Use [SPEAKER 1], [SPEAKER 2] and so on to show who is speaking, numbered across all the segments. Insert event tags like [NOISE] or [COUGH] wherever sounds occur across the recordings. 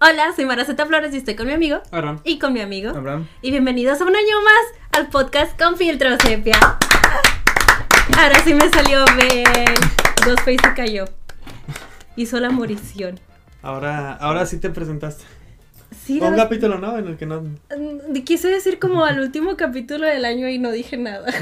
[SPEAKER 1] Hola, soy Maraceta Flores y estoy con mi amigo
[SPEAKER 2] Abraham.
[SPEAKER 1] y con mi amigo.
[SPEAKER 2] Abraham.
[SPEAKER 1] Y bienvenidos a un año más al podcast con filtro sepia. Ahora sí me salió bien. Ghostface se cayó. Hizo la morición.
[SPEAKER 2] Ahora, ahora sí te presentaste.
[SPEAKER 1] Sí,
[SPEAKER 2] un
[SPEAKER 1] la-
[SPEAKER 2] capítulo, ¿no? En el que no.
[SPEAKER 1] Mm, Quise decir como al último capítulo del año y no dije nada. [LAUGHS]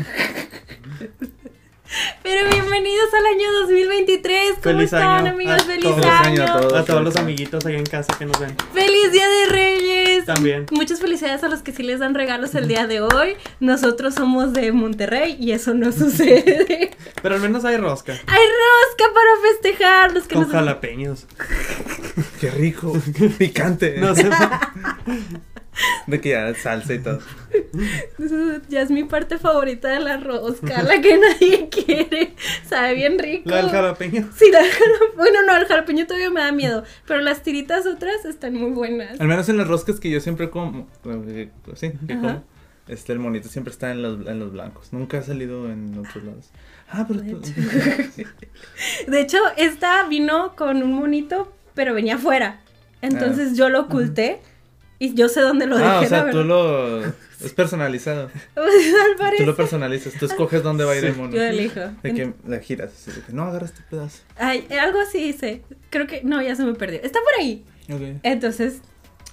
[SPEAKER 1] Pero bienvenidos al año 2023. ¿Cómo
[SPEAKER 2] Feliz
[SPEAKER 1] están,
[SPEAKER 2] año
[SPEAKER 1] amigos?
[SPEAKER 2] a
[SPEAKER 1] Feliz
[SPEAKER 2] todos.
[SPEAKER 1] año.
[SPEAKER 3] Feliz año a todos.
[SPEAKER 2] A todos los amiguitos ahí en casa que nos ven.
[SPEAKER 1] ¡Feliz Día de Reyes!
[SPEAKER 2] También.
[SPEAKER 1] Muchas felicidades a los que sí les dan regalos el día de hoy. Nosotros somos de Monterrey y eso no [LAUGHS] sucede.
[SPEAKER 2] Pero al menos hay rosca.
[SPEAKER 1] ¡Hay rosca para festejar! Los que
[SPEAKER 2] Con
[SPEAKER 1] nos-
[SPEAKER 2] jalapeños.
[SPEAKER 3] Qué [LAUGHS] rico, picante.
[SPEAKER 2] No sé.
[SPEAKER 1] [LAUGHS]
[SPEAKER 3] De que ya salsa y todo.
[SPEAKER 1] Ya es mi parte favorita de la rosca, la que [LAUGHS] nadie quiere. Sabe bien rico.
[SPEAKER 2] La del jalapeño.
[SPEAKER 1] Sí, la jala- Bueno, no, el jalapeño todavía me da miedo. Pero las tiritas otras están muy buenas.
[SPEAKER 3] Al menos en las roscas que yo siempre como, eh, sí, que
[SPEAKER 1] Ajá.
[SPEAKER 3] como, este, el monito siempre está en los, en los blancos. Nunca ha salido en otros lados. Ah, pero tú- [LAUGHS]
[SPEAKER 1] De hecho, esta vino con un monito, pero venía afuera. Entonces yo lo oculté y yo sé dónde [LAUGHS] lo dejé.
[SPEAKER 3] Ah, o
[SPEAKER 1] la
[SPEAKER 3] sea, tú
[SPEAKER 1] verdad. [LAUGHS]
[SPEAKER 3] lo... Es personalizado.
[SPEAKER 1] Al
[SPEAKER 3] Tú
[SPEAKER 1] parecer.
[SPEAKER 3] lo personalizas. Tú escoges dónde va a ir el mono.
[SPEAKER 1] Yo elijo.
[SPEAKER 3] De que la giras. así de que, no, agarra este
[SPEAKER 1] [LAUGHS]
[SPEAKER 3] pedazo.
[SPEAKER 1] Ay, algo así hice. Creo que. No, ya se me perdió. Está por ahí.
[SPEAKER 3] Ok.
[SPEAKER 1] Entonces,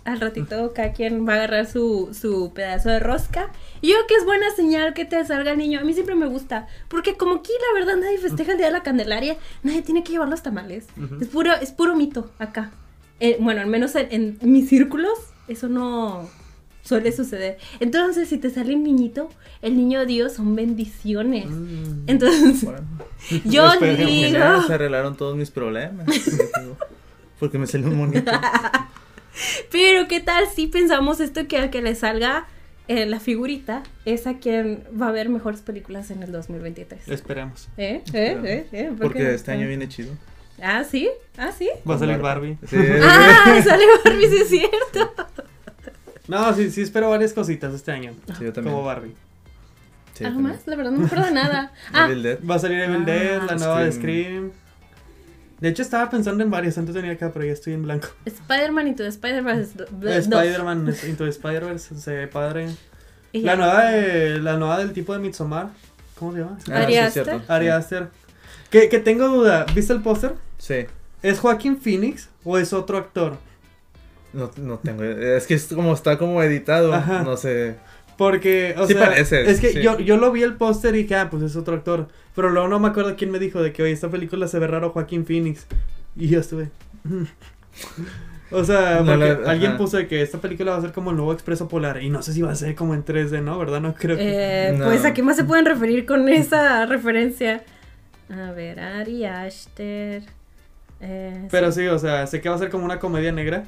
[SPEAKER 1] al ratito
[SPEAKER 2] Mm.
[SPEAKER 1] cada quien va a agarrar su, su pedazo de rosca. Y yo creo que es buena señal que te salga el niño. A mí siempre me gusta. Porque como aquí la verdad nadie festeja el día de la Candelaria, nadie tiene que llevar los tamales.
[SPEAKER 2] Ujú.
[SPEAKER 1] Es puro, es puro mito acá. Eh, bueno, al menos en, en mis círculos, eso no suele suceder. Entonces, si te sale un niñito, el niño Dios son bendiciones.
[SPEAKER 2] Mm.
[SPEAKER 1] Entonces,
[SPEAKER 3] Bueno.
[SPEAKER 1] yo
[SPEAKER 2] Espero que
[SPEAKER 1] digo.
[SPEAKER 3] Mañana se arreglaron todos mis
[SPEAKER 1] [LAUGHS]
[SPEAKER 3] problemas. Porque me salió un monito.
[SPEAKER 1] Pero qué tal si pensamos esto que al que le salga eh, la figurita es a quien va a ver mejores películas en el 2023.
[SPEAKER 2] Mm, Esperemos.
[SPEAKER 1] ¿Eh? ¿Eh? ¿Eh? ¿Eh? ¿Por qué no?
[SPEAKER 3] Porque este año viene chido.
[SPEAKER 1] Ah, sí, ah, sí.
[SPEAKER 2] Va a salir Barbie.
[SPEAKER 3] Sí.
[SPEAKER 1] Ah, [LAUGHS] sale Barbie, sí es cierto.
[SPEAKER 2] No, sí, sí espero varias cositas este año.
[SPEAKER 3] Sí, yo también.
[SPEAKER 2] Como Barbie.
[SPEAKER 3] Sí,
[SPEAKER 1] ¿Algo
[SPEAKER 3] también.
[SPEAKER 1] más? La verdad no me acuerdo de nada. Ah,
[SPEAKER 3] Evil Dead.
[SPEAKER 2] Va a salir Evil
[SPEAKER 1] Ah,
[SPEAKER 2] Dead, la nueva de
[SPEAKER 3] Scream.
[SPEAKER 2] Scream. De hecho, estaba pensando en varias antes de venir acá, pero ya estoy en blanco.
[SPEAKER 1] Spider-Man y tu Spider-Man. es do- do-
[SPEAKER 2] Spider-Man Into the Spider-Verse, se ve padre.
[SPEAKER 1] y ya.
[SPEAKER 2] La nueva, eh. de- la nueva del tipo de Midsommar. ¿Cómo se llama?
[SPEAKER 3] Ah,
[SPEAKER 1] Ari
[SPEAKER 3] sí,
[SPEAKER 1] Aster.
[SPEAKER 3] cierto.
[SPEAKER 2] Ari Aster. Que, que tengo duda, ¿viste el póster?
[SPEAKER 3] Sí.
[SPEAKER 2] ¿Es Joaquín Phoenix o es otro actor?
[SPEAKER 3] No, no tengo. Es que es como está como editado.
[SPEAKER 2] Ajá.
[SPEAKER 3] No sé.
[SPEAKER 2] Porque, o
[SPEAKER 3] Sí
[SPEAKER 2] sea,
[SPEAKER 3] parece,
[SPEAKER 2] es que
[SPEAKER 3] sí.
[SPEAKER 2] yo, yo lo vi el póster y dije, ah, pues es otro actor. Pero luego no me acuerdo quién me dijo de que, oye, esta película se ve raro Joaquín Phoenix. Y yo estuve. [LAUGHS] "Mm". o sea,
[SPEAKER 3] No,
[SPEAKER 2] porque
[SPEAKER 3] la-
[SPEAKER 2] alguien
[SPEAKER 3] ajá.
[SPEAKER 2] puso de que esta película va a ser como el nuevo Expreso Polar. Y no sé si va a ser como en 3D, ¿no? ¿Verdad? No creo que.
[SPEAKER 1] Eh,
[SPEAKER 3] No.
[SPEAKER 1] Pues a qué más se pueden referir con esa referencia. A ver, Ari Aster. eh,
[SPEAKER 2] Pero sí, o sea, sé que va a ser como una comedia negra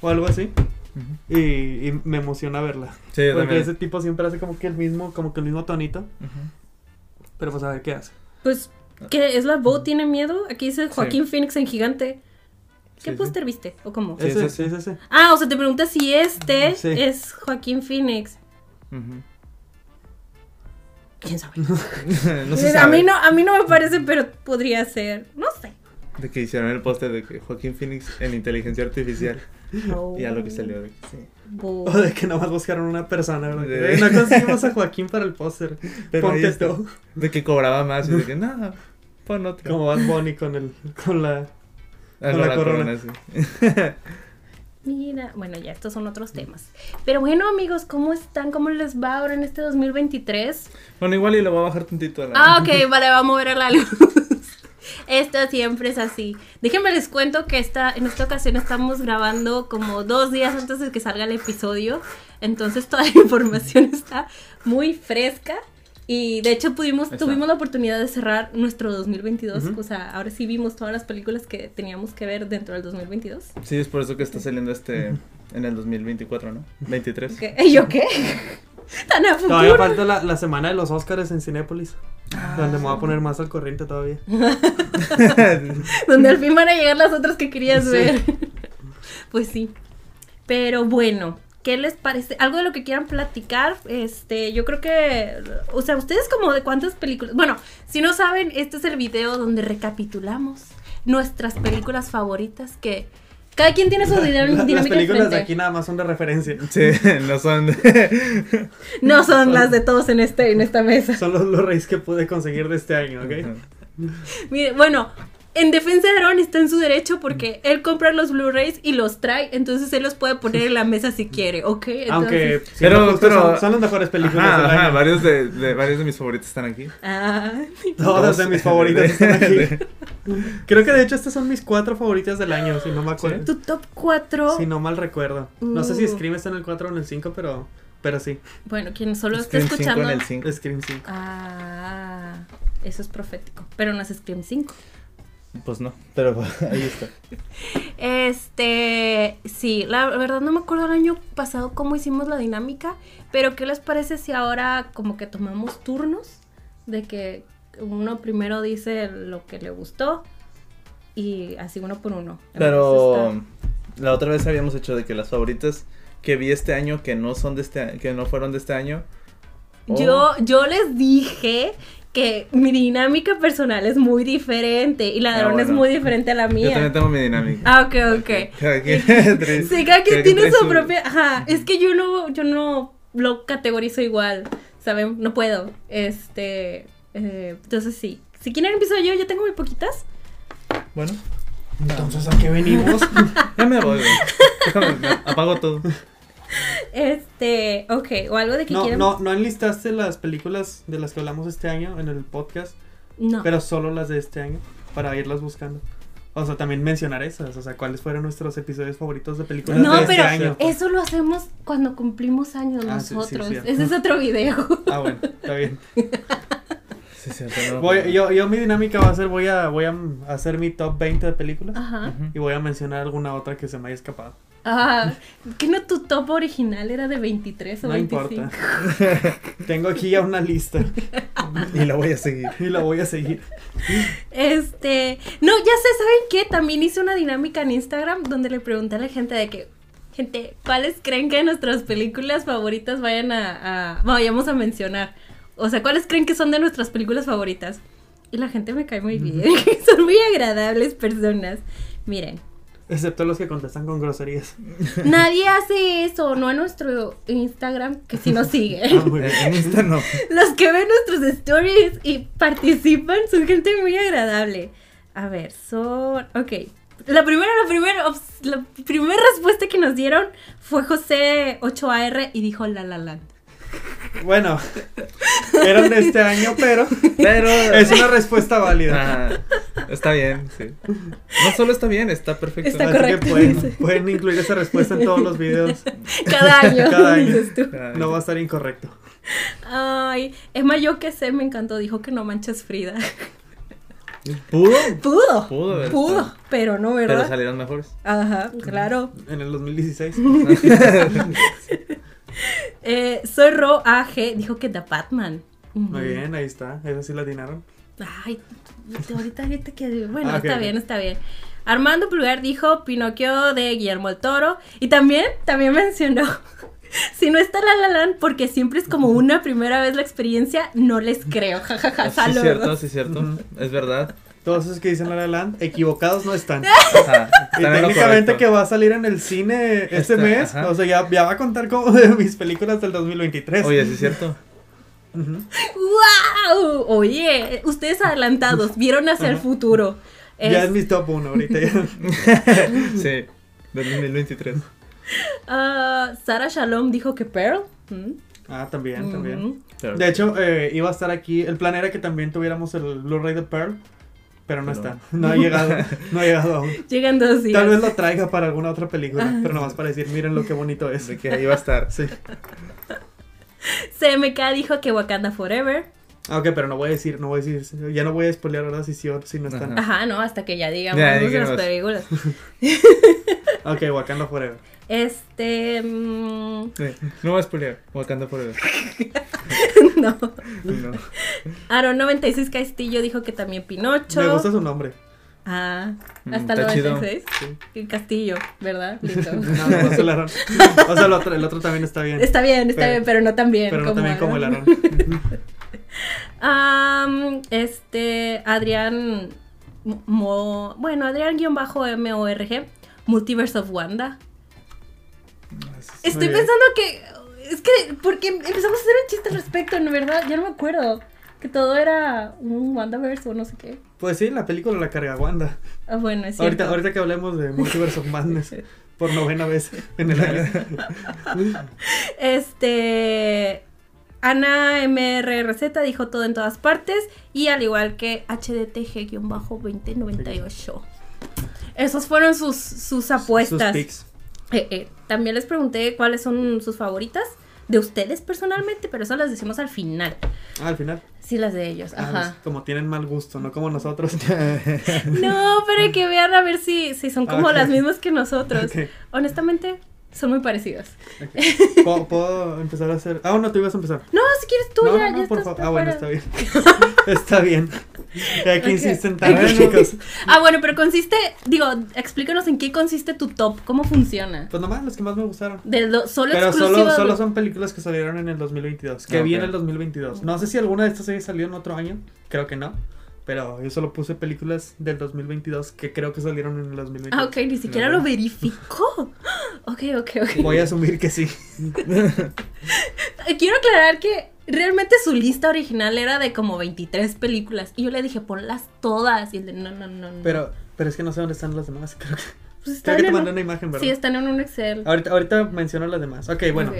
[SPEAKER 2] o algo así.
[SPEAKER 3] Ujú.
[SPEAKER 2] Y, y me emociona verla.
[SPEAKER 3] Sí, yo
[SPEAKER 2] Porque
[SPEAKER 3] también.
[SPEAKER 2] ese tipo siempre hace como que el mismo, como que el mismo tonito.
[SPEAKER 3] Ujú.
[SPEAKER 2] Pero pues a ver qué hace.
[SPEAKER 1] Pues, ¿qué es la Bo tiene miedo? Aquí dice Joaquín Phoenix en gigante. ¿Qué
[SPEAKER 3] Sí, sí.
[SPEAKER 1] póster viste? ¿O cómo?
[SPEAKER 3] Sí,
[SPEAKER 2] ese,
[SPEAKER 3] sí,
[SPEAKER 2] ese,
[SPEAKER 3] sí.
[SPEAKER 2] ese, ese.
[SPEAKER 1] Ah, o sea, te preguntas si este
[SPEAKER 2] Sí.
[SPEAKER 1] es Joaquín Phoenix.
[SPEAKER 3] Ujú.
[SPEAKER 1] ¿Quién sabe?
[SPEAKER 3] [LAUGHS] no se
[SPEAKER 1] [LAUGHS] Pues, A
[SPEAKER 3] sabe
[SPEAKER 1] mí no, a mí no me parece, pero podría ser. No
[SPEAKER 3] [LAUGHS]
[SPEAKER 1] sé.
[SPEAKER 3] de que hicieron el póster de que Joaquín Phoenix en inteligencia artificial y a lo que salió de que sí.
[SPEAKER 1] Bo.
[SPEAKER 2] O de que nomás buscaron una persona, ¿verdad?
[SPEAKER 3] De-
[SPEAKER 2] Eh, No conseguimos a Joaquín para el póster.
[SPEAKER 3] Pero ahí
[SPEAKER 2] Ponte
[SPEAKER 3] está.
[SPEAKER 2] tú.
[SPEAKER 3] de que cobraba más y de que nada, pon otro.
[SPEAKER 2] Como Bad Bunny con, el, con la...
[SPEAKER 3] Ah,
[SPEAKER 2] con
[SPEAKER 3] no,
[SPEAKER 2] la corona.
[SPEAKER 3] sí. [LAUGHS]
[SPEAKER 1] Mira, bueno, ya estos son otros temas. Pero bueno, amigos, ¿cómo están? ¿Cómo les va ahora en este 2023?
[SPEAKER 3] bueno, igual y lo voy a bajar tantito a la
[SPEAKER 1] Ah, ok, vale, va a mover a la luz. [LAUGHS] Esto siempre es así. Déjenme les cuento que esta, en esta ocasión estamos grabando como dos días antes de que salga el episodio. Entonces toda la [LAUGHS] información está muy fresca. Y de hecho pudimos,
[SPEAKER 3] Está.
[SPEAKER 1] tuvimos la oportunidad de cerrar nuestro 2022.
[SPEAKER 2] Ujú.
[SPEAKER 1] O sea, ahora sí vimos todas las películas que teníamos que ver dentro del 2022.
[SPEAKER 3] Sí, es por eso que está saliendo este en el 2024, ¿no? 23.
[SPEAKER 1] ¿Qué? [LAUGHS] ¿Y ¿Yo qué? Tan a
[SPEAKER 2] Todavía
[SPEAKER 1] futuro.
[SPEAKER 2] falta la, la semana de los Oscars en Cinépolis.
[SPEAKER 3] Ah.
[SPEAKER 2] Donde me voy a poner más al corriente todavía.
[SPEAKER 1] Donde al [LAUGHS] fin van a llegar las otras que querías
[SPEAKER 2] Sí.
[SPEAKER 1] ver. pues sí. Pero bueno, ¿Qué les parece? Algo de lo que quieran platicar. Este, yo creo que. O sea, ustedes como de cuántas películas. Bueno, si no saben, este es el video donde recapitulamos nuestras películas favoritas que. Cada quien tiene su
[SPEAKER 2] [LAUGHS] La-
[SPEAKER 1] dinámica
[SPEAKER 2] las películas de
[SPEAKER 1] diferente.
[SPEAKER 2] aquí nada más son de referencia.
[SPEAKER 3] Sí, no son.
[SPEAKER 2] [LAUGHS]
[SPEAKER 1] No son las de todos en este, en esta mesa.
[SPEAKER 2] Son los, los reyes que pude conseguir de este año, ¿ok?
[SPEAKER 1] Mire, bueno, en defensa de Aaron está en su derecho porque
[SPEAKER 3] Mm.
[SPEAKER 1] él compra los Blu-rays y los trae, entonces él los puede poner en la mesa
[SPEAKER 3] Mm.
[SPEAKER 1] si quiere, ¿ok? Entonces,
[SPEAKER 2] Aunque
[SPEAKER 3] Pero-
[SPEAKER 2] pero,
[SPEAKER 3] pero-
[SPEAKER 2] son, son las mejores películas
[SPEAKER 3] Ajá,
[SPEAKER 2] del
[SPEAKER 3] ajá,
[SPEAKER 2] año.
[SPEAKER 3] varios de, de- varios de mis favoritos están aquí.
[SPEAKER 1] Ah,
[SPEAKER 2] Todas de
[SPEAKER 3] Dos.
[SPEAKER 2] mis favoritas
[SPEAKER 3] [LAUGHS] De-
[SPEAKER 2] están aquí.
[SPEAKER 3] de-
[SPEAKER 2] Creo que de hecho estas son mis cuatro favoritas del año, si no me acuerdo.
[SPEAKER 1] tu top 4.
[SPEAKER 2] Si no mal recuerdo. No sé si
[SPEAKER 1] Uh.
[SPEAKER 2] Scream está en el 4 o en el 5, pero, pero sí.
[SPEAKER 1] Bueno, quien solo está
[SPEAKER 3] Scream cinco
[SPEAKER 1] escuchando.
[SPEAKER 3] en el cinco.
[SPEAKER 2] Scream 5.
[SPEAKER 1] Ah, eso es profético, pero no es Scream 5.
[SPEAKER 3] Pues no, pero [LAUGHS] ahí está.
[SPEAKER 1] Este, sí, la verdad no me acuerdo el año pasado cómo hicimos la dinámica, pero ¿qué les parece si ahora como que tomamos turnos? De que uno primero dice lo que le gustó y así uno por uno. Entonces
[SPEAKER 3] Pero oh.
[SPEAKER 1] está-
[SPEAKER 3] la otra vez habíamos hecho de que las favoritas que vi este año que no son de este a- que no fueron de este año. Oh. o-
[SPEAKER 1] Yo, yo les dije que mi dinámica personal es muy diferente y la de
[SPEAKER 3] Ah,
[SPEAKER 1] Aaron es
[SPEAKER 3] bueno.
[SPEAKER 1] muy diferente a la
[SPEAKER 3] yo también
[SPEAKER 1] mía.
[SPEAKER 3] tengo mi dinámica.
[SPEAKER 1] Ah, ok, ok.
[SPEAKER 3] Cada quien- [LAUGHS]
[SPEAKER 1] [LAUGHS]
[SPEAKER 3] tres-
[SPEAKER 1] Sí, cada quien tiene
[SPEAKER 3] trae
[SPEAKER 1] su propia. Ajá, es que yo no, yo no lo categorizo igual, ¿saben? No puedo. Este. eh, entonces sí. Si quieren empiezo yo, yo tengo muy poquitas.
[SPEAKER 3] Bueno,
[SPEAKER 2] Entonces, ¿a qué [LAUGHS] venimos?
[SPEAKER 3] ya me
[SPEAKER 1] [LAUGHS]
[SPEAKER 3] voy. güey. Déjame, me apago todo.
[SPEAKER 1] Este, ok, o algo de que
[SPEAKER 2] no,
[SPEAKER 1] quieran.
[SPEAKER 2] no, no enlistaste las películas de las que hablamos este año en el podcast,
[SPEAKER 1] No.
[SPEAKER 2] pero solo las de este año para irlas buscando. O sea, también mencionar esas, o sea, cuáles fueron nuestros episodios favoritos de películas
[SPEAKER 1] No,
[SPEAKER 2] de este
[SPEAKER 1] pero eh.
[SPEAKER 2] año.
[SPEAKER 1] eso lo hacemos cuando cumplimos años
[SPEAKER 2] Ah, sí, sí,
[SPEAKER 1] nosotros.
[SPEAKER 2] cierto.
[SPEAKER 1] Ese es otro video.
[SPEAKER 2] Ah, bueno, está bien.
[SPEAKER 3] Sí, sí, o sea, no-
[SPEAKER 2] Voy- yo, yo mi dinámica va a ser, voy a, voy a hacer mi top 20 de películas
[SPEAKER 1] Ajá.
[SPEAKER 3] Ujú.
[SPEAKER 2] y voy a mencionar alguna otra que se me haya escapado.
[SPEAKER 1] Ah, ¿Qué no tu top original era de 23 o
[SPEAKER 2] No
[SPEAKER 1] 25?
[SPEAKER 2] importa. Tengo aquí ya una lista
[SPEAKER 3] Y la voy a seguir.
[SPEAKER 2] y la voy a seguir.
[SPEAKER 1] Este, no, ya sé, ¿saben qué? También hice una dinámica en Instagram donde le pregunté a la gente de que, gente, ¿cuáles creen que nuestras películas favoritas vayan a, a- vayamos a mencionar? O sea, ¿cuáles creen que son de nuestras películas favoritas? Y la gente me cae muy bien, [LAUGHS] son muy agradables personas. Miren,
[SPEAKER 2] Excepto los que contestan con groserías.
[SPEAKER 1] nadie hace eso, no en nuestro Instagram, que si nos
[SPEAKER 2] Ah,
[SPEAKER 1] siguen.
[SPEAKER 2] muy bien.
[SPEAKER 3] En Insta no.
[SPEAKER 1] Los que ven nuestros stories y participan son gente muy agradable. A ver, son. Ok. La primera, la primera, obs- la primera respuesta que nos dieron fue José 8AR y dijo La La [LAUGHS] Land.
[SPEAKER 2] Bueno, eran de este año, pero
[SPEAKER 3] Pero.
[SPEAKER 2] es una respuesta válida.
[SPEAKER 3] Ah, está bien, sí. No solo está bien, está perfecto.
[SPEAKER 1] Está
[SPEAKER 2] Así que
[SPEAKER 1] correcto, dice.
[SPEAKER 2] pueden, pueden incluir esa respuesta en todos los videos.
[SPEAKER 1] Cada año,
[SPEAKER 2] Cada año.
[SPEAKER 1] dices tú.
[SPEAKER 3] Ah,
[SPEAKER 2] No va a estar incorrecto.
[SPEAKER 1] Ay, Emma, yo que sé, me encantó. Dijo que no manches Frida.
[SPEAKER 3] ¿Pudo?
[SPEAKER 1] [LAUGHS] Pudo.
[SPEAKER 3] Pudo haber
[SPEAKER 1] Pudo,
[SPEAKER 3] estado.
[SPEAKER 1] pero no,
[SPEAKER 3] Pero
[SPEAKER 1] ¿verdad?
[SPEAKER 3] salieron mejores.
[SPEAKER 1] Ajá, claro.
[SPEAKER 2] En
[SPEAKER 1] [LAUGHS]
[SPEAKER 2] el 2016.
[SPEAKER 1] Eh, soy Ro AG, dijo que The Batman.
[SPEAKER 2] Muy bien, ahí está. Esa sí la atinaron.
[SPEAKER 1] Ay, ahorita, ahorita que. Bueno,
[SPEAKER 2] Ah, ok,
[SPEAKER 1] está
[SPEAKER 2] ok.
[SPEAKER 1] bien, está bien. Armando Pulgar dijo Pinocchio de Guillermo el Toro. Y también, también mencionó. [LAUGHS] Si no está La La Land, porque siempre es como una primera vez la experiencia, no les creo. [LAUGHS] Jajaja, ja, ja,
[SPEAKER 3] Sí, es
[SPEAKER 1] saludos.
[SPEAKER 3] cierto, sí, es cierto. Es verdad.
[SPEAKER 2] Todos esos que dicen La La Land, equivocados no
[SPEAKER 1] [LAUGHS]
[SPEAKER 2] están.
[SPEAKER 3] Ajá,
[SPEAKER 2] Y
[SPEAKER 3] están en lo
[SPEAKER 2] técnicamente
[SPEAKER 3] correcto.
[SPEAKER 2] que va a salir en el cine este
[SPEAKER 3] Está,
[SPEAKER 2] mes,
[SPEAKER 3] ajá.
[SPEAKER 2] o sea, ya, ya va a contar como de mis películas del 2023.
[SPEAKER 3] Oye, sí
[SPEAKER 2] [LAUGHS]
[SPEAKER 3] es cierto.
[SPEAKER 2] Ujú.
[SPEAKER 1] ¡Guau! Oye, ustedes adelantados, vieron hacia el futuro.
[SPEAKER 2] Ya es
[SPEAKER 1] Es-
[SPEAKER 2] mi top 1 ahorita. ya.
[SPEAKER 3] Sí, del 2023.
[SPEAKER 1] Ah, Sara Shalom dijo que Pearl. Mm,
[SPEAKER 2] [LAUGHS] Ah, también, también.
[SPEAKER 1] mm.
[SPEAKER 3] Pero-
[SPEAKER 2] De hecho, eh, iba a estar aquí. El plan era que también tuviéramos el Blu-ray de Pearl, pero no
[SPEAKER 3] Pero-
[SPEAKER 2] está. [LAUGHS] No ha llegado, no ha llegado [LAUGHS] aún.
[SPEAKER 1] Llegan dos días.
[SPEAKER 2] Tal vez lo traiga para alguna otra película, pero nomás para decir, miren lo que bonito es.
[SPEAKER 3] de que ahí va a estar.
[SPEAKER 2] [LAUGHS] Sí.
[SPEAKER 1] CMK dijo que Wakanda Forever.
[SPEAKER 2] Ah, Ok, pero no voy a decir, no voy a decir, ya no voy a spoilear ahora si sí o si no están.
[SPEAKER 1] Ajá, no, hasta que ya digamos
[SPEAKER 3] Ya,
[SPEAKER 1] nuestras
[SPEAKER 3] digamos.
[SPEAKER 1] películas.
[SPEAKER 2] Ok, Wakanda Forever.
[SPEAKER 1] Este. mm, [LAUGHS]
[SPEAKER 3] Sí, No voy a spoilear. Wakanda Forever.
[SPEAKER 1] no.
[SPEAKER 3] No.
[SPEAKER 1] Aaron 96 Castillo dijo que también Pinocho.
[SPEAKER 2] Me gusta su nombre.
[SPEAKER 1] Ah,
[SPEAKER 3] Mm,
[SPEAKER 1] hasta el
[SPEAKER 3] está chido.
[SPEAKER 1] 96.
[SPEAKER 2] [LAUGHS] Sí.
[SPEAKER 1] El castillo,
[SPEAKER 2] [LAUGHS]
[SPEAKER 1] ¿verdad? Lindo.
[SPEAKER 2] No, no, el Aarón. O sea, el otro, el otro también está bien.
[SPEAKER 1] Está bien, está
[SPEAKER 2] Pero-
[SPEAKER 1] bien, pero no tan bien.
[SPEAKER 2] pero no también como el
[SPEAKER 1] Adam.
[SPEAKER 2] Aarón. [LAUGHS]
[SPEAKER 1] Am, este, Adrián M- Mo, bueno, Adrián-MORG, Multiverse of Wanda. Estoy
[SPEAKER 2] bien.
[SPEAKER 1] pensando que, es que, porque empezamos a hacer un chiste al respecto, ¿no? ¿Verdad? Ya no me acuerdo, que todo era un Wandaverse o no sé qué.
[SPEAKER 2] Pues sí, la película la carga Wanda.
[SPEAKER 1] Ah, bueno, es cierto.
[SPEAKER 2] Ahorita, ahorita que hablemos de Multiverse of Madness [LAUGHS] por novena vez en el año.
[SPEAKER 1] Este. Ana MRRZ dijo todo en todas partes. Y al igual que HDTG-2098. Esos fueron sus, sus
[SPEAKER 2] Sus
[SPEAKER 1] apuestas.
[SPEAKER 2] pics.
[SPEAKER 1] Eh, eh, También les pregunté cuáles son sus favoritas. De ustedes personalmente, pero eso las decimos al final.
[SPEAKER 2] Ah, al final.
[SPEAKER 1] Sí, las de ellos.
[SPEAKER 2] Ah,
[SPEAKER 1] Ajá.
[SPEAKER 2] pues, como tienen mal gusto, no como nosotros. [LAUGHS]
[SPEAKER 1] No, pero que vean a ver si, si son como
[SPEAKER 2] Ok.
[SPEAKER 1] las mismas que nosotros.
[SPEAKER 2] Ok,
[SPEAKER 1] Honestamente, son muy parecidas.
[SPEAKER 2] ok. ¿Puedo, puedo empezar a hacer? Ah, no, tú ibas a empezar.
[SPEAKER 1] No, si quieres tú
[SPEAKER 2] no,
[SPEAKER 1] ya,
[SPEAKER 2] no,
[SPEAKER 1] ya
[SPEAKER 2] no, por
[SPEAKER 1] estás
[SPEAKER 2] favor. Ah, bueno,
[SPEAKER 1] preparado.
[SPEAKER 2] está bien. está bien. [LAUGHS] Ya
[SPEAKER 1] [LAUGHS]
[SPEAKER 2] que
[SPEAKER 1] Ok.
[SPEAKER 2] insisten tanto,
[SPEAKER 3] Bueno.
[SPEAKER 2] chicos.
[SPEAKER 1] Ah, bueno, pero consiste, digo, explícanos en qué consiste tu top, cómo funciona.
[SPEAKER 2] Pues nomás los que más me gustaron.
[SPEAKER 1] De lo- solo
[SPEAKER 2] Pero
[SPEAKER 1] exclusivo.
[SPEAKER 2] solo,
[SPEAKER 1] de-
[SPEAKER 2] solo son películas que salieron en el 2022, que
[SPEAKER 3] Ah,
[SPEAKER 2] vi
[SPEAKER 3] ok.
[SPEAKER 2] en el 2022. No sé si alguna de estas haya salido en otro año, creo que no. Pero yo solo puse películas del 2022 que creo que salieron en el 2022.
[SPEAKER 1] Ah, ok, ni siquiera
[SPEAKER 2] No,
[SPEAKER 1] lo verificó. [GASPS] Ok, ok, ok.
[SPEAKER 2] Voy a asumir que sí.
[SPEAKER 1] Eh, [LAUGHS] Quiero aclarar que realmente su lista original era de como 23 películas. Y yo le dije, ponlas todas. Y él de, no, no, no. no".
[SPEAKER 2] Pero, pero es que no sé dónde están las demás. [LAUGHS]
[SPEAKER 1] Pues están
[SPEAKER 2] Creo que, creo que te
[SPEAKER 1] en
[SPEAKER 2] mandé
[SPEAKER 1] un-
[SPEAKER 2] una imagen, ¿verdad?
[SPEAKER 1] Sí, están en un Excel.
[SPEAKER 2] Ahorita, ahorita menciono las demás. Ok, bueno,
[SPEAKER 1] Ok.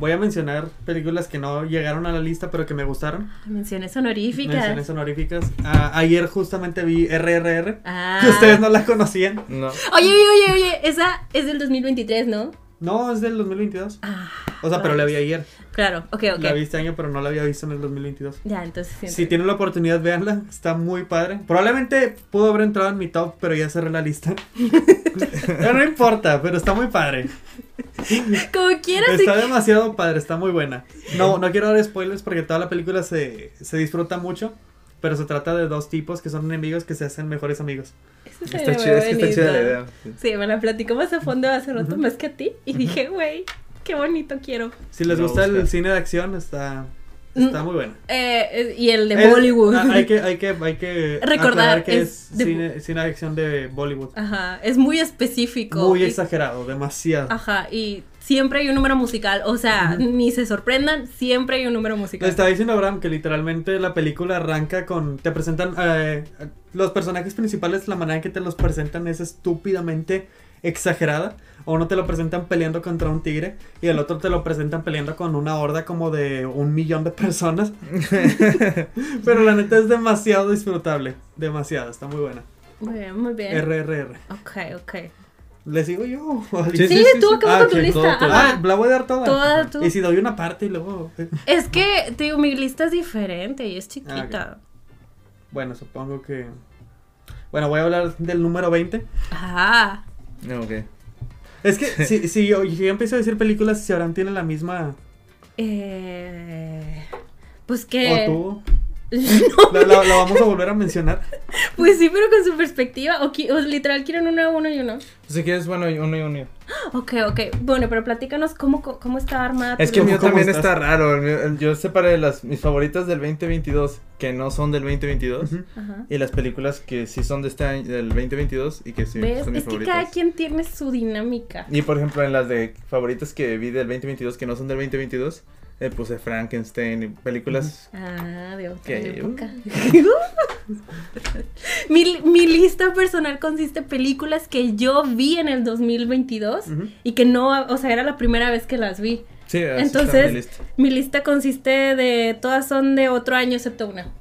[SPEAKER 2] voy a mencionar películas que no llegaron a la lista, pero que me
[SPEAKER 1] Ay,
[SPEAKER 2] gustaron.
[SPEAKER 1] Ah, Menciones honoríficas.
[SPEAKER 2] Menciones honoríficas. Ah, ayer justamente vi RRR,
[SPEAKER 1] Ah.
[SPEAKER 2] [LAUGHS] que ustedes no la conocían.
[SPEAKER 1] [LAUGHS]
[SPEAKER 3] No.
[SPEAKER 1] Oye, oye, oye, oye, esa es del 2023, ¿no?
[SPEAKER 2] No, es del 2022.
[SPEAKER 1] Ah,
[SPEAKER 2] O sea, pero la vi ayer.
[SPEAKER 1] claro, ok, ok.
[SPEAKER 2] La vi este año, pero no la había visto en el 2022.
[SPEAKER 1] Ya, entonces siento
[SPEAKER 2] Si
[SPEAKER 1] que-
[SPEAKER 2] tienen la oportunidad, véanla. Está muy padre. Probablemente pudo haber entrado en mi top, pero ya cerré la
[SPEAKER 1] [LAUGHS]
[SPEAKER 2] lista. Pero no importa, pero está muy padre.
[SPEAKER 1] Como quieras,
[SPEAKER 2] Está demasiado padre, está muy buena. No, no quiero dar spoilers porque toda la película se, se disfruta mucho. Pero se trata de dos tipos que son enemigos que se hacen mejores amigos.
[SPEAKER 1] Eso se
[SPEAKER 3] Está
[SPEAKER 1] ve
[SPEAKER 3] chida, es que está
[SPEAKER 1] bonito.
[SPEAKER 3] chida la idea. Sí.
[SPEAKER 1] Sí, me la platicó más a fondo hace rato,
[SPEAKER 2] Ujú.
[SPEAKER 1] más que a ti. Y dije, güey, qué bonito quiero.
[SPEAKER 2] Si les
[SPEAKER 3] Lo
[SPEAKER 2] gusta el
[SPEAKER 3] busca.
[SPEAKER 2] cine de acción, está, está muy buena.
[SPEAKER 1] Eh, eh, y el Mm. de
[SPEAKER 2] Es-
[SPEAKER 1] Bollywood.
[SPEAKER 2] ah, Hay que, hay que, hay que
[SPEAKER 1] [LAUGHS] Recordar,
[SPEAKER 2] aclarar que es,
[SPEAKER 1] es de-
[SPEAKER 2] cine, cine de acción de Bollywood.
[SPEAKER 1] Ajá, es muy específico.
[SPEAKER 2] Muy
[SPEAKER 1] Y-
[SPEAKER 2] exagerado, demasiado.
[SPEAKER 1] Ajá, y siempre hay un número musical. O sea, ni se sorprendan, siempre hay un número
[SPEAKER 2] Le
[SPEAKER 1] musical.
[SPEAKER 2] estaba diciendo Abraham que literalmente la película arranca con. Te presentan. eh, los personajes principales, la manera en que te los presentan es estúpidamente exagerada. A uno te lo presentan peleando contra un tigre y al otro te lo presentan peleando con una horda como de un millón
[SPEAKER 1] [LAUGHS]
[SPEAKER 2] de personas. [LAUGHS] Pero la neta es demasiado disfrutable. Demasiado, está muy buena.
[SPEAKER 1] Muy bien, muy bien.
[SPEAKER 2] RRR.
[SPEAKER 1] ok, ok.
[SPEAKER 2] ¿Le sigo yo?
[SPEAKER 1] Sí,
[SPEAKER 3] Sí,
[SPEAKER 1] tú acabas
[SPEAKER 2] Ah,
[SPEAKER 1] con tu
[SPEAKER 2] ok.
[SPEAKER 1] lista.
[SPEAKER 3] todo, todo.
[SPEAKER 1] ajá.
[SPEAKER 2] Ah, la voy a dar toda.
[SPEAKER 1] Toda tú.
[SPEAKER 2] Y si doy una parte y luego. eh,
[SPEAKER 1] Es que, te digo, mi lista es diferente y es chiquita.
[SPEAKER 2] Bueno, supongo que. Bueno, voy a hablar del número 20.
[SPEAKER 1] Ajá.
[SPEAKER 3] No, ok. [LAUGHS]
[SPEAKER 2] Es que si, si yo, yo empiezo a decir películas, si Abraham tiene la misma.
[SPEAKER 1] Eh, pues
[SPEAKER 2] O
[SPEAKER 1] que. [LAUGHS]
[SPEAKER 2] tú.
[SPEAKER 1] No,
[SPEAKER 2] La, la- la vamos a volver a mencionar.
[SPEAKER 1] Pues sí, pero con su perspectiva. O, qui- o literal, quieren uno, uno y uno.
[SPEAKER 3] Si quieres, bueno, uno y uno.
[SPEAKER 1] Ok, ok. Bueno, pero platícanos cómo, co- cómo está armada. tu
[SPEAKER 3] Es que el
[SPEAKER 1] lista.
[SPEAKER 3] mío
[SPEAKER 2] ¿Cómo
[SPEAKER 3] también
[SPEAKER 2] estás?
[SPEAKER 3] está raro. el mío- el- yo separé las, mis favoritas del 2022 que no son del 2022
[SPEAKER 2] Ujú.
[SPEAKER 1] Ajá.
[SPEAKER 3] y las películas que sí son de este año, del 2022 y que sí
[SPEAKER 1] ¿Ves?
[SPEAKER 3] son mis
[SPEAKER 1] Es que cada
[SPEAKER 3] favoritas.
[SPEAKER 1] quien tiene su dinámica.
[SPEAKER 3] Y por ejemplo, en las de favoritas que vi del 2022 que no son del 2022, eh, puse Frankenstein y películas.
[SPEAKER 1] Ah, de otra
[SPEAKER 3] Que-
[SPEAKER 1] época. [LAUGHS] mi, mi lista personal consiste en películas que yo vi en el 2022
[SPEAKER 2] Ujú.
[SPEAKER 1] y que no, o sea, era la primera vez que las vi.
[SPEAKER 3] Sí, así está
[SPEAKER 1] Entonces-
[SPEAKER 3] mi lista.
[SPEAKER 1] Mi lista consiste de todas son de otro año excepto una.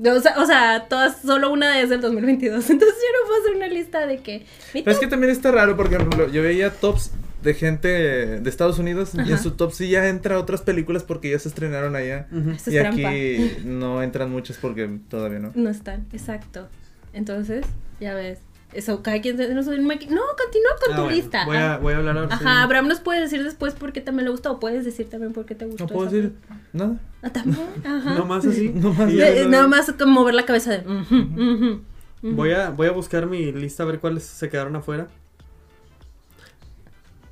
[SPEAKER 1] O sea, o sea, todas, solo una es del 2022. [LAUGHS] Entonces yo no puedo hacer una lista de que... mi
[SPEAKER 3] Pero es
[SPEAKER 1] top-
[SPEAKER 3] que también está raro porque por ejemplo, yo veía tops de gente de Estados Unidos y
[SPEAKER 1] Ajá.
[SPEAKER 3] en su top sí ya entra otras películas porque ya se estrenaron allá.
[SPEAKER 2] Ujú.
[SPEAKER 1] Eso es
[SPEAKER 3] y
[SPEAKER 1] trampa.
[SPEAKER 3] aquí no entran muchas porque todavía no.
[SPEAKER 1] No están, exacto. Entonces, ya ves. Eso, cada quien tiene su dinámica. No, continúa con
[SPEAKER 2] Ah,
[SPEAKER 1] tu
[SPEAKER 2] bueno,
[SPEAKER 1] lista.
[SPEAKER 2] Voy a,
[SPEAKER 1] Ah,
[SPEAKER 2] voy a hablar ahora. sí.
[SPEAKER 1] Ajá, Abraham nos puede decir después por qué también le gusta o puedes decir también por qué te gustó.
[SPEAKER 3] No puedo
[SPEAKER 1] esa
[SPEAKER 3] decir
[SPEAKER 1] película.
[SPEAKER 3] nada.
[SPEAKER 1] Ah, también, ajá.
[SPEAKER 2] No más así.
[SPEAKER 3] [LAUGHS] No más.
[SPEAKER 2] Y
[SPEAKER 1] Eh,
[SPEAKER 2] ya no-
[SPEAKER 1] nada más como mover la cabeza de. "Ujú, ujú". Ujú.
[SPEAKER 2] Voy a, voy a buscar mi lista a ver cuáles se quedaron afuera.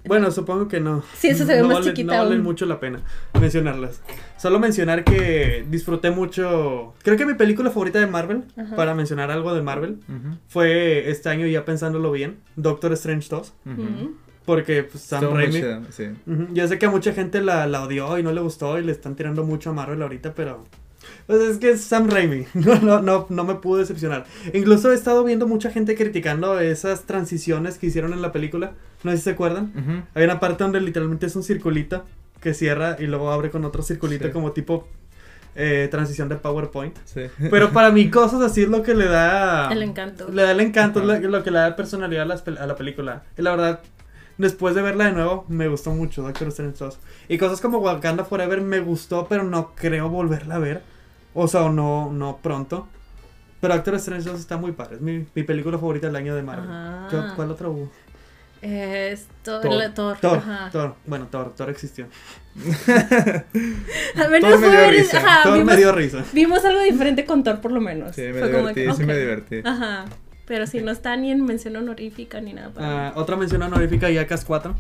[SPEAKER 2] Bueno, supongo que no.
[SPEAKER 1] Sí, esa se ve
[SPEAKER 2] no
[SPEAKER 1] más
[SPEAKER 2] vale-
[SPEAKER 1] chiquita
[SPEAKER 2] No valen
[SPEAKER 1] aún.
[SPEAKER 2] mucho la pena mencionarlas. Solo mencionar que disfruté mucho. Creo que mi película favorita de Marvel,
[SPEAKER 1] Ajá.
[SPEAKER 2] para mencionar algo de Marvel,
[SPEAKER 3] Ujú,
[SPEAKER 2] fue este año ya pensándolo bien, Doctor Strange 2.
[SPEAKER 3] ujú.
[SPEAKER 1] Ujú.
[SPEAKER 2] Porque pues, Sam
[SPEAKER 3] Estuvo muy
[SPEAKER 2] Raimi.
[SPEAKER 3] chida, sí.
[SPEAKER 2] Ujú, Yo sé que a mucha gente la, la odió y no le gustó y le están tirando mucho a Marvel ahorita, pero... Pues es que es Sam Raimi, [LAUGHS] no, no, no, no me pudo decepcionar. Incluso he estado viendo mucha gente criticando esas transiciones que hicieron en la película, no sé si se acuerdan.
[SPEAKER 3] Ujú.
[SPEAKER 2] Hay una parte donde literalmente es un circulito que cierra y luego abre con otro circulito
[SPEAKER 3] Sí.
[SPEAKER 2] como tipo eh, transición de PowerPoint.
[SPEAKER 3] Sí.
[SPEAKER 2] Pero para mí cosas así es lo que le da...
[SPEAKER 1] El encanto.
[SPEAKER 2] Le da el encanto,
[SPEAKER 3] Ajá.
[SPEAKER 2] es lo, lo que le da personalidad a, las pel- a la película. Y la verdad, después de verla de nuevo, me gustó mucho Doctor Strange 2. Y cosas como Wakanda Forever me gustó, pero no creo volverla a ver. O sea, o no, no pronto. Pero Doctor Strange 2 está muy padre. Es mi, mi película favorita del año de Marvel.
[SPEAKER 1] Ajá.
[SPEAKER 2] ¿Qué- ¿Cuál otra hubo?
[SPEAKER 1] Es Thor.
[SPEAKER 3] Thor.
[SPEAKER 1] la- Thor.
[SPEAKER 2] Thor,
[SPEAKER 1] Ajá.
[SPEAKER 2] Thor. Bueno, Thor, Thor existió.
[SPEAKER 1] Al menos
[SPEAKER 3] Thor me
[SPEAKER 1] fue
[SPEAKER 3] dio
[SPEAKER 1] ver-
[SPEAKER 3] risa.
[SPEAKER 1] ajá,
[SPEAKER 2] Thor
[SPEAKER 1] vimos,
[SPEAKER 2] me dio risa.
[SPEAKER 1] vimos algo diferente con Thor por lo menos.
[SPEAKER 3] Sí, me
[SPEAKER 1] Fue como
[SPEAKER 3] divertí,
[SPEAKER 1] que,
[SPEAKER 3] sí me
[SPEAKER 1] ok.
[SPEAKER 3] divertí.
[SPEAKER 1] Ajá. Pero si no está ni en mención honorífica ni nada pues. para
[SPEAKER 2] Ah, otra mención honorífica, Jackass 4.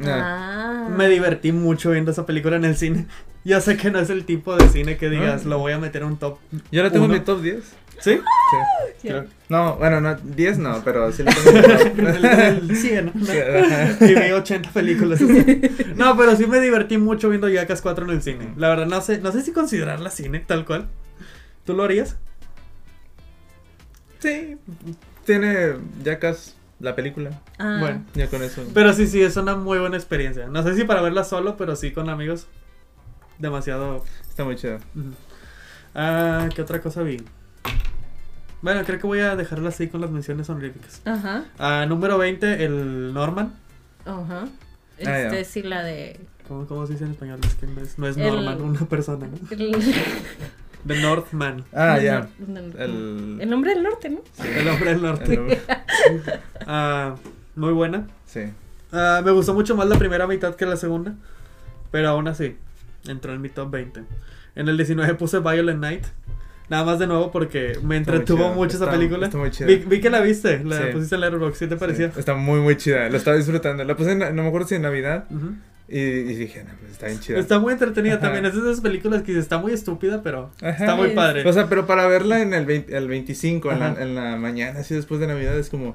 [SPEAKER 3] Ah,
[SPEAKER 1] Ah.
[SPEAKER 2] Me divertí mucho viendo esa película en el cine. [LAUGHS] Yo sé que no es el tipo de cine que digas,
[SPEAKER 3] Ah.
[SPEAKER 2] lo voy a meter a un top.
[SPEAKER 3] Yo la tengo en
[SPEAKER 2] Uno.
[SPEAKER 3] mi top 10. Sí.
[SPEAKER 2] ¿Sí?
[SPEAKER 1] Ya.
[SPEAKER 3] Ah.
[SPEAKER 2] creo.
[SPEAKER 3] No, bueno, no, 10 no, pero sí la tengo en mi
[SPEAKER 2] El-
[SPEAKER 3] top.
[SPEAKER 2] el 100.
[SPEAKER 3] Sí, ajá.
[SPEAKER 2] Y vi 80 películas. No, pero sí me divertí mucho viendo Jackass 4 en el cine. La verdad, no sé, no sé si considerarla cine, tal cual. ¿Tú lo harías?
[SPEAKER 3] [LAUGHS] Sí, tiene Jackass la película.
[SPEAKER 1] Ah.
[SPEAKER 2] Bueno.
[SPEAKER 3] Ya con eso.
[SPEAKER 2] Pero sí, sí, es una muy buena experiencia. No sé si para verla solo, pero sí con amigos. Demasiado.
[SPEAKER 3] Está muy chido.
[SPEAKER 2] ujú. Ah, ¿qué otra cosa vi? Bueno, creo que voy a dejarla así con las menciones honoríficas.
[SPEAKER 1] Ajá.
[SPEAKER 2] Ah, número 20, el Norman.
[SPEAKER 1] Ajá.
[SPEAKER 3] Ah,
[SPEAKER 1] Este
[SPEAKER 3] ya.
[SPEAKER 1] sí la de.
[SPEAKER 2] ¿Cómo, cómo se dice en español? Es que no es, no es
[SPEAKER 1] El-
[SPEAKER 2] Norman, una persona. ¿no? The Northman.
[SPEAKER 3] [LAUGHS] Ah,
[SPEAKER 1] el-
[SPEAKER 3] ya.
[SPEAKER 1] [LAUGHS] el-
[SPEAKER 3] El.
[SPEAKER 1] El nombre del norte, ¿no?
[SPEAKER 2] El hombre del norte.
[SPEAKER 3] el-
[SPEAKER 2] [LAUGHS] Ah, muy buena.
[SPEAKER 3] Sí.
[SPEAKER 2] Ah, me gustó mucho más la primera mitad que la segunda. Pero aún así, entró en mi top 20. En el 19 puse Violent Night. Nada más de nuevo porque me
[SPEAKER 3] Está muy
[SPEAKER 2] entretuvo
[SPEAKER 3] chida,
[SPEAKER 2] mucho esa
[SPEAKER 3] está-
[SPEAKER 2] letterboxd
[SPEAKER 3] está muy chida.
[SPEAKER 2] Vi, vi que la viste, la
[SPEAKER 3] Sí.
[SPEAKER 2] pusiste en Letterboxd. ¿Qué te parecía?
[SPEAKER 3] Sí, Está muy, muy chida. La estaba disfrutando. La puse, en- no me acuerdo si en Navidad.
[SPEAKER 2] Ujú.
[SPEAKER 3] Y, y dije, no, pues está bien chida.
[SPEAKER 2] Está muy entretenida
[SPEAKER 3] Ajá.
[SPEAKER 2] también. Es de esas películas que está muy estúpida, pero
[SPEAKER 3] Ajá.
[SPEAKER 2] está muy
[SPEAKER 1] Sí.
[SPEAKER 2] padre.
[SPEAKER 3] O sea, pero para verla en el, 20 el 25, en la,
[SPEAKER 2] Ajá.
[SPEAKER 3] en la mañana, así después de Navidad, es como,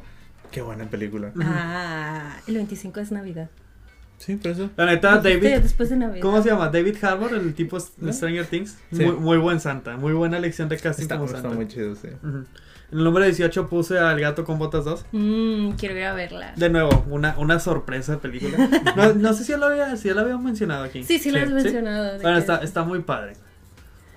[SPEAKER 3] qué buena película.
[SPEAKER 1] Ah, el 25 es Navidad.
[SPEAKER 3] Sí, por eso.
[SPEAKER 2] la neta, David,
[SPEAKER 1] Dijiste Después de Navidad.
[SPEAKER 2] ¿Cómo se llama? David Harbour, el tipo s- de
[SPEAKER 3] ¿No?
[SPEAKER 2] Stranger Things.
[SPEAKER 3] ¿Eh? Sí.
[SPEAKER 2] Muy, muy buen Santa, muy buena elección de casting
[SPEAKER 3] Está,
[SPEAKER 2] como
[SPEAKER 3] está
[SPEAKER 2] Santa.
[SPEAKER 3] muy chido, sí.
[SPEAKER 2] Ujú. En el número 18 puse al gato con botas 2.
[SPEAKER 1] Mm, quiero ir a verla.
[SPEAKER 2] De nuevo, una, una sorpresa de película.
[SPEAKER 1] [LAUGHS]
[SPEAKER 2] No, no sé si ya lo había, si ya lo había mencionado aquí.
[SPEAKER 1] Sí, sí, lo has
[SPEAKER 2] ¿Sí?
[SPEAKER 1] mencionado. de
[SPEAKER 2] Bueno,
[SPEAKER 1] que-
[SPEAKER 2] está, está muy padre.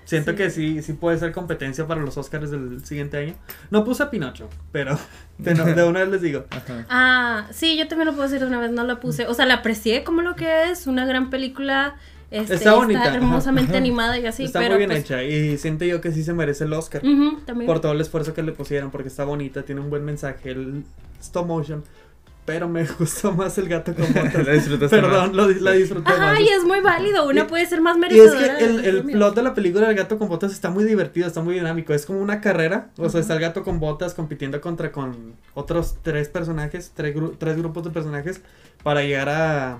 [SPEAKER 2] Siento
[SPEAKER 1] Sí.
[SPEAKER 2] que sí, sí puede ser competencia para los Oscars del siguiente año. No puse a Pinocho,
[SPEAKER 1] [LAUGHS]
[SPEAKER 2] pero de, no- de una vez les digo.
[SPEAKER 3] Ajá.
[SPEAKER 1] Ah, sí, yo también lo puedo decir de una vez, no la puse. O sea, la aprecié como lo que es, una gran película. Este,
[SPEAKER 2] Está bonita, ajá,
[SPEAKER 1] hermosamente
[SPEAKER 2] [LAUGHS] ajá.
[SPEAKER 1] animada y así,
[SPEAKER 2] está
[SPEAKER 1] pero.
[SPEAKER 2] muy bien
[SPEAKER 1] pues, Mm,
[SPEAKER 2] hecha y siento yo que sí se merece el Oscar.
[SPEAKER 1] ujú, también.
[SPEAKER 2] por todo el esfuerzo que le pusieron, porque está bonita, tiene un buen mensaje, el stop motion. Pero me [LAUGHS] gustó más el gato con botas.
[SPEAKER 1] [LAUGHS]
[SPEAKER 3] La disfrutaste
[SPEAKER 2] Perdón, lo di- la disfruté más.
[SPEAKER 1] Ajá, y es muy válido. Una
[SPEAKER 2] Y-
[SPEAKER 1] puede ser más
[SPEAKER 2] Y es
[SPEAKER 1] merecedora.
[SPEAKER 2] que
[SPEAKER 1] de
[SPEAKER 2] el,
[SPEAKER 1] los
[SPEAKER 2] el
[SPEAKER 1] premios.
[SPEAKER 2] plot de la película del gato con botas está muy divertido, está muy dinámico. Es como una carrera. O sea, está el gato con botas compitiendo contra con otros tres personajes, tres, gru- tres grupos de personajes, para llegar a,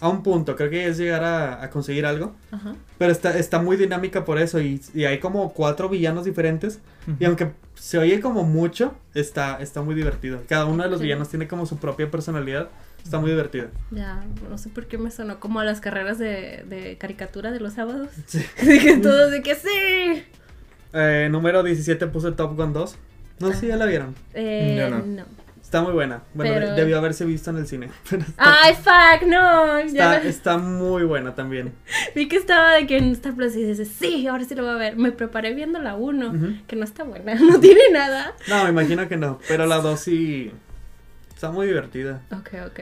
[SPEAKER 2] a un punto. Creo que es llegar a, a conseguir algo.
[SPEAKER 1] Ajá.
[SPEAKER 2] Pero está, está muy dinámica por eso. Y, y hay como cuatro villanos diferentes. Y aunque se oye como mucho, está, está muy divertido. Cada uno de los
[SPEAKER 1] Ok.
[SPEAKER 2] villanos tiene como su propia personalidad. Está muy divertido.
[SPEAKER 1] Ya, no sé por qué me sonó como a las carreras de, de caricatura de los sábados. [LAUGHS]
[SPEAKER 2] Sí.
[SPEAKER 1] Dije
[SPEAKER 2] Mm.
[SPEAKER 1] todos de que sí.
[SPEAKER 2] Eh, número 17 puse Top Gun 2. No sé si ya la vieron.
[SPEAKER 1] Eh,
[SPEAKER 3] Yo no.
[SPEAKER 1] no.
[SPEAKER 2] Está muy buena. Bueno,
[SPEAKER 1] Pero-
[SPEAKER 2] de- debió haberse visto en el cine. [LAUGHS] Pero está,
[SPEAKER 1] Ay, fuck, no. Ya
[SPEAKER 2] está,
[SPEAKER 1] la-
[SPEAKER 2] está muy buena también.
[SPEAKER 1] Vi que estaba de que en Star Plus y dices, sí, ahora sí lo voy a ver. Me preparé viendo la 1,
[SPEAKER 2] Ujú.
[SPEAKER 1] que no está buena, [LAUGHS] no tiene nada.
[SPEAKER 2] No, me imagino que no. Pero la 2 sí. Está muy divertida.
[SPEAKER 1] Ok, ok.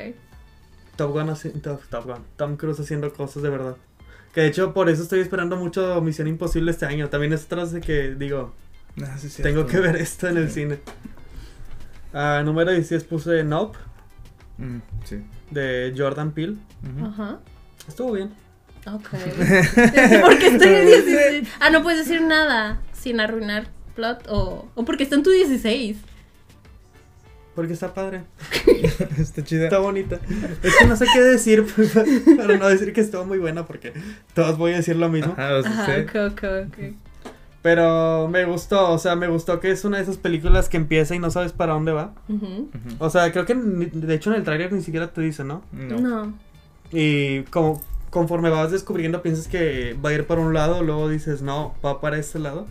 [SPEAKER 2] Top Gun, haci- Top, Top Gun. Tom Cruise haciendo cosas de verdad. Que de hecho por eso estoy esperando mucho Misión Imposible este año. También es otra de que digo,
[SPEAKER 3] No, Ah, sí es cierto.
[SPEAKER 2] tengo que ver esto en el
[SPEAKER 3] Sí.
[SPEAKER 2] cine. Ah, número 16 puse Nope
[SPEAKER 3] Mm, sí.
[SPEAKER 2] de Jordan Peele.
[SPEAKER 1] [LAUGHS]
[SPEAKER 3] Ujú.
[SPEAKER 1] Ajá.
[SPEAKER 2] Estuvo bien. [LAUGHS]
[SPEAKER 1] Ok. porque estoy en 16. Ah, no puedes decir nada sin arruinar plot o, o porque está en tu 16.
[SPEAKER 2] Porque está padre.
[SPEAKER 3] Está chida.
[SPEAKER 2] Está bonita. Es que no sé qué decir [LAUGHS] para- para no decir que estuvo muy buena porque todos voy a decir lo mismo.
[SPEAKER 3] Ajá, o sea,
[SPEAKER 1] Ajá,
[SPEAKER 3] sí.
[SPEAKER 1] ok, ok, ok.
[SPEAKER 2] Pero me gustó, o sea, me gustó que es una de esas películas que empieza y no sabes para dónde va.
[SPEAKER 1] Ujú.
[SPEAKER 3] Ujú.
[SPEAKER 2] O sea, creo que ni- de hecho en el tráiler ni siquiera te dice, ¿no?
[SPEAKER 3] No.
[SPEAKER 1] No.
[SPEAKER 2] Y como conforme vas descubriendo piensas que va a ir para un lado, luego dices, no, va para este lado.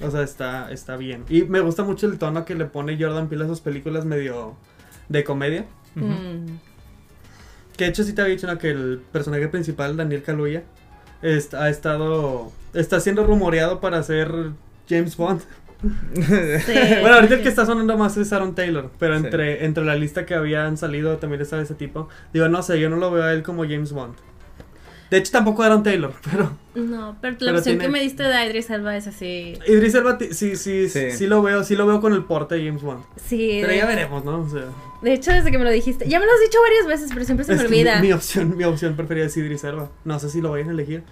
[SPEAKER 2] O sea, está, está bien. Y me gusta mucho el tono que le pone Jordan Peele a sus películas medio de comedia.
[SPEAKER 3] Ujú.
[SPEAKER 1] Mm.
[SPEAKER 2] Que de hecho sí te había dicho ¿no? que el personaje principal, Daniel Kaluuya, est- ha estado... Está siendo rumoreado para ser James Bond.
[SPEAKER 1] Sí,
[SPEAKER 2] [LAUGHS] Bueno, ahorita el
[SPEAKER 1] sí.
[SPEAKER 2] que está sonando más es Aaron Taylor, pero
[SPEAKER 3] Sí.
[SPEAKER 2] entre, entre la lista que habían salido también estaba ese tipo. Digo, no sé, yo no lo veo a él como James Bond. De hecho, tampoco Aaron Taylor, [LAUGHS] pero
[SPEAKER 1] No, pero la
[SPEAKER 2] Pero
[SPEAKER 1] opción
[SPEAKER 2] tiene-
[SPEAKER 1] que me diste de Idris Elba es así.
[SPEAKER 2] Idris Elba ti- sí, sí, sí,
[SPEAKER 3] Sí.
[SPEAKER 2] sí lo veo, sí lo veo con el porte de James Bond.
[SPEAKER 1] Sí.
[SPEAKER 2] Pero
[SPEAKER 1] de-
[SPEAKER 2] ya veremos, ¿no? O sea,
[SPEAKER 1] De hecho, desde que me lo dijiste. Ya me lo has dicho varias veces, pero siempre se me
[SPEAKER 2] es que
[SPEAKER 1] olvida.
[SPEAKER 2] Mi, mi opción, mi opción preferida es Idris Elba. No sé si lo vayan a elegir.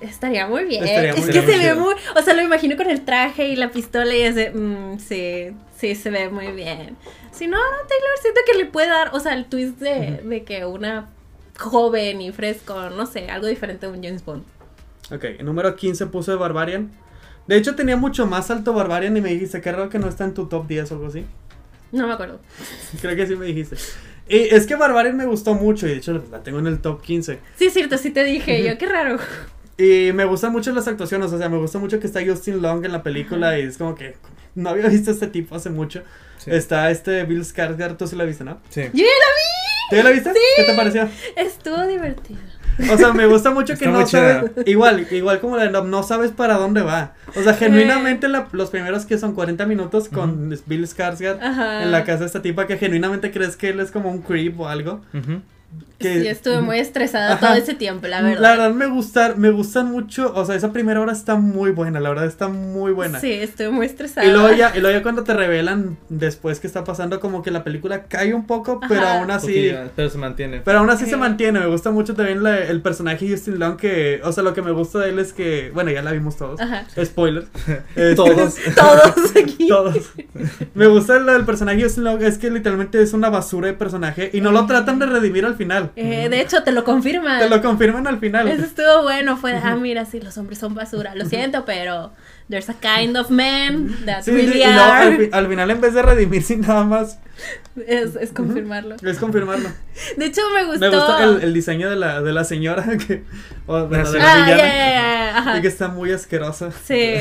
[SPEAKER 1] Estaría muy bien.
[SPEAKER 2] Estaría muy
[SPEAKER 1] es que
[SPEAKER 2] bien,
[SPEAKER 1] se ve
[SPEAKER 2] sí.
[SPEAKER 1] muy. O sea, lo imagino con el traje y la pistola y ese. mm, sí, sí, se ve muy bien. Si no, no, Taylor, siento que le puede dar. O sea, el twist de, de que una joven y fresco, no sé, algo diferente a un James Bond.
[SPEAKER 2] Ok, el número 15 puse Barbarian. De hecho, tenía mucho más alto Barbarian y me dijiste, qué raro que no está en tu top 10 o algo así. [LAUGHS]
[SPEAKER 1] No me acuerdo.
[SPEAKER 2] Creo que sí me dijiste. Y es que Barbarian me gustó mucho y de hecho la tengo en el top 15.
[SPEAKER 1] Sí, es cierto, sí te dije yo, qué
[SPEAKER 2] [LAUGHS]
[SPEAKER 1] raro.
[SPEAKER 2] Y me gustan mucho las actuaciones, o sea, me gusta mucho que está Justin Long en la película y es como que no había visto a este tipo hace mucho.
[SPEAKER 3] [LAUGHS] Sí.
[SPEAKER 2] Está este Bill Skarsgård, tú sí lo viste, ¿no?
[SPEAKER 3] Sí.
[SPEAKER 1] ¡Yo ya
[SPEAKER 2] ¿Tú ya lo viste? ¿Qué te pareció?
[SPEAKER 1] la vi! Estuvo divertido.
[SPEAKER 2] O sea, me gusta mucho que
[SPEAKER 3] Está
[SPEAKER 2] no
[SPEAKER 3] muy chida.
[SPEAKER 2] sabes, igual, igual como la de Nob, no sabes para dónde va. O
[SPEAKER 1] Eh.
[SPEAKER 2] sea, genuinamente la- los primeros que son 40 minutos con Bill Skarsgård
[SPEAKER 1] Ajá.
[SPEAKER 2] en la casa de esta tipa que genuinamente crees que él es como un creep o algo.
[SPEAKER 3] Ujú.
[SPEAKER 2] Que-
[SPEAKER 1] Sí, estuve muy estresada
[SPEAKER 2] Ajá.
[SPEAKER 1] todo ese tiempo, la verdad.
[SPEAKER 2] La verdad me gustan, me gustan mucho, o sea, esa primera hora está muy buena, la verdad está muy buena.
[SPEAKER 1] Sí, estuve muy estresada.
[SPEAKER 2] Y luego, ya, y luego ya cuando te revelan después que está pasando, como que la película cae un poco, pero
[SPEAKER 1] Ajá.
[SPEAKER 2] aún así.
[SPEAKER 3] Poquillo, Ah, Pero se mantiene.
[SPEAKER 2] Pero aún así se
[SPEAKER 1] Sí.
[SPEAKER 2] mantiene. Me gusta mucho también la- el personaje de Justin Long, que. O sea, lo que me gusta de él es que. Bueno, ya la vimos todos. [LAUGHS]
[SPEAKER 1] Ajá. [LAUGHS]
[SPEAKER 2] Spoiler. Este,
[SPEAKER 3] Todos.
[SPEAKER 1] Ah. Todos aquí.
[SPEAKER 2] [LAUGHS] Todos. Me gusta lo del personaje de Justin Long, es que literalmente es una basura de personaje y no lo tratan de redimir al final.
[SPEAKER 1] Eh, de hecho, te lo confirman.
[SPEAKER 2] Te lo confirman al final.
[SPEAKER 1] Eso estuvo bueno, fue, ah, mira, sí, los hombres son basura, lo siento, pero there's a kind of man that
[SPEAKER 2] Sí, sí,
[SPEAKER 1] really
[SPEAKER 2] y luego al,
[SPEAKER 1] are.
[SPEAKER 2] fi- al final en vez de redimir [LAUGHS] sin nada más
[SPEAKER 1] Es, es confirmarlo.
[SPEAKER 2] es confirmarlo.
[SPEAKER 1] De hecho, me gustó.
[SPEAKER 2] Me gustó el, el diseño de la, de la señora [LAUGHS] que o, bueno, de la
[SPEAKER 1] ah, ya,
[SPEAKER 2] villana.
[SPEAKER 1] ya, ya, ajá.
[SPEAKER 2] Y que está muy asquerosa. [LAUGHS]
[SPEAKER 1] Sí.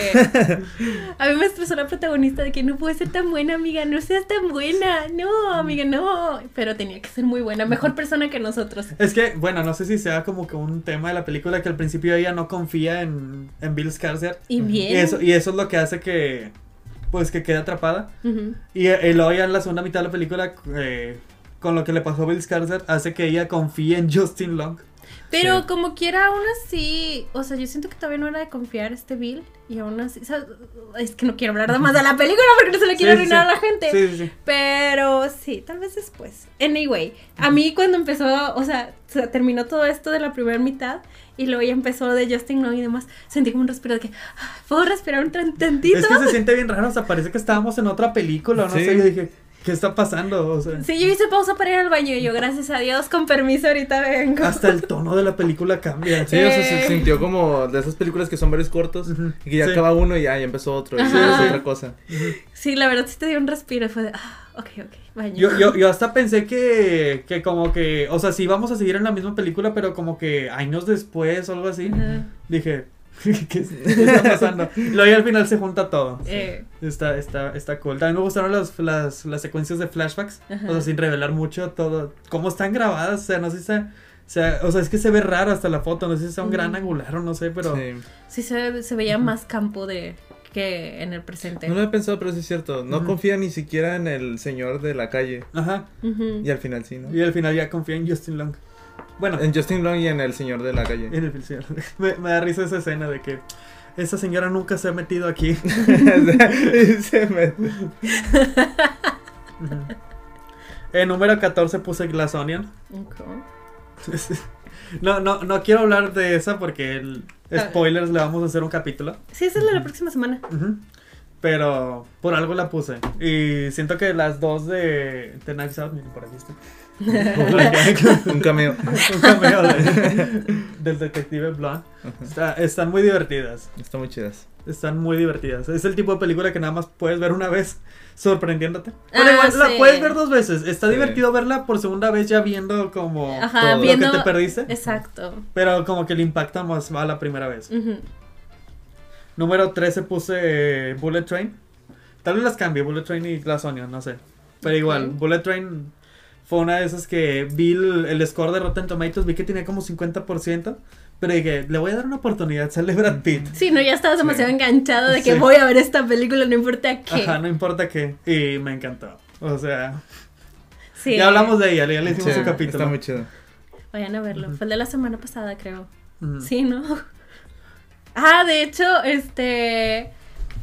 [SPEAKER 1] A mí me estresó la protagonista de que no puede ser tan buena, amiga, no seas tan buena. No, amiga, no. Pero tenía que ser muy buena, mejor persona que nosotros.
[SPEAKER 2] Es que, bueno, no sé si sea como que un tema de la película que al principio ella no confía en, en Bill Skarsgård.
[SPEAKER 1] Y bien.
[SPEAKER 2] Y eso, y eso es lo que hace que, pues, que quede atrapada.
[SPEAKER 1] Ujú.
[SPEAKER 2] Y, y luego ya en la segunda mitad de la película, eh, con lo que le pasó a Bill Skarsgård, hace que ella confíe en Justin Long.
[SPEAKER 1] Pero
[SPEAKER 3] Sí.
[SPEAKER 1] como quiera, aún así, o sea, yo siento que todavía no era de confiar este Bill y aún así, o sea, es que no quiero hablar de más de la película porque no se le quiero
[SPEAKER 2] Sí, sí,
[SPEAKER 1] arruinar
[SPEAKER 2] sí.
[SPEAKER 1] a la gente.
[SPEAKER 2] Sí, sí, sí.
[SPEAKER 1] Pero sí, tal vez después. Anyway, a mí cuando empezó, o sea, se terminó todo esto de la primera mitad y luego ya empezó lo de Justin Long y demás, sentí como un respiro de que, "Ah, ¿puedo respirar un tran- tantito?
[SPEAKER 2] Es que se siente bien raro, o sea, parece que estábamos en otra película, no
[SPEAKER 3] Sí.
[SPEAKER 2] sé, yo dije, ¿qué está pasando? O sea,
[SPEAKER 1] Sí, yo hice pausa para ir al baño y yo, gracias a Dios, con permiso, ahorita vengo.
[SPEAKER 2] hasta el tono de la película cambia.
[SPEAKER 3] Sí, o sea, se
[SPEAKER 1] Eh.
[SPEAKER 3] sintió como de esas películas que son varios cortos
[SPEAKER 2] Ujú.
[SPEAKER 3] y que ya
[SPEAKER 2] Sí.
[SPEAKER 3] acaba uno y ya, ya empezó otro y
[SPEAKER 1] Ajá.
[SPEAKER 3] ya es otra cosa.
[SPEAKER 1] Sí, la verdad sí te dio un respiro y fue de, ah, ok, ok, baño.
[SPEAKER 2] Yo, yo, yo hasta pensé que, que como que, o sea, sí vamos a seguir en la misma película, pero como que años después o algo así.
[SPEAKER 1] Ajá.
[SPEAKER 2] Dije, [LAUGHS] ¿qué, es- qué está pasando? Y Luego ya al final se junta todo.
[SPEAKER 1] Eh,
[SPEAKER 2] Está, está, está cool. También me gustaron las, las, las secuencias de flashbacks.
[SPEAKER 1] Ajá.
[SPEAKER 2] O sea, sin revelar mucho todo. Cómo están grabadas. O sea, no sé si sea, sea- o sea, es que se ve raro hasta la foto. No sé si sea un gran
[SPEAKER 1] Mm.
[SPEAKER 2] angular o no sé, pero.
[SPEAKER 3] Sí.
[SPEAKER 1] Sí, se, se veía más campo de que en el presente.
[SPEAKER 3] No lo he pensado, pero sí es cierto. No
[SPEAKER 2] Ujú.
[SPEAKER 3] confía ni siquiera en el señor de la calle.
[SPEAKER 2] Ajá.
[SPEAKER 1] Ujú.
[SPEAKER 3] Y al final sí, ¿no?
[SPEAKER 2] Y al final ya confía en Justin Long. Bueno,
[SPEAKER 3] En Justin Long y en el señor de la calle. [LAUGHS]
[SPEAKER 2] en el cierre. [LAUGHS] me, me da risa esa escena de que. Esa señora nunca se ha metido aquí.
[SPEAKER 3] [LAUGHS] Se
[SPEAKER 2] [LAUGHS]
[SPEAKER 3] me-
[SPEAKER 2] Ujú. En número 14 puse Glass Onion. [LAUGHS]
[SPEAKER 1] Ok.
[SPEAKER 2] No, no, no quiero hablar
[SPEAKER 1] Ah.
[SPEAKER 2] de esa porque el spoilers le vamos a hacer un capítulo.
[SPEAKER 1] Sí, esa es la, la próxima semana.
[SPEAKER 2] Ujú. Pero por algo la puse. Y siento que las dos de, de Knives Out, miren, por aquí está. [LAUGHS]
[SPEAKER 3] Un cameo.
[SPEAKER 2] Un cameo de- [LAUGHS] del detective Blanc. Está- están muy divertidas.
[SPEAKER 3] Están muy chidas.
[SPEAKER 2] Están muy divertidas. Es el tipo de película que nada más puedes ver una vez sorprendiéndote. Pero
[SPEAKER 1] Ah,
[SPEAKER 2] igual
[SPEAKER 1] sí.
[SPEAKER 2] la puedes ver dos veces. Está
[SPEAKER 3] Sí.
[SPEAKER 2] divertido verla por segunda vez ya viendo como
[SPEAKER 1] [LAUGHS] Ajá,
[SPEAKER 2] todo lo
[SPEAKER 1] viendo-
[SPEAKER 2] que te perdiste.
[SPEAKER 1] Exacto.
[SPEAKER 2] Pero como que le impacta más a la primera vez.
[SPEAKER 1] Ujú.
[SPEAKER 2] Número 13 puse eh, Bullet Train. Tal vez las cambie, Bullet Train y Glass Onion, no sé. Pero igual,
[SPEAKER 1] Ok.
[SPEAKER 2] Bullet Train fue una de esas que vi el, el score de Rotten Tomatoes, vi que tenía como 50%, pero dije, le voy a dar una oportunidad, sale Brad Pitt.
[SPEAKER 1] Sí, no, ya estabas
[SPEAKER 3] Sí.
[SPEAKER 1] demasiado enganchado de que
[SPEAKER 2] Sí.
[SPEAKER 1] voy a ver esta película, no importa qué.
[SPEAKER 2] [LAUGHS] Ajá, no importa qué. Y me encantó. O sea,
[SPEAKER 1] Sí.
[SPEAKER 2] ya hablamos de ella, ya le hicimos
[SPEAKER 3] Sí,
[SPEAKER 2] un capítulo.
[SPEAKER 3] Está muy chido.
[SPEAKER 1] Vayan a verlo. Fue el de la semana pasada, creo.
[SPEAKER 2] Ujú.
[SPEAKER 1] Sí, ¿no? Ah, de hecho, este.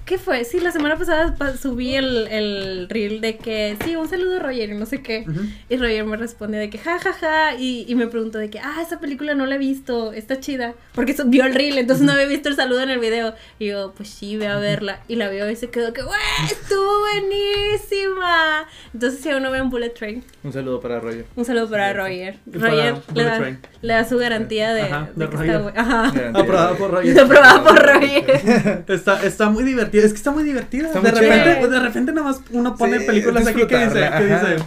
[SPEAKER 1] ¿Qué fue? Sí, la semana pasada pa- subí el, el reel de que, sí, un saludo Roger y no sé qué.
[SPEAKER 2] Ujú.
[SPEAKER 1] Y Roger me responde de que, ja, ja, ja. Y, y me preguntó de que, ah, esa película no la he visto, está chida. Porque so- vio el reel, entonces no había visto el saludo en el video. Y yo, pues sí, ve a verla. Y la vio y se quedó que, ¡güey! ¡Estuvo buenísima! Entonces, si aún no ven Bullet Train,
[SPEAKER 3] Un saludo para Roger.
[SPEAKER 1] un saludo para Roger.
[SPEAKER 2] Y para
[SPEAKER 1] Roger le
[SPEAKER 2] Bullet
[SPEAKER 1] da,
[SPEAKER 2] Train.
[SPEAKER 1] le da su garantía de,
[SPEAKER 2] Ajá,
[SPEAKER 1] de
[SPEAKER 2] de
[SPEAKER 1] que
[SPEAKER 2] Roger.
[SPEAKER 1] está bu- Ajá. [LAUGHS]
[SPEAKER 3] Garantía.
[SPEAKER 2] Aprobado por Roger.
[SPEAKER 1] Está aprobada por
[SPEAKER 2] [LAUGHS]
[SPEAKER 1] Roger.
[SPEAKER 2] Está, está muy divertida, es que está muy divertida.
[SPEAKER 3] Está
[SPEAKER 2] de,
[SPEAKER 3] muy
[SPEAKER 2] repente,
[SPEAKER 1] chévere.
[SPEAKER 2] de repente nada más uno pone
[SPEAKER 3] Sí,
[SPEAKER 2] películas aquí que dice,
[SPEAKER 3] disfrutarla,
[SPEAKER 2] que
[SPEAKER 3] ajá.
[SPEAKER 2] dice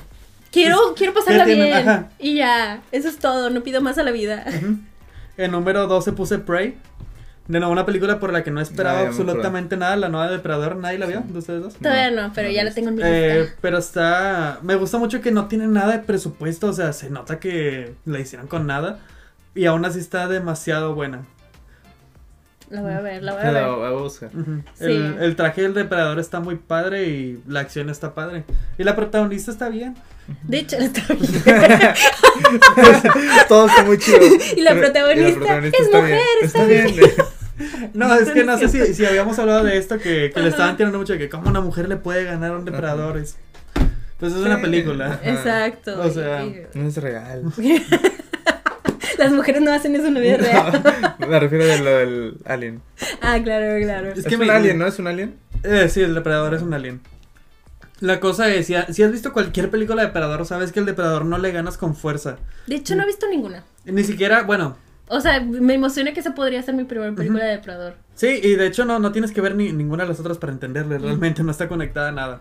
[SPEAKER 1] Quiero, quiero pasarla
[SPEAKER 2] Ya tiene-
[SPEAKER 1] bien.
[SPEAKER 2] ajá.
[SPEAKER 1] Y ya, eso es todo, no pido más a la vida. [LAUGHS]
[SPEAKER 2] Ujú. En número 12 puse Prey. De nuevo, una película por la que no esperaba
[SPEAKER 3] Nadie me
[SPEAKER 2] absolutamente nada. La nueva de Depredador, nadie la vio, de ustedes dos.
[SPEAKER 1] Todavía no, pero
[SPEAKER 3] no
[SPEAKER 1] ya
[SPEAKER 3] lo
[SPEAKER 1] la tengo en mi
[SPEAKER 2] Eh,
[SPEAKER 1] lista.
[SPEAKER 2] pero está. Me gusta mucho que no tiene nada de presupuesto. O sea, se nota que la hicieron con nada. Y aún así está demasiado buena.
[SPEAKER 1] La voy a ver, la voy a
[SPEAKER 3] Te
[SPEAKER 1] ver.
[SPEAKER 3] la voy a buscar.
[SPEAKER 2] Ujú.
[SPEAKER 1] Sí.
[SPEAKER 2] El, el traje del depredador está muy padre y la acción está padre. Y la protagonista está bien.
[SPEAKER 1] De hecho, la está
[SPEAKER 2] [LAUGHS]
[SPEAKER 1] bien.
[SPEAKER 3] [LAUGHS]
[SPEAKER 2] Ah,
[SPEAKER 3] Todo está muy chido.
[SPEAKER 1] [LAUGHS] Y la
[SPEAKER 3] Pero-
[SPEAKER 1] protagonista es
[SPEAKER 3] está
[SPEAKER 1] mujer, está
[SPEAKER 3] bien.
[SPEAKER 2] No, es que no sé si, si habíamos hablado de esto, que, que le estaban tirando mucho de que cómo una mujer le puede ganar a un depredador. Es- Pues es una
[SPEAKER 3] Sí.
[SPEAKER 2] película.
[SPEAKER 1] Exacto.
[SPEAKER 2] O sea,
[SPEAKER 1] Y-
[SPEAKER 3] No es real.
[SPEAKER 1] [LAUGHS] Las mujeres no hacen eso en la vida real.
[SPEAKER 3] No, [LAUGHS] me refiero de lo del alien.
[SPEAKER 1] Ah, claro, claro.
[SPEAKER 2] Es
[SPEAKER 3] Es,
[SPEAKER 2] que
[SPEAKER 3] un
[SPEAKER 2] me-
[SPEAKER 3] alien, ¿no? ¿Es
[SPEAKER 2] [LAUGHS]
[SPEAKER 3] un alien?
[SPEAKER 2] Eh, sí, el depredador es un alien. La cosa es, si, ha- si has visto cualquier película de depredador, sabes que el depredador no le ganas con fuerza.
[SPEAKER 1] De hecho, no he visto ninguna.
[SPEAKER 2] Ni siquiera, bueno,
[SPEAKER 1] O sea, me emociona que esa podría ser mi primera película de Depredador.
[SPEAKER 2] sí, y de hecho no, no tienes que ver ni, ninguna de las otras para entenderle, realmente no está conectada a nada.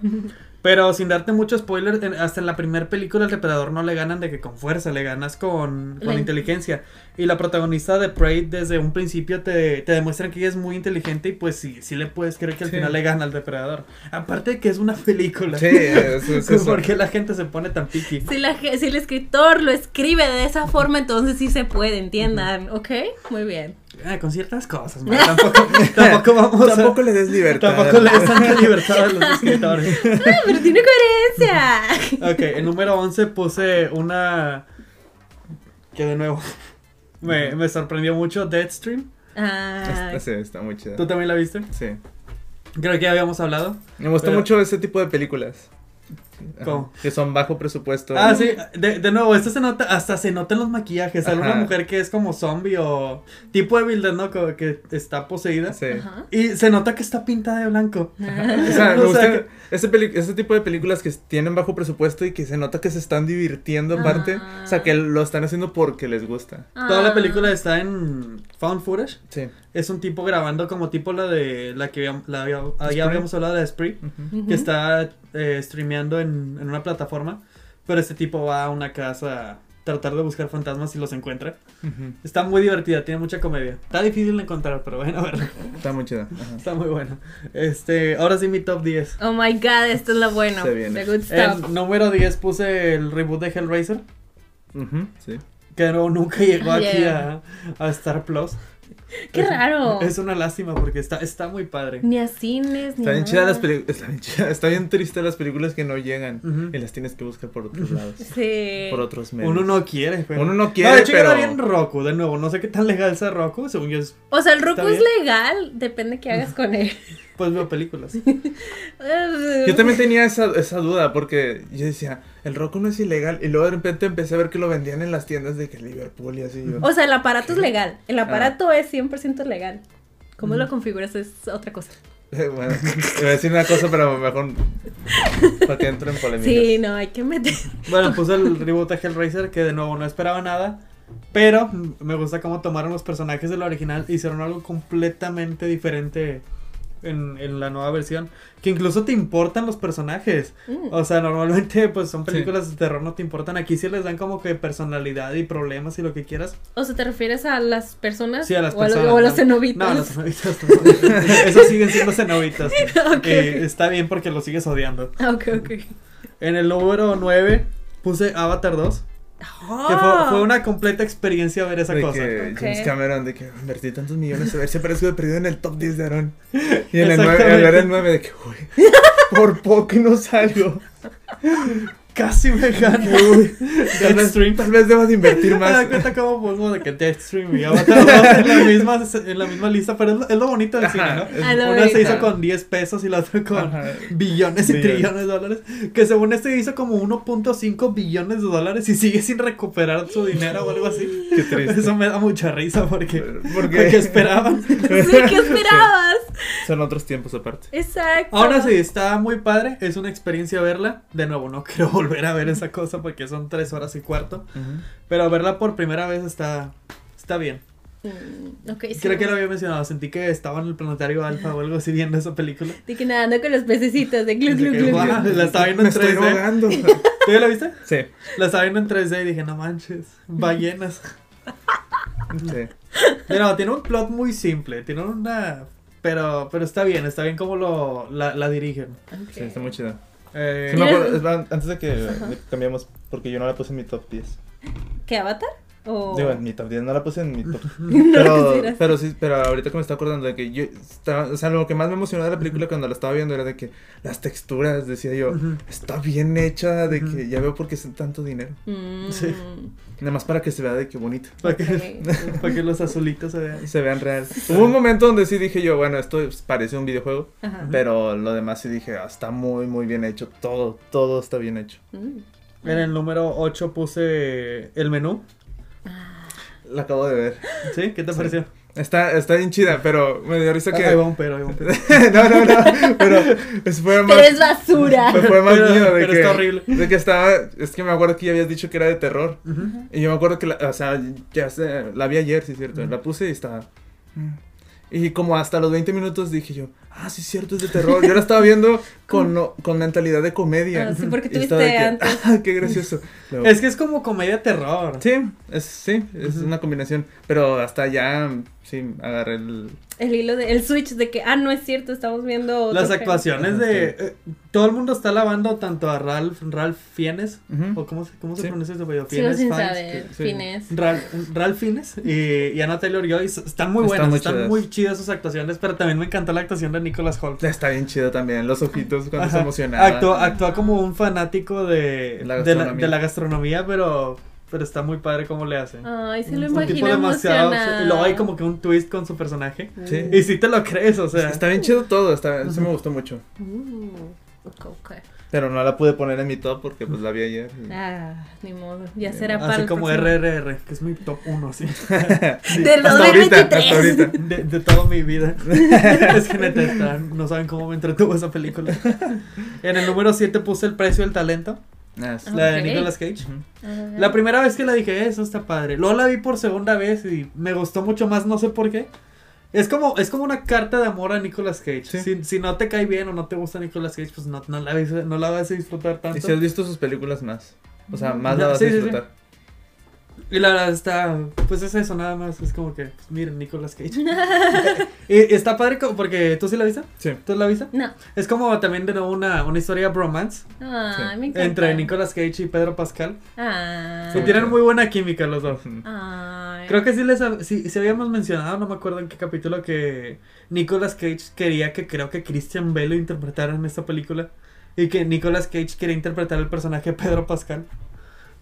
[SPEAKER 2] Pero sin darte mucho spoiler, en- hasta en la primera película el depredador no le ganan de que con fuerza, le ganas con, con
[SPEAKER 1] La in-
[SPEAKER 2] inteligencia. Y la protagonista de Prey desde un principio te, te demuestran que ella es muy inteligente y pues sí, sí le puedes creer que al
[SPEAKER 3] Sí.
[SPEAKER 2] final le gana al depredador. Aparte de que es una película.
[SPEAKER 3] Sí,
[SPEAKER 2] [LAUGHS]
[SPEAKER 3] es, es eso.
[SPEAKER 2] ¿Por qué la gente se pone tan piqui?
[SPEAKER 1] Si, la ge- si el escritor lo escribe de esa forma, entonces sí se puede, entiendan. ¿Ok? Muy bien.
[SPEAKER 2] Ah, con ciertas
[SPEAKER 3] [LAUGHS]
[SPEAKER 2] cosas, ma, tampoco, tampoco vamos a-
[SPEAKER 3] Tampoco le des libertad.
[SPEAKER 2] tampoco le des tanta libertad a los escritores.
[SPEAKER 1] Ah, pero tiene coherencia.
[SPEAKER 2] Ok, en número 11 puse una... Que de nuevo [LAUGHS] me, me sorprendió mucho, Deadstream.
[SPEAKER 1] Ah,
[SPEAKER 3] Sí, está muy chido.
[SPEAKER 2] ¿Tú también la viste?
[SPEAKER 3] Sí.
[SPEAKER 2] Creo que ya habíamos hablado.
[SPEAKER 3] Me gustó
[SPEAKER 2] Pero-
[SPEAKER 3] mucho ese tipo de películas. Ajá,
[SPEAKER 2] ¿Cómo?
[SPEAKER 3] Que son bajo presupuesto.
[SPEAKER 2] Ah, sí, de, de nuevo, esto se nota, hasta se nota en los maquillajes. Sale una
[SPEAKER 3] Ajá.
[SPEAKER 2] mujer que es como zombie o tipo de builder, ¿no? Como Que está poseída.
[SPEAKER 3] Sí.
[SPEAKER 1] ajá.
[SPEAKER 2] Y se nota que está pintada de blanco.
[SPEAKER 3] O sea, me
[SPEAKER 2] O sea
[SPEAKER 3] gusta
[SPEAKER 2] que-
[SPEAKER 3] ese, peli- ese tipo de películas que tienen bajo presupuesto y que se nota que se están divirtiendo aparte.
[SPEAKER 1] Ah.
[SPEAKER 3] O sea, que lo están haciendo porque les gusta.
[SPEAKER 2] [LAUGHS] Toda la
[SPEAKER 1] Ah.
[SPEAKER 2] película está en found footage.
[SPEAKER 3] Sí.
[SPEAKER 2] Es un tipo grabando como tipo la de la que habíamos- la había-
[SPEAKER 3] Spree.
[SPEAKER 2] ya habíamos hablado de Spree,
[SPEAKER 3] Ujú.
[SPEAKER 1] Ujú.
[SPEAKER 2] que está eh, streameando en, en una plataforma, pero este tipo va a una casa a tratar de buscar fantasmas y los encuentra.
[SPEAKER 3] Ujú.
[SPEAKER 2] Está muy divertida, tiene mucha comedia. Está difícil de encontrar, pero bueno, [LAUGHS] a ver,
[SPEAKER 3] Está muy chida. Ajá.
[SPEAKER 2] está muy bueno. Este, ahora sí mi top 10.
[SPEAKER 1] Oh my god, esto es lo bueno.
[SPEAKER 3] Se viene.
[SPEAKER 1] The good stuff.
[SPEAKER 2] En número 10 puse el reboot de Hellraiser,
[SPEAKER 3] Ujú, Sí.
[SPEAKER 2] que no, nunca llegó
[SPEAKER 1] Ah,
[SPEAKER 2] aquí
[SPEAKER 1] yeah.
[SPEAKER 2] a, a Star Plus.
[SPEAKER 1] Qué
[SPEAKER 2] Es-
[SPEAKER 1] raro.
[SPEAKER 2] Es una lástima porque está, está muy padre.
[SPEAKER 1] Ni a cines, ni
[SPEAKER 3] Está
[SPEAKER 1] a
[SPEAKER 3] bien chida
[SPEAKER 1] nada.
[SPEAKER 3] las películas. Está bien chida. Está bien triste las películas que no llegan
[SPEAKER 2] Ujú.
[SPEAKER 3] y las tienes que buscar por otros lados.
[SPEAKER 1] Sí.
[SPEAKER 3] por otros medios.
[SPEAKER 2] Uno no quiere, pero-
[SPEAKER 3] Uno no quiere,
[SPEAKER 2] de hecho, yo la
[SPEAKER 3] pero-
[SPEAKER 2] vi en Roku, de nuevo. No sé qué tan legal sea Roku. Según yo, es-
[SPEAKER 1] O sea, el Roku
[SPEAKER 2] Está
[SPEAKER 1] es
[SPEAKER 2] bien.
[SPEAKER 1] legal, depende qué hagas con
[SPEAKER 2] [LAUGHS]
[SPEAKER 1] él.
[SPEAKER 2] pues veo películas.
[SPEAKER 3] Yo también tenía esa, esa duda porque yo decía, el rock no es ilegal. Y luego de repente empecé a ver que lo vendían en las tiendas de que Liverpool y así. Yo,
[SPEAKER 1] O sea, el
[SPEAKER 2] Ah.
[SPEAKER 1] aparato es legal. El aparato es 100% legal. ¿Cómo lo configuras es otra cosa?
[SPEAKER 3] [LAUGHS] Bueno, iba a decir una cosa, pero mejor para que entren en polémica.
[SPEAKER 1] Sí, no, hay que meter.
[SPEAKER 2] Bueno, puse el reboot a Hellraiser, que de nuevo no esperaba nada. Pero me gusta cómo tomaron los personajes del original e hicieron algo completamente diferente en, en la nueva versión. Que incluso te importan los personajes.
[SPEAKER 1] Mm.
[SPEAKER 2] O sea, normalmente pues son películas de terror, no te importan. Aquí sí les dan como que personalidad y problemas y lo que quieras.
[SPEAKER 1] O sea, ¿te refieres a las personas?
[SPEAKER 2] Sí, a las
[SPEAKER 1] Ah, o lo-
[SPEAKER 2] personas.
[SPEAKER 1] o a los
[SPEAKER 2] ¿no?
[SPEAKER 1] cenobitas.
[SPEAKER 2] No, a los cenobitas. no. Esos siguen siendo cenobitas.
[SPEAKER 1] [LAUGHS] Ok,
[SPEAKER 2] Eh, está bien porque los sigues odiando.
[SPEAKER 1] [LAUGHS] Ah, ok, ok.
[SPEAKER 2] En el número 9 puse Avatar 2. Que fue,
[SPEAKER 1] Ah,
[SPEAKER 2] fue una completa experiencia ver esa
[SPEAKER 3] de
[SPEAKER 2] cosa.
[SPEAKER 3] que
[SPEAKER 1] Ok.
[SPEAKER 3] James Cameron, de que invertí tantos millones a ver si aparezco perdido en el top 10 de Aaron. Y en el
[SPEAKER 2] Exactamente.
[SPEAKER 3] 9, el 9 de que, uy, por poco y no
[SPEAKER 2] [LAUGHS]
[SPEAKER 3] salgo.
[SPEAKER 2] Casi
[SPEAKER 3] [LAUGHS]
[SPEAKER 2] me gana, [LAUGHS] güey. Deathstream.
[SPEAKER 3] Tal vez debas de invertir
[SPEAKER 2] Me [LAUGHS]
[SPEAKER 3] más.
[SPEAKER 2] da cuenta cómo puso de que Deathstream y Avatar 2
[SPEAKER 3] [LAUGHS]
[SPEAKER 2] en la misma, en la misma lista, pero es lo, es lo bonito del cine, ¿no?
[SPEAKER 1] A lo
[SPEAKER 2] Una se
[SPEAKER 1] bonito.
[SPEAKER 2] hizo con 10 pesos y la otra con
[SPEAKER 3] Ajá.
[SPEAKER 2] billones y
[SPEAKER 3] Billones.
[SPEAKER 2] trillones de dólares. Que según este hizo como 1.5 billones de dólares y sigue sin recuperar su dinero o algo así.
[SPEAKER 3] Qué triste.
[SPEAKER 2] Eso me da mucha risa porque,
[SPEAKER 3] Porque-
[SPEAKER 2] porque esperaban.
[SPEAKER 1] [LAUGHS]
[SPEAKER 2] [LAUGHS]
[SPEAKER 1] Sí, ¿qué esperabas?
[SPEAKER 3] Son otros tiempos aparte.
[SPEAKER 1] Exacto.
[SPEAKER 2] Ahora sí, está muy padre, es una experiencia verla. De nuevo, no [LAUGHS] quiero volver a ver esa cosa porque son tres horas y cuarto. Pero verla por primera vez está, está bien.
[SPEAKER 1] Mm, ok, sí.
[SPEAKER 2] Creo que lo había mencionado, sentí que estaba en el planetario alfa o algo así viendo esa película.
[SPEAKER 1] De que nadando con los pececitos de glu,
[SPEAKER 2] Dice
[SPEAKER 1] glu,
[SPEAKER 2] que,
[SPEAKER 1] glu,
[SPEAKER 2] "Guau".
[SPEAKER 1] glu.
[SPEAKER 2] la estaba viendo en
[SPEAKER 3] Me estoy
[SPEAKER 2] 3D.
[SPEAKER 3] ahogando.
[SPEAKER 2] ¿Tú ya la viste?
[SPEAKER 3] [LAUGHS] Sí,
[SPEAKER 2] La estaba viendo en 3D y dije, no manches, ballenas.
[SPEAKER 3] sí.
[SPEAKER 2] Pero tiene un plot muy simple, tiene una... Pero, pero está bien, está bien cómo lo, la, la dirigen.
[SPEAKER 1] Ok.
[SPEAKER 3] Sí, está muy chida.
[SPEAKER 2] Eh,
[SPEAKER 3] Sí, me
[SPEAKER 1] Mira.
[SPEAKER 3] acuerdo, es verdad, antes de que de que cambiemos, porque yo no la puse en mi top 10.
[SPEAKER 1] ¿Qué avatar? O... [LAUGHS]
[SPEAKER 3] Digo, en mi top 10, no la puse en mi top.
[SPEAKER 1] Oh. lo
[SPEAKER 3] Pero,
[SPEAKER 1] quisieras.
[SPEAKER 3] pero sí, pero ahorita que me está acordando de que yo estaba, o sea, lo que más me emocionó de la película cuando la estaba viendo era de que las texturas, decía yo,
[SPEAKER 2] Ujú.
[SPEAKER 3] está bien hecha, de
[SPEAKER 2] Ujú.
[SPEAKER 3] que ya veo por qué son tanto dinero.
[SPEAKER 1] Mm,
[SPEAKER 2] Sí.
[SPEAKER 3] Nada más para que se vea de que bonito.
[SPEAKER 2] para, que,
[SPEAKER 1] ok.
[SPEAKER 2] [LAUGHS] para que los azulitos se vean.
[SPEAKER 3] Se vean real. Hubo un momento donde sí dije yo, bueno, esto es- parece un videojuego,
[SPEAKER 1] Ajá.
[SPEAKER 3] pero lo demás sí dije, ah, está muy, muy bien hecho. Todo, todo está bien hecho.
[SPEAKER 1] Mm.
[SPEAKER 2] En el número 8 puse el menú.
[SPEAKER 3] La acabo de ver.
[SPEAKER 2] ¿Sí? ¿Qué te pareció?
[SPEAKER 3] Está, está bien chida, pero me dio risa que...
[SPEAKER 2] Ah, Ahí va un pero, ahí va un pero.
[SPEAKER 3] [LAUGHS] no, no, no, pero eso fue más...
[SPEAKER 1] Pero es basura.
[SPEAKER 2] [LAUGHS]
[SPEAKER 3] fue- fue más
[SPEAKER 2] Pero-
[SPEAKER 3] mío de
[SPEAKER 2] pero
[SPEAKER 3] que,
[SPEAKER 2] está horrible.
[SPEAKER 3] de que estaba, es que me acuerdo que ya habías dicho que era de terror.
[SPEAKER 2] Ujú.
[SPEAKER 3] Y yo me acuerdo que, la, o sea, ya sé, la vi ayer, sí es cierto,
[SPEAKER 2] Ujú.
[SPEAKER 3] la puse y estaba... mm. Y como hasta los 20 minutos dije yo, ah, sí es cierto, es de terror. Yo la estaba viendo
[SPEAKER 2] [LAUGHS]
[SPEAKER 3] con, no- con mentalidad de comedia.
[SPEAKER 1] Ah, sí, porque
[SPEAKER 3] Y
[SPEAKER 1] tú
[SPEAKER 3] estaba
[SPEAKER 1] viste
[SPEAKER 3] de que,
[SPEAKER 1] antes.
[SPEAKER 3] "Ah,
[SPEAKER 2] [LAUGHS]
[SPEAKER 3] qué gracioso. Luego,
[SPEAKER 2] Es que es como comedia terror.
[SPEAKER 3] Sí, es, sí, es
[SPEAKER 2] Ujú.
[SPEAKER 3] una combinación. Pero hasta ya, sí, agarré el...
[SPEAKER 1] El hilo de, el switch de que, ah, no es cierto, estamos viendo. otro
[SPEAKER 2] Las
[SPEAKER 1] pedo.
[SPEAKER 2] actuaciones
[SPEAKER 3] Ajá,
[SPEAKER 2] de...
[SPEAKER 3] sí.
[SPEAKER 2] eh, todo el mundo está alabando tanto a Ralph, Ralph Fiennes,
[SPEAKER 3] Ujú.
[SPEAKER 2] o cómo se, cómo se
[SPEAKER 3] Sí.
[SPEAKER 2] pronuncia ese apellido,
[SPEAKER 1] Sigo
[SPEAKER 2] Fiennes,
[SPEAKER 1] sin
[SPEAKER 2] Fiennes,
[SPEAKER 1] saber.
[SPEAKER 3] sí.
[SPEAKER 1] Fines.
[SPEAKER 2] Ralph, Ralph Fiennes y, y Anna Taylor Joy están muy
[SPEAKER 3] Están
[SPEAKER 2] buenas,
[SPEAKER 3] muy
[SPEAKER 2] están
[SPEAKER 3] chidas.
[SPEAKER 2] muy chidas sus actuaciones, pero también me encantó la actuación de Nicholas Holt.
[SPEAKER 3] Está bien chido también, los ojitos cuando
[SPEAKER 2] Ajá.
[SPEAKER 3] se emocionaba.
[SPEAKER 2] Actúa, actúa como un fanático de de la,
[SPEAKER 3] La
[SPEAKER 2] de, la,
[SPEAKER 3] gastronomía.
[SPEAKER 2] gastronomía, pero, pero está muy padre cómo le hace.
[SPEAKER 1] Ay, sí lo
[SPEAKER 2] un tipo
[SPEAKER 1] imagino
[SPEAKER 2] demasiado.
[SPEAKER 1] emocionado.
[SPEAKER 2] Y luego hay como que un twist con su personaje.
[SPEAKER 3] Sí.
[SPEAKER 1] Mm.
[SPEAKER 2] Y si te lo crees, o sea.
[SPEAKER 3] Está bien chido todo, está, eso me gustó mucho.
[SPEAKER 1] Mm, ok, ok.
[SPEAKER 3] Pero no la pude poner en mi top porque pues la vi ayer. y-
[SPEAKER 1] Ah, ni modo. Ya será para.
[SPEAKER 2] Así
[SPEAKER 1] el
[SPEAKER 2] como
[SPEAKER 1] próximo.
[SPEAKER 2] RRR, que es mi top 1, sí.
[SPEAKER 1] Del
[SPEAKER 3] Hasta
[SPEAKER 1] 2023.
[SPEAKER 3] ahorita, hasta ahorita.
[SPEAKER 2] De, de toda mi vida. [LAUGHS] es que neta, está- no saben cómo me entretuvo esa película. En el número 7 puse El precio del talento,
[SPEAKER 3] Ah, sí.
[SPEAKER 2] la de
[SPEAKER 1] Ok.
[SPEAKER 2] Nicolas Cage.
[SPEAKER 3] Ujú.
[SPEAKER 1] Ah,
[SPEAKER 2] La primera vez que la dije, eso está padre. Luego la vi por segunda vez y me gustó mucho más, no sé por qué. Es como, es como una carta de amor a Nicolas Cage.
[SPEAKER 3] Sí.
[SPEAKER 2] Si, si no te cae bien o no te gusta Nicolas Cage, pues no, no, la, vas, a- no la vas a disfrutar tanto.
[SPEAKER 3] Y
[SPEAKER 2] Y,
[SPEAKER 3] si has visto sus películas más. O sea, más la
[SPEAKER 2] No,
[SPEAKER 3] vas
[SPEAKER 2] sí,
[SPEAKER 3] a
[SPEAKER 2] sí, sí.
[SPEAKER 3] disfrutar.
[SPEAKER 2] la verdad está, pues es eso, nada más. Es como que, pues, miren, Nicolas Cage. [LAUGHS] y, está padre co- porque, ¿tú sí la viste?
[SPEAKER 3] Sí.
[SPEAKER 2] ¿Tú la viste?
[SPEAKER 1] [LAUGHS] No.
[SPEAKER 2] Es como también de nuevo una, una historia bromance
[SPEAKER 1] Ah,
[SPEAKER 3] Sí.
[SPEAKER 1] me encanta.
[SPEAKER 2] entre Nicolas Cage y Pedro Pascal.
[SPEAKER 1] Ah.
[SPEAKER 2] Y tienen muy buena química los dos.
[SPEAKER 1] Ay.
[SPEAKER 2] Creo que sí les hab- sí, sí habíamos mencionado, no me acuerdo en qué capítulo, que Nicolas Cage quería que creo que Christian Bale lo interpretara en esta película. Y que Nicolas Cage quería interpretar el personaje de Pedro Pascal.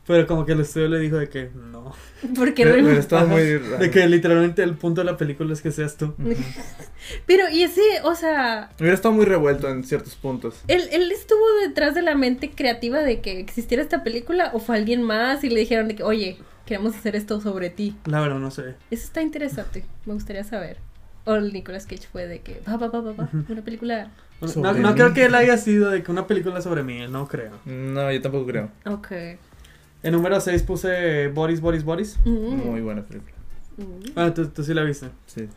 [SPEAKER 2] Pero como que el estudio le dijo de que no.
[SPEAKER 1] Porque
[SPEAKER 3] Pero,
[SPEAKER 1] re-
[SPEAKER 3] pero estaba
[SPEAKER 2] Ajá.
[SPEAKER 3] muy raro.
[SPEAKER 2] De que literalmente el punto de la película es que seas tú.
[SPEAKER 3] Ujú.
[SPEAKER 1] [LAUGHS] Pero, y ese, o sea,
[SPEAKER 3] Hubiera estado muy revuelto en ciertos puntos.
[SPEAKER 1] él, él estuvo detrás de la mente creativa de que existiera esta película o fue alguien más y le dijeron de que, oye, queremos hacer esto sobre ti.
[SPEAKER 2] La verdad, no sé.
[SPEAKER 1] Eso está interesante, me gustaría saber. o el Nicolas Cage fue de que, va, va, va, va, va, una película.
[SPEAKER 2] No,
[SPEAKER 3] Sobre
[SPEAKER 2] no
[SPEAKER 3] mí.
[SPEAKER 2] creo que él haya sido de que una película sobre mí, no creo.
[SPEAKER 3] No, yo tampoco creo.
[SPEAKER 1] Ok.
[SPEAKER 2] En número 6 puse Boris, Boris, Boris.
[SPEAKER 1] Mm,
[SPEAKER 3] Muy buena película.
[SPEAKER 1] mm.
[SPEAKER 2] Ah, tú, tú sí la viste.
[SPEAKER 3] Sí.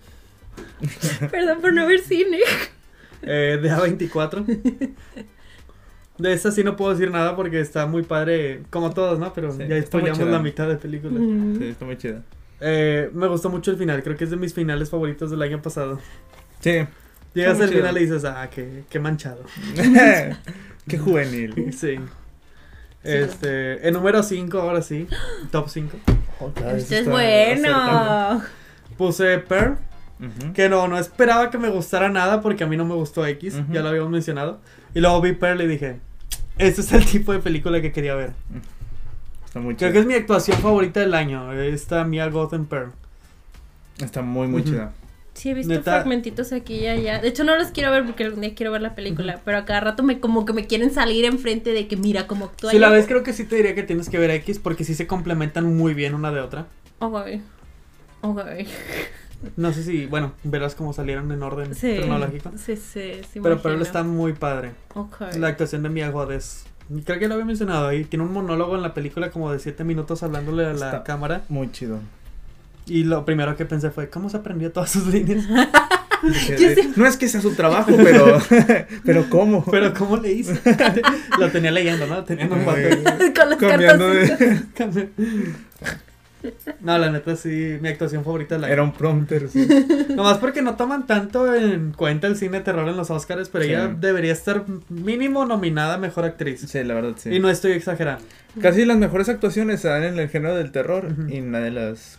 [SPEAKER 1] Perdón por no ver cine.
[SPEAKER 2] Eh, de A24. De esa sí no puedo decir nada porque está muy padre, como todas, ¿no? Pero
[SPEAKER 3] Sí,
[SPEAKER 2] ya
[SPEAKER 3] está muy
[SPEAKER 2] spoileamos
[SPEAKER 3] chida.
[SPEAKER 2] la mitad de película.
[SPEAKER 1] Mm.
[SPEAKER 3] Sí, está muy chida.
[SPEAKER 2] Eh, me gustó mucho el final, creo que es de mis finales favoritos del año pasado.
[SPEAKER 3] [LAUGHS] Sí.
[SPEAKER 2] Llegas
[SPEAKER 3] Está
[SPEAKER 2] al
[SPEAKER 3] muy chido.
[SPEAKER 2] final y dices, ah, qué, qué manchado.
[SPEAKER 3] Qué juvenil.
[SPEAKER 2] Sí. Este, en número 5, ahora sí, top 5.
[SPEAKER 3] Ah,
[SPEAKER 1] Este es bueno.
[SPEAKER 2] Puse Pearl,
[SPEAKER 3] Ujú.
[SPEAKER 2] que no, no esperaba que me gustara nada porque a mí no me gustó X,
[SPEAKER 3] Ujú.
[SPEAKER 2] ya lo habíamos mencionado. Y luego vi Pearl y dije, este es el tipo de película que quería ver.
[SPEAKER 3] Está muy
[SPEAKER 2] Creo
[SPEAKER 3] chida.
[SPEAKER 2] que es mi actuación favorita del año, esta Mia Goth en Pearl.
[SPEAKER 3] Está muy, muy
[SPEAKER 2] Ujú.
[SPEAKER 3] chida.
[SPEAKER 1] Sí, he visto
[SPEAKER 2] Neta.
[SPEAKER 1] fragmentitos aquí y allá. De hecho, no los quiero ver porque algún día quiero ver la película. Pero a cada rato me como que me quieren salir enfrente de que mira cómo actúa.
[SPEAKER 2] Si la
[SPEAKER 1] ella.
[SPEAKER 2] ves, creo que sí te diría que tienes que ver X porque sí se complementan muy bien una de otra.
[SPEAKER 1] Ok. Ok.
[SPEAKER 2] No sé si, bueno, verás cómo salieron en orden
[SPEAKER 1] Sí.
[SPEAKER 2] cronológico.
[SPEAKER 1] Sí, sí, sí.
[SPEAKER 2] Pero Pearl
[SPEAKER 1] imagino.
[SPEAKER 2] está muy padre.
[SPEAKER 1] Ok.
[SPEAKER 2] La actuación de Mia Goth es. Creo que lo había mencionado ahí. Tiene un monólogo en la película como de 7 minutos hablándole a la
[SPEAKER 3] Está-
[SPEAKER 2] cámara.
[SPEAKER 1] [LAUGHS]
[SPEAKER 3] Muy chido.
[SPEAKER 2] Y lo primero que pensé fue, ¿cómo se aprendió todas sus
[SPEAKER 1] [LAUGHS]
[SPEAKER 2] líneas?
[SPEAKER 3] Dije,
[SPEAKER 1] Yo
[SPEAKER 3] de-
[SPEAKER 1] sí-
[SPEAKER 3] No es que sea su trabajo, pero. [LAUGHS] pero ¿cómo?
[SPEAKER 2] Pero ¿cómo le hizo? [LAUGHS] lo tenía leyendo, ¿no? Lo tenía en un
[SPEAKER 3] Eh,
[SPEAKER 2] papel.
[SPEAKER 1] [LAUGHS] Con las
[SPEAKER 3] Cambiando
[SPEAKER 1] cartas.
[SPEAKER 2] [LAUGHS]
[SPEAKER 3] de.
[SPEAKER 2] No, la neta sí, mi actuación favorita es la
[SPEAKER 3] Era un prompter. sí.
[SPEAKER 2] [LAUGHS] Nomás porque no toman tanto en cuenta el cine de terror en los Oscars, pero
[SPEAKER 3] Sí.
[SPEAKER 2] ella debería estar mínimo nominada a mejor actriz.
[SPEAKER 3] Sí, la verdad, sí.
[SPEAKER 2] Y no estoy exagerando.
[SPEAKER 3] Casi las mejores actuaciones se dan en el género del terror y nadie las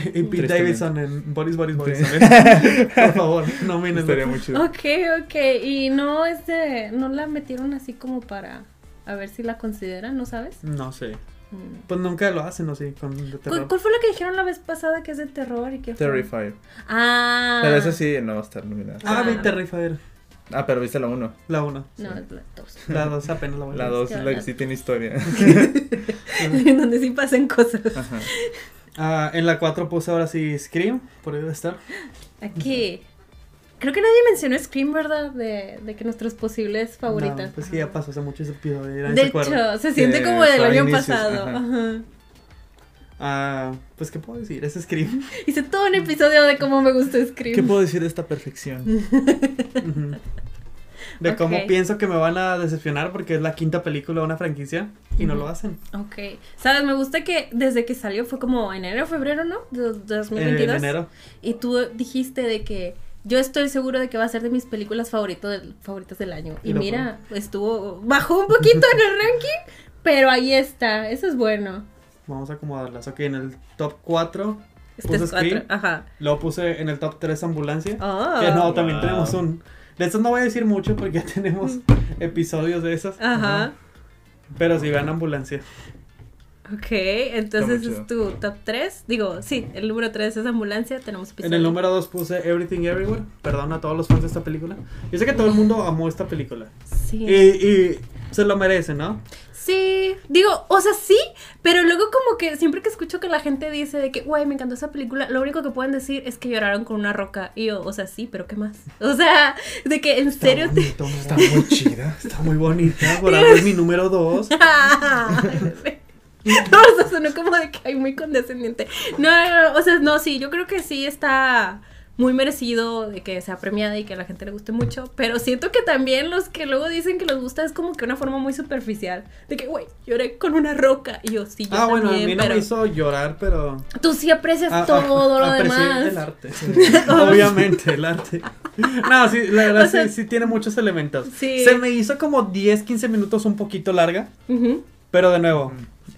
[SPEAKER 2] [LAUGHS] Y Pete
[SPEAKER 3] Tristemente.
[SPEAKER 2] Davidson en Boris Boris Boris.
[SPEAKER 3] Sí.
[SPEAKER 2] también.
[SPEAKER 3] [LAUGHS]
[SPEAKER 2] Por favor, nominen.
[SPEAKER 3] Estaría muy chido.
[SPEAKER 1] Ok, ok. Y no es de. No la metieron así como para. A ver si la consideran, ¿no sabes?
[SPEAKER 2] No sé.
[SPEAKER 1] Mm.
[SPEAKER 2] Pues nunca lo hacen, ¿no? Sí, con de
[SPEAKER 1] ¿Cu-
[SPEAKER 2] terror.
[SPEAKER 1] ¿Cuál fue lo que dijeron la vez pasada que es de terror y que fue?
[SPEAKER 3] Terrifier.
[SPEAKER 1] Ah.
[SPEAKER 3] Pero esa sí no va a estar nominada.
[SPEAKER 2] Ah, vi
[SPEAKER 1] Ah.
[SPEAKER 2] Terrifier.
[SPEAKER 3] Ah, pero viste la 1.
[SPEAKER 2] La 1.
[SPEAKER 1] No, es la dos. [LAUGHS]
[SPEAKER 2] La 2 apenas la voy a
[SPEAKER 3] La
[SPEAKER 2] ver.
[SPEAKER 3] 2 es la que sí tiene historia.
[SPEAKER 1] En donde sí pasan cosas.
[SPEAKER 3] Ajá.
[SPEAKER 2] Ah, en la 4 puse ahora sí Scream, por ahí debe estar.
[SPEAKER 1] Aquí. Creo que nadie mencionó Scream, ¿verdad? De, de que nuestros posibles favoritas.
[SPEAKER 2] No, pues que ya pasó hace mucho ese episodio. ya ni
[SPEAKER 1] De
[SPEAKER 2] se acuerda.
[SPEAKER 1] hecho, se siente
[SPEAKER 3] Eh,
[SPEAKER 1] como del
[SPEAKER 3] para
[SPEAKER 1] año
[SPEAKER 3] inicios,
[SPEAKER 1] pasado.
[SPEAKER 3] ajá.
[SPEAKER 1] ajá.
[SPEAKER 2] Ah, pues qué puedo decir, es Scream.
[SPEAKER 1] Hice todo un episodio de cómo me gustó Scream.
[SPEAKER 3] ¿Qué puedo decir de esta perfección?
[SPEAKER 2] Ujú. De
[SPEAKER 1] Ok.
[SPEAKER 2] cómo pienso que me van a decepcionar porque es la quinta película de una franquicia y no
[SPEAKER 1] Ujú.
[SPEAKER 2] lo hacen.
[SPEAKER 1] Ok. Sabes, me gusta que desde que salió fue como enero, febrero, ¿no? De de
[SPEAKER 2] Eh,
[SPEAKER 1] 2022.
[SPEAKER 2] en enero.
[SPEAKER 1] Y tú dijiste de que yo estoy seguro de que va a ser de mis películas favorito del- favoritas del año.
[SPEAKER 2] Y
[SPEAKER 1] Y,
[SPEAKER 2] lo
[SPEAKER 1] mira, estuvo, bajó un poquito en el ranking, pero ahí está. Eso es bueno.
[SPEAKER 2] Vamos a acomodarlas. Ok, en el top 4.
[SPEAKER 1] Este
[SPEAKER 2] Puso
[SPEAKER 1] es cuatro.
[SPEAKER 2] Scream.
[SPEAKER 1] Ajá.
[SPEAKER 2] Luego puse en el top 3 Ambulancia.
[SPEAKER 1] Oh.
[SPEAKER 2] Que no, también
[SPEAKER 3] Wow.
[SPEAKER 2] tenemos un. De estos no voy a decir mucho porque ya tenemos episodios de esas.
[SPEAKER 1] Mm. Ah. Ajá.
[SPEAKER 2] Pero si vean Ambulancia.
[SPEAKER 1] Ok, entonces
[SPEAKER 3] Está muy
[SPEAKER 1] es tu top 3. Digo, sí, el número 3 es ambulancia, tenemos
[SPEAKER 2] En el
[SPEAKER 1] episodio.
[SPEAKER 2] número 2 puse Everything Everywhere. Perdón a todos los fans de esta película. Yo sé que todo el mundo amó esta película.
[SPEAKER 1] Sí.
[SPEAKER 2] Y, y se lo merece, ¿no?
[SPEAKER 1] Sí, digo, o sea, sí, pero luego como que siempre que escucho que la gente dice de que, güey, me encantó esa película, lo único que pueden decir es que lloraron con una roca. Y yo, o sea, sí, pero ¿qué más? [LAUGHS] O sea, de que en serio
[SPEAKER 2] Está
[SPEAKER 1] te...
[SPEAKER 2] bonito, ¿verdad?
[SPEAKER 3] Está muy chida.
[SPEAKER 2] Está muy bonita, por algo es mi
[SPEAKER 1] [LAUGHS]
[SPEAKER 2] número 2.
[SPEAKER 1] Ay, bebé. [LAUGHS] No, o sea, sonó como de que hay muy condescendiente. No, no, no, o sea, no, sí, yo creo que sí está muy merecido de que sea premiada y que a la gente le guste mucho, pero siento que también los que luego dicen que les gusta es como que una forma muy superficial, de que, güey, lloré con una roca y yo sí, yo
[SPEAKER 2] Ah, bueno, a
[SPEAKER 1] también,
[SPEAKER 2] mí no
[SPEAKER 1] pero
[SPEAKER 2] me hizo llorar, pero.
[SPEAKER 1] tú sí aprecias
[SPEAKER 2] a- a-
[SPEAKER 1] todo lo
[SPEAKER 2] Ah, aprecié
[SPEAKER 1] demás.
[SPEAKER 2] el arte.
[SPEAKER 1] [LAUGHS]
[SPEAKER 2] Obviamente, el arte. No, sí, la verdad
[SPEAKER 1] O sea,
[SPEAKER 2] sí, sí tiene muchos elementos.
[SPEAKER 1] sí.
[SPEAKER 2] Se me hizo como 10, 15 minutos un poquito larga,
[SPEAKER 1] Ujú.
[SPEAKER 2] pero de nuevo.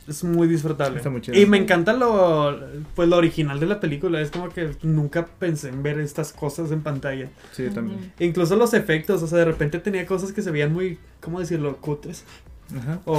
[SPEAKER 2] Es muy disfrutable.
[SPEAKER 3] Está muy chido.
[SPEAKER 2] y me encanta lo pues lo original de la película. Es como que nunca pensé en ver estas cosas en pantalla.
[SPEAKER 3] Sí, yo también.
[SPEAKER 2] Incluso los efectos. O sea, de repente tenía cosas que se veían muy, ¿cómo decirlo? Cutes.
[SPEAKER 3] Ajá.
[SPEAKER 2] O,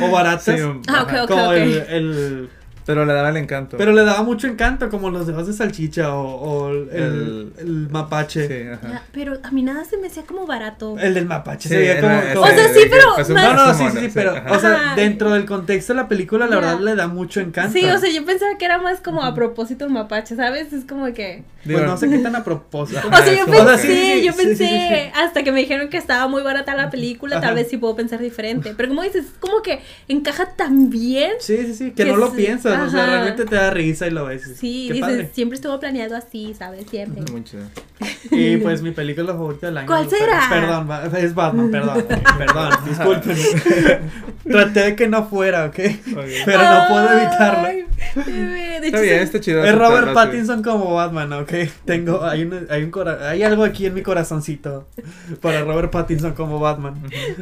[SPEAKER 2] o baratas.
[SPEAKER 3] [LAUGHS] Sí, um,
[SPEAKER 1] Ah,
[SPEAKER 3] ajá.
[SPEAKER 1] ok,
[SPEAKER 2] como
[SPEAKER 1] ok.
[SPEAKER 2] El, el
[SPEAKER 3] Pero le daba el encanto.
[SPEAKER 2] Pero le daba mucho encanto, como los dedos de salchicha o, o el,
[SPEAKER 3] El-
[SPEAKER 2] el mapache.
[SPEAKER 3] Sí,
[SPEAKER 1] Ah,
[SPEAKER 3] ajá.
[SPEAKER 1] Pero a mí nada se me hacía como barato.
[SPEAKER 2] El del mapache
[SPEAKER 3] Sí,
[SPEAKER 2] se veía
[SPEAKER 3] era-
[SPEAKER 2] como.
[SPEAKER 3] era-
[SPEAKER 1] O sea,
[SPEAKER 3] era-
[SPEAKER 1] sí,
[SPEAKER 3] era-
[SPEAKER 1] pero-
[SPEAKER 3] pues, un-
[SPEAKER 2] No, no,
[SPEAKER 3] un
[SPEAKER 2] sí,
[SPEAKER 3] mono,
[SPEAKER 2] sí, sí, pero,
[SPEAKER 3] ajá.
[SPEAKER 2] o sea,
[SPEAKER 1] Ajá.
[SPEAKER 2] dentro del contexto de la película, la
[SPEAKER 1] Ya.
[SPEAKER 2] verdad le da mucho encanto.
[SPEAKER 1] Sí, o sea, yo pensaba que era más como a propósito el mapache, ¿sabes? Es como que...
[SPEAKER 2] Pues
[SPEAKER 3] Digo,
[SPEAKER 2] no
[SPEAKER 1] [LAUGHS]
[SPEAKER 2] sé qué tan a propósito.
[SPEAKER 1] O sea,
[SPEAKER 3] Ah, [LAUGHS]
[SPEAKER 1] yo
[SPEAKER 3] eso,
[SPEAKER 1] pensé,
[SPEAKER 3] ok.
[SPEAKER 2] Sí, sí,
[SPEAKER 1] yo
[SPEAKER 2] sí,
[SPEAKER 1] pensé,
[SPEAKER 2] sí, sí.
[SPEAKER 1] hasta que me dijeron que estaba muy barata la película,
[SPEAKER 2] Ajá.
[SPEAKER 1] tal vez sí puedo pensar diferente. Pero como dices, es como que encaja tan bien.
[SPEAKER 2] Sí, sí, sí, que
[SPEAKER 1] Que
[SPEAKER 2] no lo
[SPEAKER 1] sí,
[SPEAKER 2] piensas, o sea,
[SPEAKER 1] ajá.
[SPEAKER 2] realmente te da risa y lo ves.
[SPEAKER 1] Sí,
[SPEAKER 2] qué
[SPEAKER 1] dices,
[SPEAKER 2] padre.
[SPEAKER 1] siempre estuvo planeado así, ¿sabes? Siempre.
[SPEAKER 3] Muy chido.
[SPEAKER 1] [LAUGHS]
[SPEAKER 2] Y pues mi película favorita del año.
[SPEAKER 1] ¿Cuál
[SPEAKER 2] pero-
[SPEAKER 1] será?
[SPEAKER 2] Perdón, va- es Batman, perdón, eh,
[SPEAKER 1] [LAUGHS]
[SPEAKER 2] perdón, discúlpenme. [LAUGHS] Traté de que no fuera, ¿ok?
[SPEAKER 3] Ok.
[SPEAKER 2] Pero no puedo evitarlo.
[SPEAKER 1] Ay, bebé, de hecho,
[SPEAKER 3] Está bien,
[SPEAKER 1] sí.
[SPEAKER 3] está chido.
[SPEAKER 2] Es Robert
[SPEAKER 3] aceptarlo,
[SPEAKER 2] Pattinson como Batman, ¿ok? Tengo, hay, un, hay, un cora- hay algo aquí en mi corazoncito para Robert Pattinson como Batman.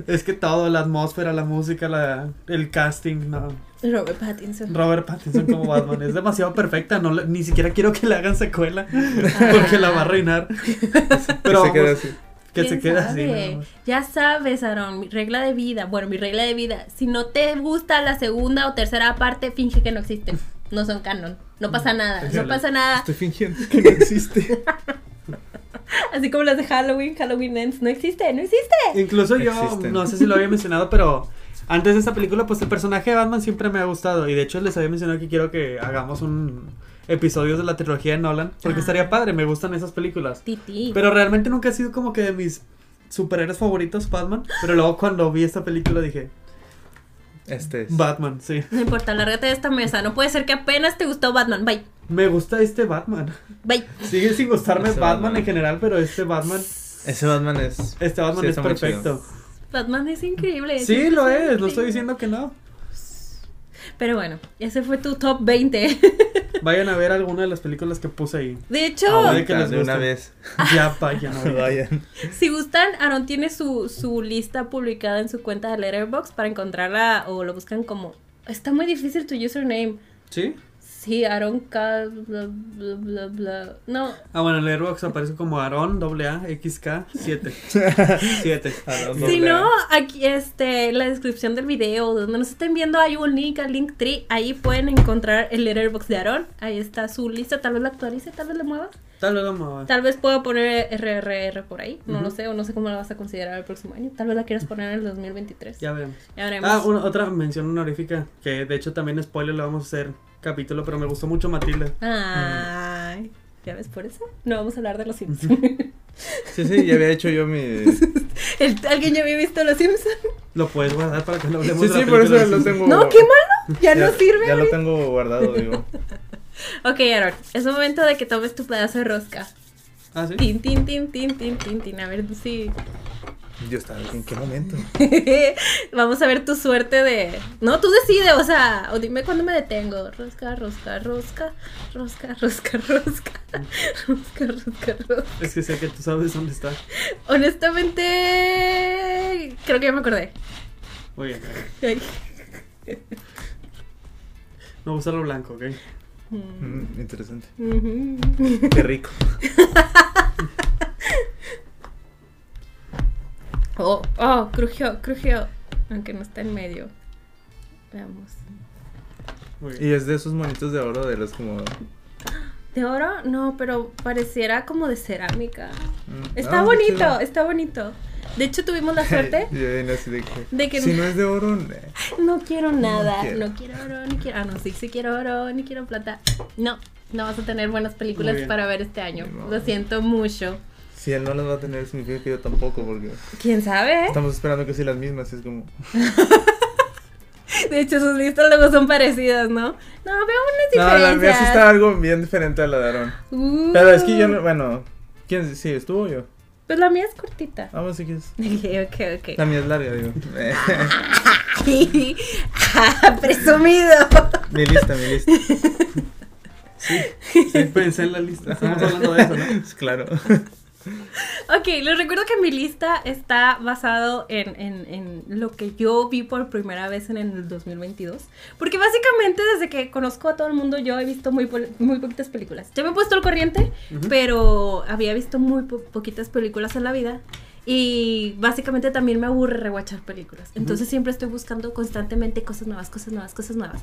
[SPEAKER 2] Es que todo, la atmósfera, la música, la, el casting, no.
[SPEAKER 1] Robert Pattinson.
[SPEAKER 2] Robert Pattinson como Batman es demasiado perfecta, no, le- ni siquiera quiero que le hagan
[SPEAKER 3] [LAUGHS]
[SPEAKER 2] secuela porque la va a arruinar.
[SPEAKER 3] sí.
[SPEAKER 2] Pero
[SPEAKER 3] Se queda
[SPEAKER 2] vamos,
[SPEAKER 3] así.
[SPEAKER 2] que se
[SPEAKER 1] ¿Quién
[SPEAKER 2] queda así.
[SPEAKER 1] sabe?
[SPEAKER 2] nada más.
[SPEAKER 1] Ya sabes, Aaron, mi regla de vida. Bueno, mi regla de vida. Si no te gusta la segunda o tercera parte, finge que no existen. No son canon. No pasa
[SPEAKER 2] Mm,
[SPEAKER 1] nada. No
[SPEAKER 2] Híjole.
[SPEAKER 1] pasa nada.
[SPEAKER 3] Estoy fingiendo [LAUGHS] que no existe.
[SPEAKER 1] Así como las de Halloween, Halloween Ends. No existe, no existe.
[SPEAKER 2] [LAUGHS] Incluso yo,
[SPEAKER 3] Existen.
[SPEAKER 2] no sé si lo había mencionado, pero antes de esta película, pues el personaje de Batman siempre me ha gustado. Y de hecho les había mencionado que quiero que hagamos un episodio de la trilogía de Nolan, porque
[SPEAKER 1] Ah.
[SPEAKER 2] estaría padre, me gustan esas películas.
[SPEAKER 1] Titi.
[SPEAKER 2] Pero realmente nunca ha sido como que de mis superhéroes favoritos Batman, pero luego cuando vi esta película dije,
[SPEAKER 3] Este es.
[SPEAKER 2] Batman, sí.
[SPEAKER 1] No importa, lárgate de esta mesa. No puede ser que apenas te gustó Batman. Bye.
[SPEAKER 2] Me gusta este Batman. [LAUGHS]
[SPEAKER 1] Bye.
[SPEAKER 2] Sigue sin gustarme
[SPEAKER 3] Ese
[SPEAKER 2] Batman,
[SPEAKER 3] Batman.
[SPEAKER 2] en general, pero este Batman,
[SPEAKER 3] Ese Batman es.
[SPEAKER 2] este Batman
[SPEAKER 3] Sí,
[SPEAKER 2] es
[SPEAKER 3] está muy
[SPEAKER 2] perfecto.
[SPEAKER 1] Batman es increíble.
[SPEAKER 2] Sí, lo es, no estoy diciendo que no.
[SPEAKER 1] Pero bueno, ese fue tu top 20.
[SPEAKER 2] Vayan a ver alguna de las películas que puse
[SPEAKER 3] [LAUGHS]
[SPEAKER 2] ahí.
[SPEAKER 1] [LAUGHS] De hecho,
[SPEAKER 2] Ah, bueno.
[SPEAKER 3] Ahorita,
[SPEAKER 2] que les
[SPEAKER 3] de una
[SPEAKER 2] guste.
[SPEAKER 3] vez.
[SPEAKER 2] Ya vayan
[SPEAKER 3] [LAUGHS]
[SPEAKER 2] a ver.
[SPEAKER 3] Vayan.
[SPEAKER 1] si gustan, Aaron tiene su, su lista publicada en su cuenta de Letterboxd para encontrarla o lo buscan como. Está muy difícil tu username.
[SPEAKER 2] ¿Sí?
[SPEAKER 1] Sí, Aaron K. Bla, bla, bla, bla. No,
[SPEAKER 2] Ah, bueno, en Airbox aparece como Aarón, AA, XK,
[SPEAKER 3] [LAUGHS]
[SPEAKER 2] 7. 7.
[SPEAKER 1] Si no, aquí este, en la descripción del video, donde nos estén viendo, hay un link al Linktree. Ahí pueden encontrar el letterbox de Aarón. Ahí está su lista. Tal vez la actualice, tal vez la mueva.
[SPEAKER 2] Tal vez lo mueva.
[SPEAKER 1] Tal vez pueda poner RRR por ahí. No lo
[SPEAKER 2] Ujú.
[SPEAKER 1] sé, o no sé cómo la vas a considerar el próximo año. Tal vez la quieras poner en el 2023. Ya,
[SPEAKER 2] Ya veremos.
[SPEAKER 1] veremos.
[SPEAKER 2] Ah, una- otra mención honorífica, que de hecho también spoiler lo vamos a hacer capítulo, pero me gustó mucho Matilda.
[SPEAKER 1] Ay, ¿ya ves por eso? No vamos a hablar de los Simpsons.
[SPEAKER 3] Sí, sí, ya había hecho yo mi.
[SPEAKER 1] [LAUGHS] El- ¿Alguien ya había visto los Simpsons?
[SPEAKER 2] Lo puedes guardar para que no hablemos
[SPEAKER 3] Sí,
[SPEAKER 2] de la
[SPEAKER 3] sí, por eso
[SPEAKER 2] película.
[SPEAKER 3] lo tengo.
[SPEAKER 1] No, quémalo. Ya, no sirve.
[SPEAKER 3] [LAUGHS] Ya lo
[SPEAKER 1] ahorita.
[SPEAKER 3] tengo guardado, [LAUGHS] digo.
[SPEAKER 1] Ok, Aaron, es momento de que tomes tu pedazo de rosca.
[SPEAKER 2] Ah, sí.
[SPEAKER 1] Tin, tin, tin, tin, tin, tin, tin. A ver si.
[SPEAKER 3] Yo estaba, ¿en qué momento?
[SPEAKER 1] [LAUGHS] Vamos a ver tu suerte de. No, tú decides, o sea, o dime cuándo me detengo. Rosca, rosca, rosca, rosca, rosca, [LAUGHS] rosca, rosca, rosca, rosca.
[SPEAKER 2] Es que sé que tú sabes dónde está.
[SPEAKER 1] Honestamente, creo que ya me acordé.
[SPEAKER 2] Muy bien.
[SPEAKER 1] Ay.
[SPEAKER 2] Me gusta lo blanco, ¿ok?
[SPEAKER 1] Mm.
[SPEAKER 3] Mm, interesante.
[SPEAKER 1] Ujú.
[SPEAKER 3] Qué rico.
[SPEAKER 1] Oh, oh, crujió, crujió. Aunque no está en medio. Veamos.
[SPEAKER 2] Muy bien.
[SPEAKER 3] Y es de esos monitos de oro, de los como. mm,
[SPEAKER 1] ¿De oro? No, pero pareciera como de cerámica.
[SPEAKER 3] mm,
[SPEAKER 1] Está
[SPEAKER 3] ah,
[SPEAKER 1] bonito,
[SPEAKER 3] chido.
[SPEAKER 1] está bonito. De hecho, tuvimos
[SPEAKER 3] [LAUGHS]
[SPEAKER 1] la suerte.
[SPEAKER 3] Yo vine así de que.
[SPEAKER 1] De que-
[SPEAKER 3] si no es de oro, ne-
[SPEAKER 1] No quiero nada,
[SPEAKER 3] quiero.
[SPEAKER 1] no quiero oro, ni quiero. Ah, no, sí, sí quiero oro, ni quiero plata. No, no vas a tener buenas
[SPEAKER 2] Muy
[SPEAKER 1] películas
[SPEAKER 2] bien.
[SPEAKER 1] para ver este año.
[SPEAKER 3] Ni modo.
[SPEAKER 1] Lo siento mucho.
[SPEAKER 3] si él no las va a tener, significa que yo tampoco, porque
[SPEAKER 1] ¿Quién sabe?
[SPEAKER 3] estamos esperando que sean las mismas. y es como.
[SPEAKER 1] De hecho, sus listas luego son parecidas, ¿no? No, veo
[SPEAKER 3] No,
[SPEAKER 1] unas
[SPEAKER 3] la mía
[SPEAKER 1] diferencias.
[SPEAKER 3] sí está algo bien diferente a la de Aaron.
[SPEAKER 1] ¿eh? Uh,
[SPEAKER 3] Pero es que yo no. Bueno, ¿quién? Sí, estuvo yo.
[SPEAKER 1] Pues la mía es cortita.
[SPEAKER 3] Vamos, si quieres.
[SPEAKER 1] [LAUGHS] Ok, ok,
[SPEAKER 3] La
[SPEAKER 1] ok.
[SPEAKER 3] mía es larga, digo. [LAUGHS]
[SPEAKER 1] [LAUGHS] Ah, Presumido.
[SPEAKER 3] mi lista, mi lista. [LAUGHS]
[SPEAKER 2] Sí, pensé en la lista. Estamos hablando de eso, ¿no?
[SPEAKER 3] Claro.
[SPEAKER 1] Ok, les recuerdo que mi lista está basado en, en- en lo que yo vi por primera vez en el 2022. Porque básicamente desde que conozco a todo el mundo yo he visto muy, po- muy poquitas películas. Ya me he puesto al corriente,
[SPEAKER 2] Ujú.
[SPEAKER 1] pero había visto muy po- poquitas películas en la vida. Y básicamente también me aburre rewatchar películas. Entonces siempre estoy buscando constantemente cosas nuevas, cosas nuevas, cosas nuevas.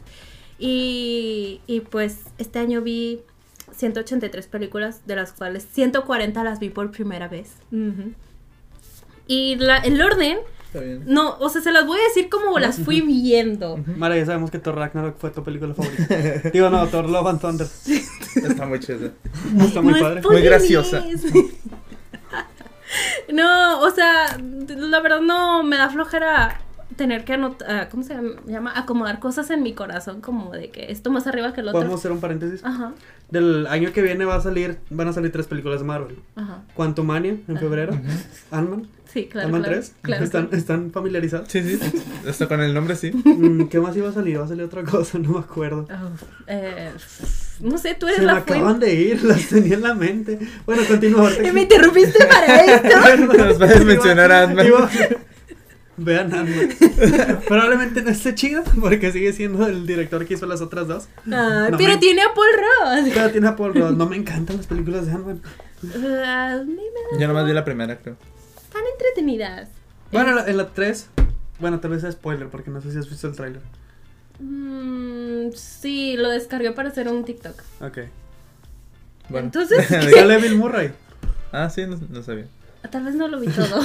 [SPEAKER 1] Y, y pues este año vi 183 películas, de las cuales 140 las vi por primera vez.
[SPEAKER 4] Ujú.
[SPEAKER 1] Y la- el orden, [LAUGHS]
[SPEAKER 3] Está bien.
[SPEAKER 1] no, o sea, se las voy a decir como las fui viendo.
[SPEAKER 2] Mara, ya sabemos que Thor Ragnarok fue tu película favorita. Digo, no, Thor Love and Thunder.
[SPEAKER 3] Está muy chido.
[SPEAKER 2] Está muy
[SPEAKER 1] No
[SPEAKER 2] padre.
[SPEAKER 1] spoilees.
[SPEAKER 3] Muy graciosa.
[SPEAKER 1] [LAUGHS] no, o sea, la verdad no me da flojera tener que anotar, ¿cómo se llama? Acomodar cosas en mi corazón, como de que esto más arriba que el otro.
[SPEAKER 2] Podemos hacer un paréntesis.
[SPEAKER 1] Ajá,
[SPEAKER 2] Del año que viene va a salir, van a salir tres películas de Marvel.
[SPEAKER 1] ajá.
[SPEAKER 2] Quantumania en febrero, Ant-Man,
[SPEAKER 1] Sí, claro.
[SPEAKER 2] Ant-Man
[SPEAKER 1] claro,
[SPEAKER 2] 3.
[SPEAKER 1] claro,
[SPEAKER 2] ¿Están,
[SPEAKER 1] claro.
[SPEAKER 2] ¿Están familiarizados?
[SPEAKER 3] Sí, sí. Hasta con el nombre sí.
[SPEAKER 2] Mm, ¿Qué más iba a salir? Va a salir otra cosa, no me acuerdo.
[SPEAKER 1] Uf, eh, no sé, tú eres
[SPEAKER 2] Se me
[SPEAKER 1] la
[SPEAKER 2] acaban
[SPEAKER 1] fuente.
[SPEAKER 2] de ir, las tenía en la mente. Bueno, continúa. ahorita
[SPEAKER 1] Y [LAUGHS]
[SPEAKER 2] que-
[SPEAKER 1] me interrumpiste para esto.
[SPEAKER 3] Nos puedes
[SPEAKER 2] Iba-
[SPEAKER 3] mencionar a Ant-Man.
[SPEAKER 2] iba- Vean Ant-Man. Probablemente no esté chido porque sigue siendo el director que hizo las otras dos.
[SPEAKER 1] Ay,
[SPEAKER 2] No,
[SPEAKER 1] Ah, pero
[SPEAKER 2] me-
[SPEAKER 1] tiene a Paul Ross.
[SPEAKER 2] Pero tiene a Paul Rudd. No me encantan las películas de Ant-Man.
[SPEAKER 1] Ah, a mí me
[SPEAKER 3] Yo nomás vi la primera, creo.
[SPEAKER 1] Están entretenidas.
[SPEAKER 2] Bueno,
[SPEAKER 1] Eh.
[SPEAKER 2] la- en la 3. Bueno, tal vez sea spoiler porque no sé si has visto el tráiler.
[SPEAKER 1] Mm, sí, lo descargué para hacer un TikTok. [LAUGHS]
[SPEAKER 2] Ok.
[SPEAKER 3] Bueno. [LAUGHS]
[SPEAKER 1] Entonces, ¿qué?
[SPEAKER 2] Sale Bill Murray. [LAUGHS]
[SPEAKER 3] ah, sí, no, no sabía.
[SPEAKER 1] Tal vez no lo vi todo.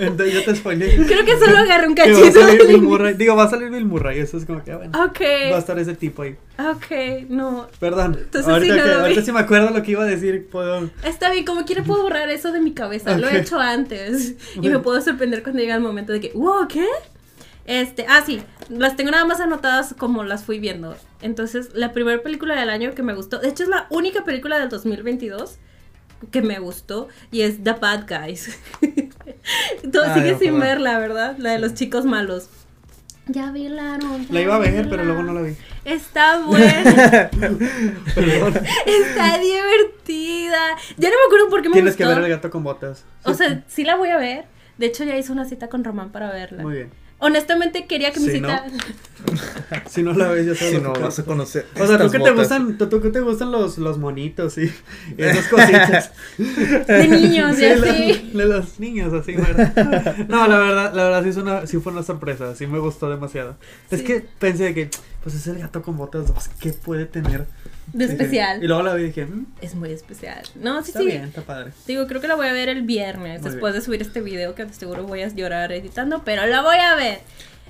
[SPEAKER 2] Entonces yo te spoileé.
[SPEAKER 1] Creo
[SPEAKER 2] [LAUGHS]
[SPEAKER 1] que solo agarré un
[SPEAKER 2] Que va a
[SPEAKER 1] cachito.
[SPEAKER 2] salir Bill Murray. Digo, va a salir Bill Murray. Eso es como que ah, bueno. Va a
[SPEAKER 1] Ok,
[SPEAKER 2] estar ese tipo ahí.
[SPEAKER 1] ok, no.
[SPEAKER 2] Perdón.
[SPEAKER 1] Entonces
[SPEAKER 2] ahorita,
[SPEAKER 1] sí, no
[SPEAKER 2] que-
[SPEAKER 1] lo vi.
[SPEAKER 2] ahorita sí me acuerdo lo que iba a decir. Puedo.
[SPEAKER 1] Está bien, como quiera puedo borrar eso de mi cabeza. Lo he
[SPEAKER 2] Ok.
[SPEAKER 1] hecho antes. Y me
[SPEAKER 2] Bueno.
[SPEAKER 1] puedo sorprender cuando llega el momento de que, wow, ¿qué? Este, ah, sí, las tengo nada más anotadas como las fui viendo. Entonces, la primera película del año que me gustó, de hecho es la única película del 2022 que me gustó y es The Bad Guys. [LAUGHS] Tú
[SPEAKER 3] Ah,
[SPEAKER 1] sigues
[SPEAKER 3] ya,
[SPEAKER 1] sin
[SPEAKER 3] perdón.
[SPEAKER 1] verla, ¿verdad? La de los chicos malos. Ya violaron.
[SPEAKER 2] La iba a
[SPEAKER 1] Ah.
[SPEAKER 2] ver, pero luego no la vi.
[SPEAKER 1] Está buena,
[SPEAKER 2] [LAUGHS] Perdón.
[SPEAKER 1] está divertida. Ya no me acuerdo por qué me
[SPEAKER 2] Tienes
[SPEAKER 1] gustó.
[SPEAKER 2] que ver el gato con botas.
[SPEAKER 1] O sea, sí la voy a ver. De hecho, ya hice una cita con Román para verla.
[SPEAKER 2] Muy bien.
[SPEAKER 1] Honestamente, quería que mi
[SPEAKER 2] Sí,
[SPEAKER 1] cita.
[SPEAKER 2] Si no la ves, ya sabes.
[SPEAKER 3] Si
[SPEAKER 2] lo
[SPEAKER 3] no,
[SPEAKER 2] que
[SPEAKER 3] vas a conocer.
[SPEAKER 2] O sea, tú
[SPEAKER 3] estas
[SPEAKER 2] que te
[SPEAKER 3] botas.
[SPEAKER 2] gustan, tú, tú que te gustan los, los monitos y, [LAUGHS] y
[SPEAKER 1] [LAUGHS]
[SPEAKER 2] esas cositas.
[SPEAKER 1] De niños, ya
[SPEAKER 2] los-
[SPEAKER 1] sí.
[SPEAKER 2] de los niños, así, ¿verdad? No, la verdad, la verdad sí, es una, sí fue una sorpresa, sí me gustó demasiado. Es
[SPEAKER 1] Sí.
[SPEAKER 2] que pensé de que, pues es el gato con botas 2, ¿qué puede tener?
[SPEAKER 1] De especial.
[SPEAKER 2] Y luego la vi y dije, mm,
[SPEAKER 1] Es muy especial. No, sí,
[SPEAKER 2] está
[SPEAKER 1] sí.
[SPEAKER 2] bien, está padre.
[SPEAKER 1] Digo, creo que la voy a ver el viernes,
[SPEAKER 2] Muy
[SPEAKER 1] después de subir este video, que de seguro voy a llorar editando, pero la voy a ver.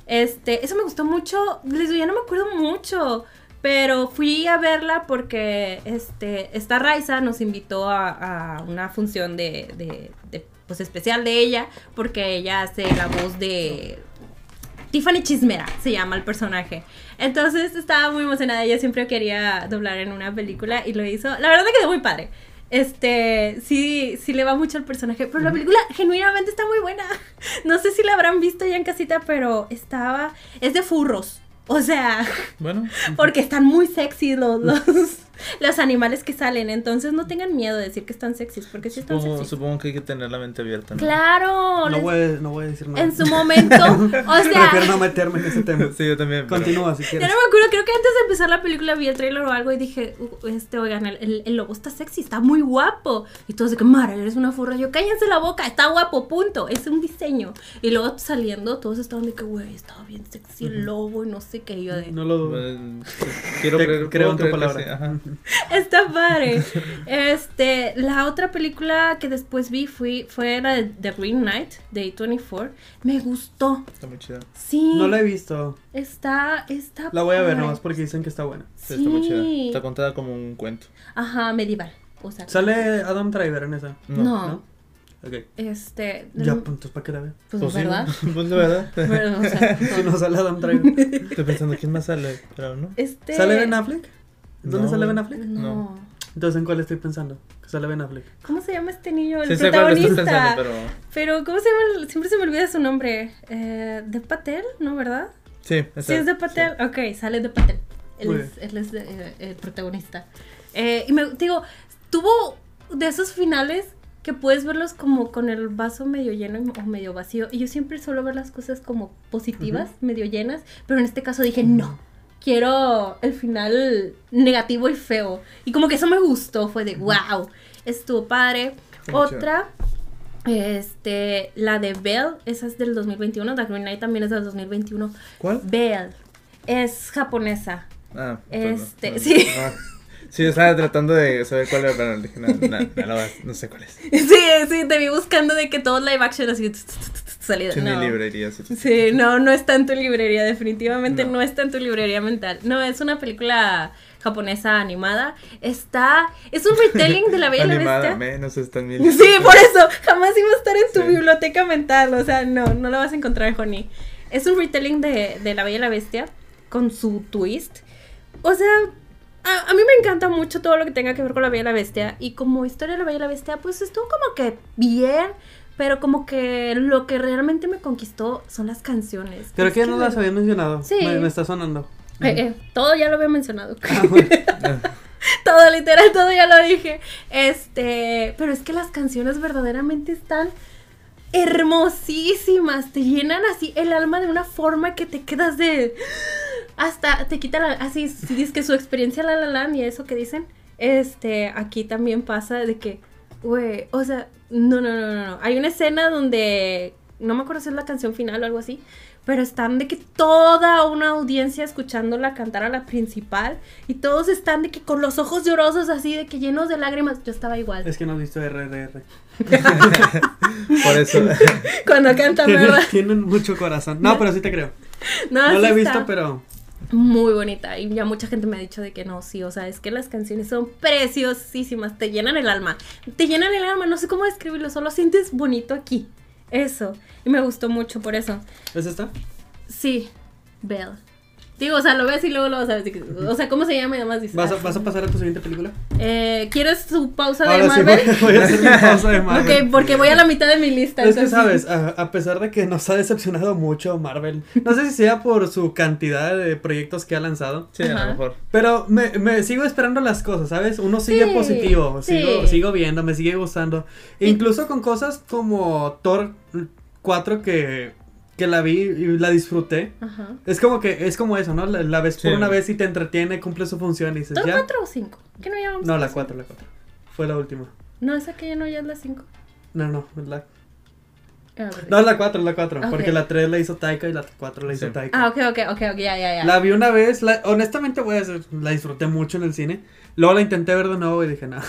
[SPEAKER 1] Este, eso me gustó mucho, les digo, ya no me acuerdo mucho, pero fui a verla porque, este, esta Raiza nos invitó a, a una función de, de- de, pues, especial de ella, porque ella hace la voz de... Tiffany Chismera se llama el personaje. Entonces estaba muy emocionada. Ella siempre quería doblar en una película y lo hizo. La verdad que quedó muy padre. Este, sí, sí le va mucho al personaje, pero la película genuinamente está muy buena. [LAUGHS] No sé si la habrán visto ya en casita, pero estaba, es de furros. O sea,
[SPEAKER 2] [LAUGHS]
[SPEAKER 3] Bueno,
[SPEAKER 1] porque están muy sexy los, [LAUGHS] los, los animales que salen. Entonces no tengan miedo de decir que están sexys, porque sí están
[SPEAKER 3] supongo,
[SPEAKER 1] sexys.
[SPEAKER 3] supongo que hay que tener la mente abierta. ¿no?
[SPEAKER 1] Claro,
[SPEAKER 2] No
[SPEAKER 1] les-
[SPEAKER 2] voy, a- no voy a decir nada.
[SPEAKER 1] en su
[SPEAKER 2] [LAUGHS]
[SPEAKER 1] momento. O
[SPEAKER 2] Prefiero no
[SPEAKER 1] sea,
[SPEAKER 2] meterme en ese tema.
[SPEAKER 3] [LAUGHS] Sí, yo también. pero-
[SPEAKER 2] Continúa si
[SPEAKER 1] Ya
[SPEAKER 2] quieres.
[SPEAKER 1] no me acuerdo, creo que antes de empezar la película vi el trailer o algo y dije, "Uh, este, oigan, el, el- el lobo está sexy, está muy guapo. Y todos de que, Mara, eres una furra. Yo, cállense la boca, está guapo, punto. Es un diseño. Y luego saliendo, todos estaban de que, güey, estaba bien sexy el lobo y no sé qué. Y yo de,
[SPEAKER 2] No lo dudo.
[SPEAKER 3] Bueno, Quiero
[SPEAKER 2] Te-
[SPEAKER 3] creer,
[SPEAKER 2] creo en
[SPEAKER 3] puedo
[SPEAKER 2] tu
[SPEAKER 3] creer
[SPEAKER 2] palabra.
[SPEAKER 3] que sí, ajá.
[SPEAKER 1] [LAUGHS] está
[SPEAKER 2] [LAUGHS]
[SPEAKER 1] padre. Este, la otra película que después vi fui, fue la de The Green Knight, de A24. Me gustó,
[SPEAKER 3] Está muy chida.
[SPEAKER 1] sí.
[SPEAKER 2] No la he visto.
[SPEAKER 1] Está, está
[SPEAKER 2] La voy a ver
[SPEAKER 1] padre.
[SPEAKER 2] nomás porque dicen que está buena.
[SPEAKER 3] Sí, Está muy chida.
[SPEAKER 1] Sí.
[SPEAKER 3] Está contada como un cuento.
[SPEAKER 1] Ajá, medieval. O sea,
[SPEAKER 2] Sale Adam Driver en esa.
[SPEAKER 1] no.
[SPEAKER 2] ¿No? Ok.
[SPEAKER 1] Este,
[SPEAKER 2] Ya, pues, entonces, ¿para qué la veo? [LAUGHS]
[SPEAKER 1] pues,
[SPEAKER 3] Pues sí,
[SPEAKER 1] ¿verdad?
[SPEAKER 3] [LAUGHS] Pues
[SPEAKER 1] [LAUGHS]
[SPEAKER 3] la verdad.
[SPEAKER 1] Pero, o sea,
[SPEAKER 2] Si no sale Adam Driver.
[SPEAKER 3] [LAUGHS] Estoy pensando quién más sale, pero no.
[SPEAKER 1] este...
[SPEAKER 2] ¿Sale Ben Affleck? ¿Dónde
[SPEAKER 3] No.
[SPEAKER 2] sale Ben Affleck?
[SPEAKER 1] No.
[SPEAKER 3] No.
[SPEAKER 2] Entonces, ¿en cuál estoy pensando? Que sale Ben Affleck.
[SPEAKER 1] ¿Cómo se llama este niño? El
[SPEAKER 3] Sí sé cuál estás
[SPEAKER 1] protagonista.
[SPEAKER 3] pensando, pero.
[SPEAKER 1] pero... ¿cómo se llama? el- Siempre se me olvida su nombre. Eh, ¿De Patel? ¿No, verdad?
[SPEAKER 3] Sí, esa-
[SPEAKER 1] Sí, es de Patel. Ok, sale de Patel. Él
[SPEAKER 2] Muy
[SPEAKER 1] es, él es eh, el protagonista. Eh, y me digo, tuvo de esos finales que puedes verlos como con el vaso medio lleno y- o medio vacío. Y yo siempre suelo ver las cosas como positivas, medio llenas. Pero en este caso dije, no, quiero el final negativo y feo. Y como que eso me gustó, fue de, wow, estuvo padre.
[SPEAKER 3] Está muy chido.
[SPEAKER 1] Otra, este, la de Belle, esa es del 2021. La Green Knight también es del 2021.
[SPEAKER 3] ¿Cuál?
[SPEAKER 1] Belle es japonesa.
[SPEAKER 3] Ah, pues no,
[SPEAKER 1] Este,
[SPEAKER 3] no,
[SPEAKER 1] sí.
[SPEAKER 3] no. Sí, yo estaba tratando de saber cuál era, pero dije, no, no, no, lo vas- no sé cuál es.
[SPEAKER 1] [LAUGHS] Sí, sí, te vi buscando de que todo live action así tss, tss, tss, tss, salida.
[SPEAKER 3] Sí,
[SPEAKER 1] No.
[SPEAKER 3] ni librería. sí.
[SPEAKER 1] Sí, no, no está en tu librería, definitivamente no.
[SPEAKER 3] No.
[SPEAKER 1] está en tu librería mental. No, es una película japonesa animada. Está, es
[SPEAKER 3] [LAUGHS]
[SPEAKER 1] un retelling de la Bella y la
[SPEAKER 3] Animada,
[SPEAKER 1] Bestia.
[SPEAKER 3] menos está [LAUGHS] en mi
[SPEAKER 1] Sí, por eso, Este, [LAUGHS] jamás iba a estar en tu
[SPEAKER 3] Sí.
[SPEAKER 1] biblioteca mental, o sea, no, no la vas a encontrar, Johnny. Es un retelling de, de La Bella y la Bestia con su twist. O sea, a, a mí me encanta mucho todo lo que tenga que ver con La Bella y la Bestia y como historia de La Bella y la Bestia, pues estuvo como que bien, pero como que lo que realmente me conquistó son las canciones.
[SPEAKER 2] Creo
[SPEAKER 1] Es
[SPEAKER 2] que ya no
[SPEAKER 1] me-
[SPEAKER 2] las había mencionado.
[SPEAKER 1] Sí.
[SPEAKER 2] Me, me está sonando.
[SPEAKER 1] Eh, eh, todo ya lo había mencionado. [LAUGHS]
[SPEAKER 2] Ah, bueno. [LAUGHS]
[SPEAKER 1] todo literal, todo ya lo dije. Este, pero es que las canciones verdaderamente están hermosísimas, te llenan así el alma de una forma que te quedas de hasta te quita la así si dices que su experiencia la la la y eso que dicen, este, aquí también pasa de que güey, o sea, no no no no, no. hay una escena donde no me acuerdo si es la canción final o algo así, pero están de que toda una audiencia escuchándola cantar a la principal y todos están de que con los ojos llorosos así de que llenos de lágrimas, yo estaba igual.
[SPEAKER 2] es que no has visto RRR.
[SPEAKER 1] [LAUGHS]
[SPEAKER 3] Por eso.
[SPEAKER 1] Cuando canta,
[SPEAKER 2] Tienen,
[SPEAKER 1] ¿verdad?
[SPEAKER 2] [LAUGHS]
[SPEAKER 1] Ah,
[SPEAKER 2] tienen mucho corazón. No, pero sí te creo.
[SPEAKER 1] [LAUGHS]
[SPEAKER 2] No,
[SPEAKER 1] sí
[SPEAKER 2] la he
[SPEAKER 1] está.
[SPEAKER 2] visto, pero.
[SPEAKER 1] Muy bonita. Y ya mucha gente me ha dicho de que no, sí. O sea, es que las canciones son preciosísimas. Te llenan el alma. Te llenan el alma. No sé cómo describirlo. Solo sientes bonito aquí. Eso. Y me gustó mucho por eso.
[SPEAKER 2] ¿Es esta?
[SPEAKER 1] Sí. Belle. Digo, o sea, lo ves y luego lo vas a ver. de que- O sea, ¿cómo se llama? Y además dices.
[SPEAKER 2] ¿Vas a,
[SPEAKER 1] ah,
[SPEAKER 2] vas a pasar a tu siguiente película?
[SPEAKER 1] eh, ¿Quieres su pausa de
[SPEAKER 2] Ahora sí,
[SPEAKER 1] Marvel?
[SPEAKER 2] voy, voy a hacer mi pausa de Marvel.
[SPEAKER 1] Ok, porque voy a la mitad de mi lista.
[SPEAKER 2] Es que
[SPEAKER 1] entonces-
[SPEAKER 2] sabes, a, a pesar de que nos ha decepcionado mucho Marvel, no sé si sea por su cantidad de proyectos que ha lanzado,
[SPEAKER 3] Sí, a
[SPEAKER 1] Ajá.
[SPEAKER 3] lo mejor.
[SPEAKER 2] pero me, me sigo esperando las cosas, ¿sabes? Uno sigue
[SPEAKER 1] Sí,
[SPEAKER 2] positivo,
[SPEAKER 1] sí.
[SPEAKER 2] Sigo, sigo viendo, me sigue gustando. E incluso con cosas como Thor 4 que, que la vi y la disfruté.
[SPEAKER 1] Ajá.
[SPEAKER 2] Es como que, es como eso, ¿no? La, la ves
[SPEAKER 3] Sí.
[SPEAKER 2] por una vez y te entretiene, cumple su función y dices,
[SPEAKER 1] ¿Son
[SPEAKER 2] Pues ya.
[SPEAKER 1] cuatro o cinco? ¿Qué no llamamos?
[SPEAKER 2] No, la 4, la 4. Fue la última.
[SPEAKER 1] No, esa que ya no ya es la cinco.
[SPEAKER 2] No, no, la
[SPEAKER 1] Ah, ok.
[SPEAKER 2] No, es la 4, la 4.
[SPEAKER 1] Ok.
[SPEAKER 2] Porque la 3 la hizo Taika y la 4 la hizo
[SPEAKER 3] Sí.
[SPEAKER 2] Taika.
[SPEAKER 1] Ah, ok, ok, ok, ok, ya, ya, ya.
[SPEAKER 2] La vi una vez, la- honestamente voy a decir, la disfruté mucho en el cine. Luego la intenté ver de nuevo y dije, no,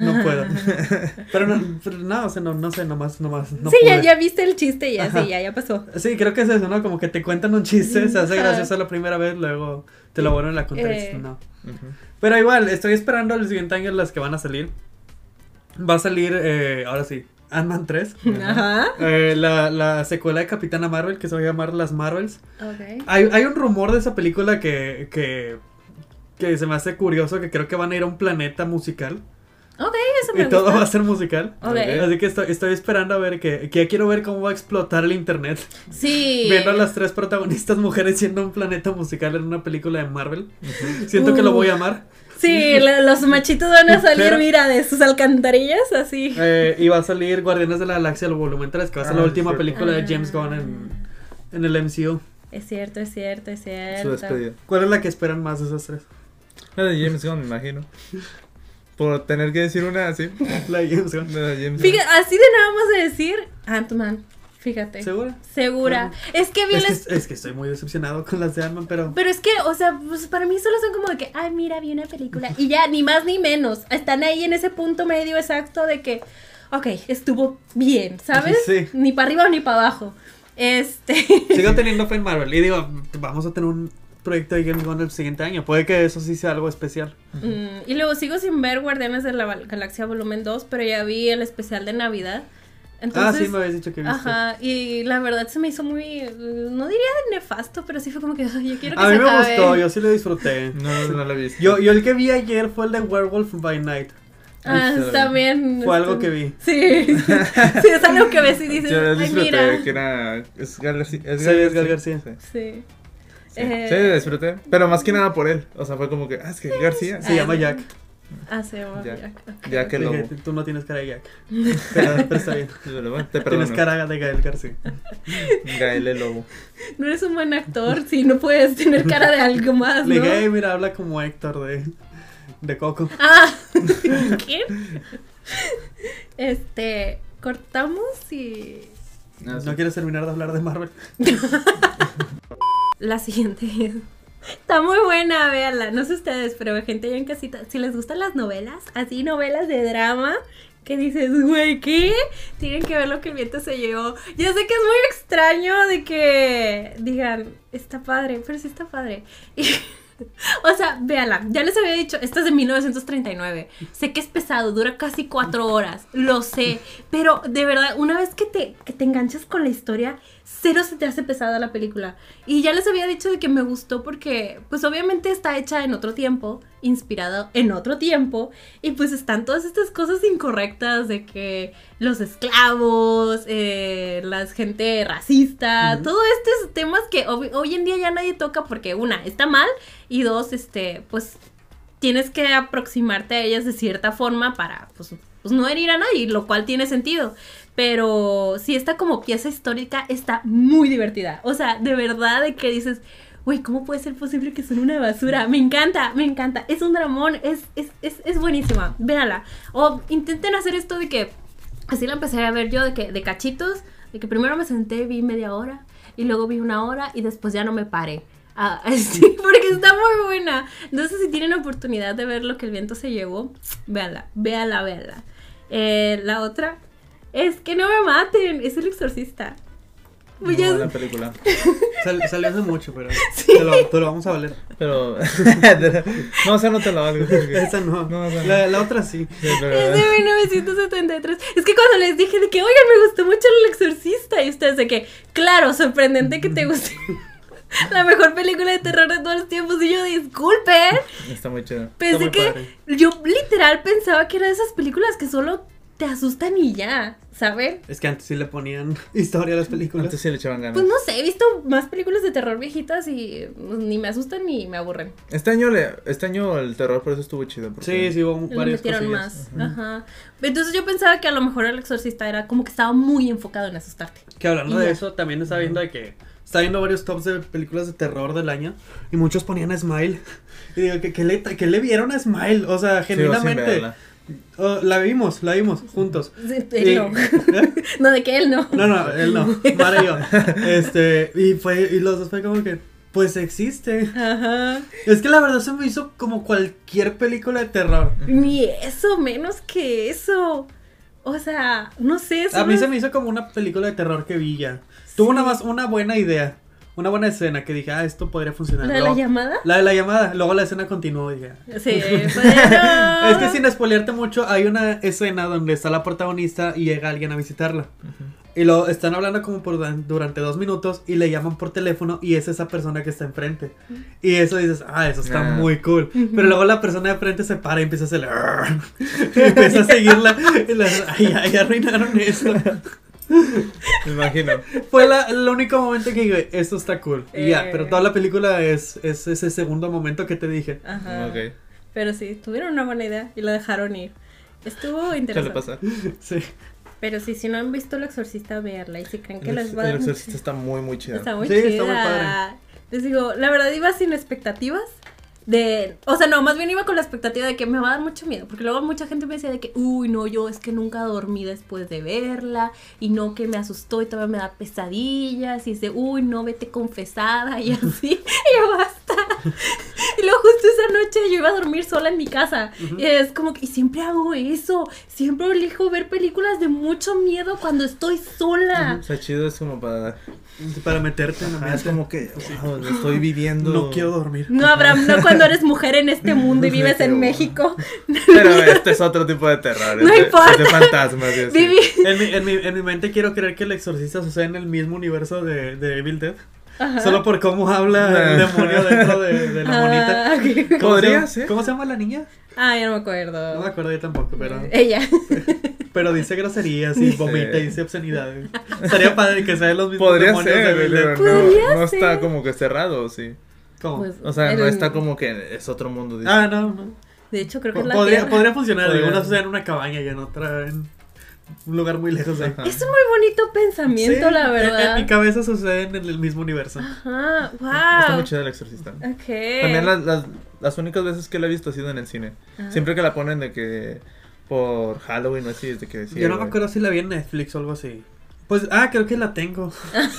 [SPEAKER 2] no puedo.
[SPEAKER 1] [LAUGHS]
[SPEAKER 2] pero no, pero no, o sea, no, no sé, nomás, nomás, no
[SPEAKER 1] sí, ya,
[SPEAKER 2] pude.
[SPEAKER 1] ya viste el chiste, ya, sí,
[SPEAKER 2] Ajá.
[SPEAKER 1] ya, ya pasó.
[SPEAKER 2] Sí, creo que es eso, ¿no? Como que te cuentan un chiste, se hace
[SPEAKER 1] Ajá.
[SPEAKER 2] gracioso la primera vez, luego te lo vuelven a contar y dices,
[SPEAKER 1] Eh.
[SPEAKER 2] no.
[SPEAKER 3] Ujú.
[SPEAKER 2] Pero igual, estoy esperando el siguiente año las que van a salir. Va a salir, eh, ahora sí,
[SPEAKER 1] [LAUGHS]
[SPEAKER 2] Ant-Man 3.
[SPEAKER 1] Ajá.
[SPEAKER 2] Eh, la, la secuela de Capitana Marvel, que se va a llamar Las Marvels.
[SPEAKER 1] Ok.
[SPEAKER 2] Hay, hay un rumor de esa película que, que, que se me hace curioso, que creo que van a ir a un planeta musical.
[SPEAKER 1] Ok, eso me
[SPEAKER 2] Y todo va a [LAUGHS]
[SPEAKER 1] gusta.
[SPEAKER 2] ser musical.
[SPEAKER 1] Ok.
[SPEAKER 2] Así que estoy, estoy esperando a ver que, que ya quiero ver cómo va a explotar el internet.
[SPEAKER 1] Sí.
[SPEAKER 2] Viendo a las tres protagonistas mujeres siendo un planeta musical en una película de Marvel. Siento que lo
[SPEAKER 1] Uh.
[SPEAKER 2] voy a amar. [LAUGHS]
[SPEAKER 1] Sí, la- los machitos van a salir,
[SPEAKER 2] Pero-
[SPEAKER 1] mira, de sus alcantarillas, así.
[SPEAKER 2] Eh, y va a salir Guardianes de la Galaxia, el volumen 3, que va a ser
[SPEAKER 3] Ah,
[SPEAKER 2] la
[SPEAKER 3] sí,
[SPEAKER 2] última
[SPEAKER 3] cierto.
[SPEAKER 2] película de James Gunn en, en el MCU.
[SPEAKER 1] Es cierto, es cierto, es
[SPEAKER 3] Su
[SPEAKER 1] cierto.
[SPEAKER 3] despedida.
[SPEAKER 2] ¿Cuál es la que esperan más de esas tres? [LAUGHS]
[SPEAKER 3] La de James Gunn, me imagino. Por tener que decir
[SPEAKER 2] [LAUGHS]
[SPEAKER 3] una así.
[SPEAKER 2] La de James Gunn.
[SPEAKER 3] La de James Gunn.
[SPEAKER 1] Fíjate, así de nada más de decir Ant-Man, fíjate.
[SPEAKER 2] ¿Segura?
[SPEAKER 1] Segura. Es que vi
[SPEAKER 2] Es
[SPEAKER 1] la-
[SPEAKER 2] que, es que estoy muy decepcionado con las de Ant-Man, pero...
[SPEAKER 1] Pero es que, o sea, pues para mí solo son como de que, ay, mira, vi una película. Y ya, ni más ni menos. Están ahí en ese punto medio exacto de que, ok, estuvo bien, ¿sabes?
[SPEAKER 2] Sí.
[SPEAKER 1] Ni para arriba ni para abajo. Este.
[SPEAKER 2] Sigo teniendo fe en Marvel y digo, vamos a tener un proyecto de Game Gunn el siguiente año. Puede que eso sí sea algo especial.
[SPEAKER 1] [LAUGHS] Mm, y luego sigo sin ver Guardianes de la Val- Galaxia Volumen 2, pero ya vi el especial de Navidad. Entonces,
[SPEAKER 2] ah, sí, me habías dicho que viste.
[SPEAKER 1] Ajá, y la verdad se me hizo muy, eh, no diría nefasto, pero sí fue como que, ay, yo quiero que
[SPEAKER 2] A
[SPEAKER 1] se
[SPEAKER 2] mí me
[SPEAKER 1] acabe.
[SPEAKER 2] gustó, yo sí lo disfruté.
[SPEAKER 3] No, no la vi.
[SPEAKER 2] Yo, yo el que vi ayer fue el de Werewolf by Night.
[SPEAKER 1] Ah,
[SPEAKER 3] Está
[SPEAKER 1] también.
[SPEAKER 2] Fue algo
[SPEAKER 1] este,
[SPEAKER 2] que vi.
[SPEAKER 1] Sí, [LAUGHS] sí, es algo que ves y dices,
[SPEAKER 3] Yo
[SPEAKER 1] ay,
[SPEAKER 3] disfruté
[SPEAKER 1] mira.
[SPEAKER 3] que era. Es García. Es
[SPEAKER 2] Sí, es Gael García.
[SPEAKER 3] Sí.
[SPEAKER 1] Sí.
[SPEAKER 3] Sí.
[SPEAKER 1] Eh,
[SPEAKER 3] Sí, disfruté. Pero más que nada por él. O sea, fue como que. Ah, es que García.
[SPEAKER 2] Se
[SPEAKER 1] Ah.
[SPEAKER 2] llama Jack.
[SPEAKER 1] Ah, se llama
[SPEAKER 3] Ya.
[SPEAKER 1] Jack, ok.
[SPEAKER 3] Ya que
[SPEAKER 2] Dije,
[SPEAKER 3] lo.
[SPEAKER 2] tú no tienes cara
[SPEAKER 1] [LAUGHS]
[SPEAKER 2] de Jack. Pero, pero está bien.
[SPEAKER 3] Te
[SPEAKER 2] Tienes
[SPEAKER 3] perdono.
[SPEAKER 2] cara de Gael García.
[SPEAKER 3] Gael el lobo.
[SPEAKER 1] No eres un buen actor si no puedes tener cara de algo más,
[SPEAKER 2] Le
[SPEAKER 1] ¿no?
[SPEAKER 2] dije, "Ey, mira, habla como Héctor de, de Coco.
[SPEAKER 3] [LAUGHS]
[SPEAKER 1] Ah, [LAUGHS] ¿qué? Este, cortamos y...
[SPEAKER 3] Ah, sí.
[SPEAKER 2] ¿No quieres terminar de hablar de Marvel?
[SPEAKER 1] La siguiente [LAUGHS] es Está muy buena, véanla. No sé ustedes, pero gente ya en casita, si les gustan las novelas, así novelas de drama, que dices, güey, ¿qué? Tienen que ver lo que el viento se llevó. Ya sé que es muy extraño de que digan, está padre, pero sí está padre. [LAUGHS] Y- o sea, véanla. Ya les había dicho, esta es de 1939. Sé que es pesado, dura casi cuatro horas, lo sé. Pero de verdad, una vez que te, que te enganchas con la historia, cero se te hace pesada la película. Y ya les había dicho de que me gustó porque, pues obviamente está hecha en otro tiempo, inspirada en otro tiempo. Y pues están todas estas cosas incorrectas de que los esclavos, eh, la gente racista,
[SPEAKER 2] Ujú.
[SPEAKER 1] todos estos temas que hoy, hoy en día ya nadie toca porque una, está mal y dos, este, pues tienes que aproximarte a ellas de cierta forma para, pues, pues, no herir a nadie, lo cual tiene sentido. Pero si esta como pieza histórica está muy divertida. O sea, de verdad de que dices, Güey, ¿cómo puede ser posible que son una basura? Me encanta, me encanta. Es un dramón, es, es, es, es buenísima. Véanla. O intenten hacer esto de que. Así la empecé a ver yo de que de cachitos. De que primero me senté, vi media hora. Y luego vi una hora y después ya no me paré. Ah, [LAUGHS] sí, porque está muy buena. Entonces, si tienen oportunidad de ver lo que el viento se llevó, véanla, véanla, véanla. Eh, la otra es que no me maten, es el exorcista.
[SPEAKER 3] Muy
[SPEAKER 1] Pues ya-
[SPEAKER 3] buena película.
[SPEAKER 2] Sal- salió hace mucho,
[SPEAKER 1] [LAUGHS]
[SPEAKER 2] pero te, lo, te lo vamos a valer.
[SPEAKER 3] Pero. [LAUGHS] no, o sea, no te la valgo. porque-
[SPEAKER 2] Esa no.
[SPEAKER 3] No, esa no.
[SPEAKER 2] la, la otra sí.
[SPEAKER 3] Sí, pero-
[SPEAKER 1] Es de 1973. Es que cuando les dije de que, oigan, me gustó mucho El Exorcista, y ustedes de que, claro, sorprendente que te guste [LAUGHS] la mejor película de terror de todos los tiempos. Y yo, disculpen,
[SPEAKER 3] Está muy chido.
[SPEAKER 2] Está
[SPEAKER 1] pensé
[SPEAKER 2] muy
[SPEAKER 1] que
[SPEAKER 2] padre.
[SPEAKER 1] yo literal pensaba que era de esas películas que solo te asustan y ya, ¿saben?
[SPEAKER 2] Es que antes sí le ponían [LAUGHS] historia a las películas.
[SPEAKER 3] Antes sí le echaban ganas.
[SPEAKER 1] Pues no sé, he visto más películas de terror viejitas y pues, ni me asustan ni me aburren.
[SPEAKER 3] Este año le, este año el terror por eso estuvo chido. porque-
[SPEAKER 2] Sí, sí, hubo
[SPEAKER 1] Lo
[SPEAKER 2] varias
[SPEAKER 1] metieron
[SPEAKER 2] cosillas.
[SPEAKER 1] más. Ajá. Entonces yo pensaba que a lo mejor el exorcista era como que estaba muy enfocado en asustarte.
[SPEAKER 2] Que hablando
[SPEAKER 1] Y
[SPEAKER 2] de
[SPEAKER 1] ya.
[SPEAKER 2] eso, también está viendo de que está viendo varios tops de películas de terror del año y muchos ponían a Smile. [LAUGHS] Y digo, ¿qué, qué le, qué le vieron a Smile? O sea,
[SPEAKER 3] Sí, o sin
[SPEAKER 2] genuinamente.
[SPEAKER 3] verla.
[SPEAKER 2] Oh, la vimos, la vimos juntos.
[SPEAKER 1] Sí,
[SPEAKER 2] Y-
[SPEAKER 1] él no. [LAUGHS]
[SPEAKER 2] ¿Eh?
[SPEAKER 1] No, de que él no.
[SPEAKER 2] [LAUGHS] No, no, él no, Mara y yo. Este, y fue, y los dos fue como que, pues existe.
[SPEAKER 1] Ajá.
[SPEAKER 2] Es que la verdad se me hizo como cualquier película de terror.
[SPEAKER 1] Ni eso, menos que eso. O sea, no sé.
[SPEAKER 2] A
[SPEAKER 1] solo-
[SPEAKER 2] mí se me hizo como una película de terror que vi ya. Tuvo una más, una buena idea, una buena escena que dije, ah, esto podría funcionar.
[SPEAKER 1] ¿La de la
[SPEAKER 2] Luego-
[SPEAKER 1] llamada?
[SPEAKER 2] La de la llamada, luego la escena continuó y ya. [LAUGHS]
[SPEAKER 1] Sí, pues, no.
[SPEAKER 2] Es que sin spoilearte mucho, hay una escena donde está la protagonista y llega alguien a visitarla. Y lo están hablando como por duran- durante dos minutos y le llaman por teléfono y es esa persona que está enfrente. Y eso dices, ah, eso está
[SPEAKER 3] Ah.
[SPEAKER 2] muy cool. Pero luego la persona de frente se para y empieza a hacerle... [LAUGHS] y empieza a seguirla. Y la, [LAUGHS] ay, ay, arruinaron eso.
[SPEAKER 3] Me imagino.
[SPEAKER 2] Fue la- el único momento que dije, esto está cool. Y ya,
[SPEAKER 1] Eh.
[SPEAKER 2] pero toda la película es, es ese segundo momento que te dije. [LAUGHS]
[SPEAKER 1] Ajá.
[SPEAKER 3] Ok.
[SPEAKER 1] Pero sí, tuvieron una buena idea y la dejaron ir. Estuvo
[SPEAKER 3] Suele
[SPEAKER 1] interesante.
[SPEAKER 3] pasar.
[SPEAKER 2] Sí.
[SPEAKER 1] Pero sí, si no han visto El Exorcista, verla. Y si creen que
[SPEAKER 3] El,
[SPEAKER 1] les
[SPEAKER 3] ex-
[SPEAKER 1] va a
[SPEAKER 3] el
[SPEAKER 1] dar
[SPEAKER 3] exorcista está muy, muy chido.
[SPEAKER 1] Está muy
[SPEAKER 2] Sí,
[SPEAKER 1] chida.
[SPEAKER 2] está muy padre.
[SPEAKER 1] Les digo, la verdad iba sin expectativas. De, o sea, no, más bien iba con la expectativa de que me va a dar mucho miedo, porque luego mucha gente me decía de que, uy, no, yo es que nunca dormí después de verla, y no, que me asustó y todavía me da pesadillas, y dice, uy, no, vete confesada, y así, [LAUGHS] y yo, basta. Y luego justo esa noche yo iba a dormir sola en mi casa, y es como que, y siempre hago eso, siempre elijo ver películas de mucho miedo cuando estoy sola.
[SPEAKER 3] O sea, chido es como para.
[SPEAKER 2] Para meterte en la
[SPEAKER 3] Ah, es
[SPEAKER 2] mente.
[SPEAKER 3] como que. wow, lo estoy viviendo.
[SPEAKER 2] No quiero dormir.
[SPEAKER 1] No, Abraham, no cuando eres mujer en este mundo y
[SPEAKER 3] Sí,
[SPEAKER 1] vives
[SPEAKER 3] pero
[SPEAKER 1] en
[SPEAKER 3] bueno.
[SPEAKER 1] México.
[SPEAKER 3] Pero este es otro tipo de terror.
[SPEAKER 1] No
[SPEAKER 3] es de,
[SPEAKER 1] importa.
[SPEAKER 3] es de fantasmas. y así.
[SPEAKER 1] Vivi.
[SPEAKER 2] En mi, en, mi, en mi mente quiero creer que el exorcista sucede en el mismo universo de, de Evil Dead. Solo por cómo habla el
[SPEAKER 3] Nah.
[SPEAKER 2] demonio dentro de, de la monita.
[SPEAKER 1] Ah, ok.
[SPEAKER 2] ¿Cómo se
[SPEAKER 3] Podría
[SPEAKER 2] llama-
[SPEAKER 3] ser.
[SPEAKER 2] ¿Cómo se llama la niña?
[SPEAKER 1] Ah, ya no me
[SPEAKER 2] No me
[SPEAKER 1] acuerdo.
[SPEAKER 2] acuerdo yo tampoco, pero,
[SPEAKER 1] Ella.
[SPEAKER 2] pero dice groserías y vomita y dice
[SPEAKER 3] [LAUGHS]
[SPEAKER 2] obscenidades. Estaría padre que sean los mismos
[SPEAKER 3] Podría
[SPEAKER 2] demonios
[SPEAKER 3] ser,
[SPEAKER 2] de Evil
[SPEAKER 3] pero
[SPEAKER 2] Dead.
[SPEAKER 1] Podría
[SPEAKER 3] no, no
[SPEAKER 1] ser.
[SPEAKER 3] está como que cerrado, sí.
[SPEAKER 2] ¿Cómo?
[SPEAKER 1] Pues,
[SPEAKER 3] O sea, no
[SPEAKER 1] el-
[SPEAKER 3] está como que es otro mundo. dice.
[SPEAKER 2] ah, no, no.
[SPEAKER 1] De hecho, creo que es la
[SPEAKER 2] Podría,
[SPEAKER 1] Tierra.
[SPEAKER 2] podría funcionar.
[SPEAKER 3] Podría.
[SPEAKER 2] Una sucede en una cabaña y en otra en un lugar muy lejos de ahí.
[SPEAKER 3] Ajá.
[SPEAKER 1] Es un muy bonito pensamiento,
[SPEAKER 2] Sí, e-
[SPEAKER 1] la
[SPEAKER 2] en-
[SPEAKER 1] verdad.
[SPEAKER 2] En, mi cabeza suceden en el mismo universo.
[SPEAKER 1] Ajá,
[SPEAKER 3] Está muy
[SPEAKER 1] wow.
[SPEAKER 3] chido el exorcista.
[SPEAKER 1] Ah. Ok.
[SPEAKER 3] También las, las, las únicas veces que la he visto ha sido en el cine.
[SPEAKER 1] Ah.
[SPEAKER 3] Siempre que la ponen de que por Halloween o así, es de que sí,
[SPEAKER 2] Yo no me
[SPEAKER 3] güey.
[SPEAKER 2] acuerdo si la vi en Netflix o algo así. Pues,
[SPEAKER 1] [LAUGHS]
[SPEAKER 2] ah, creo que la tengo.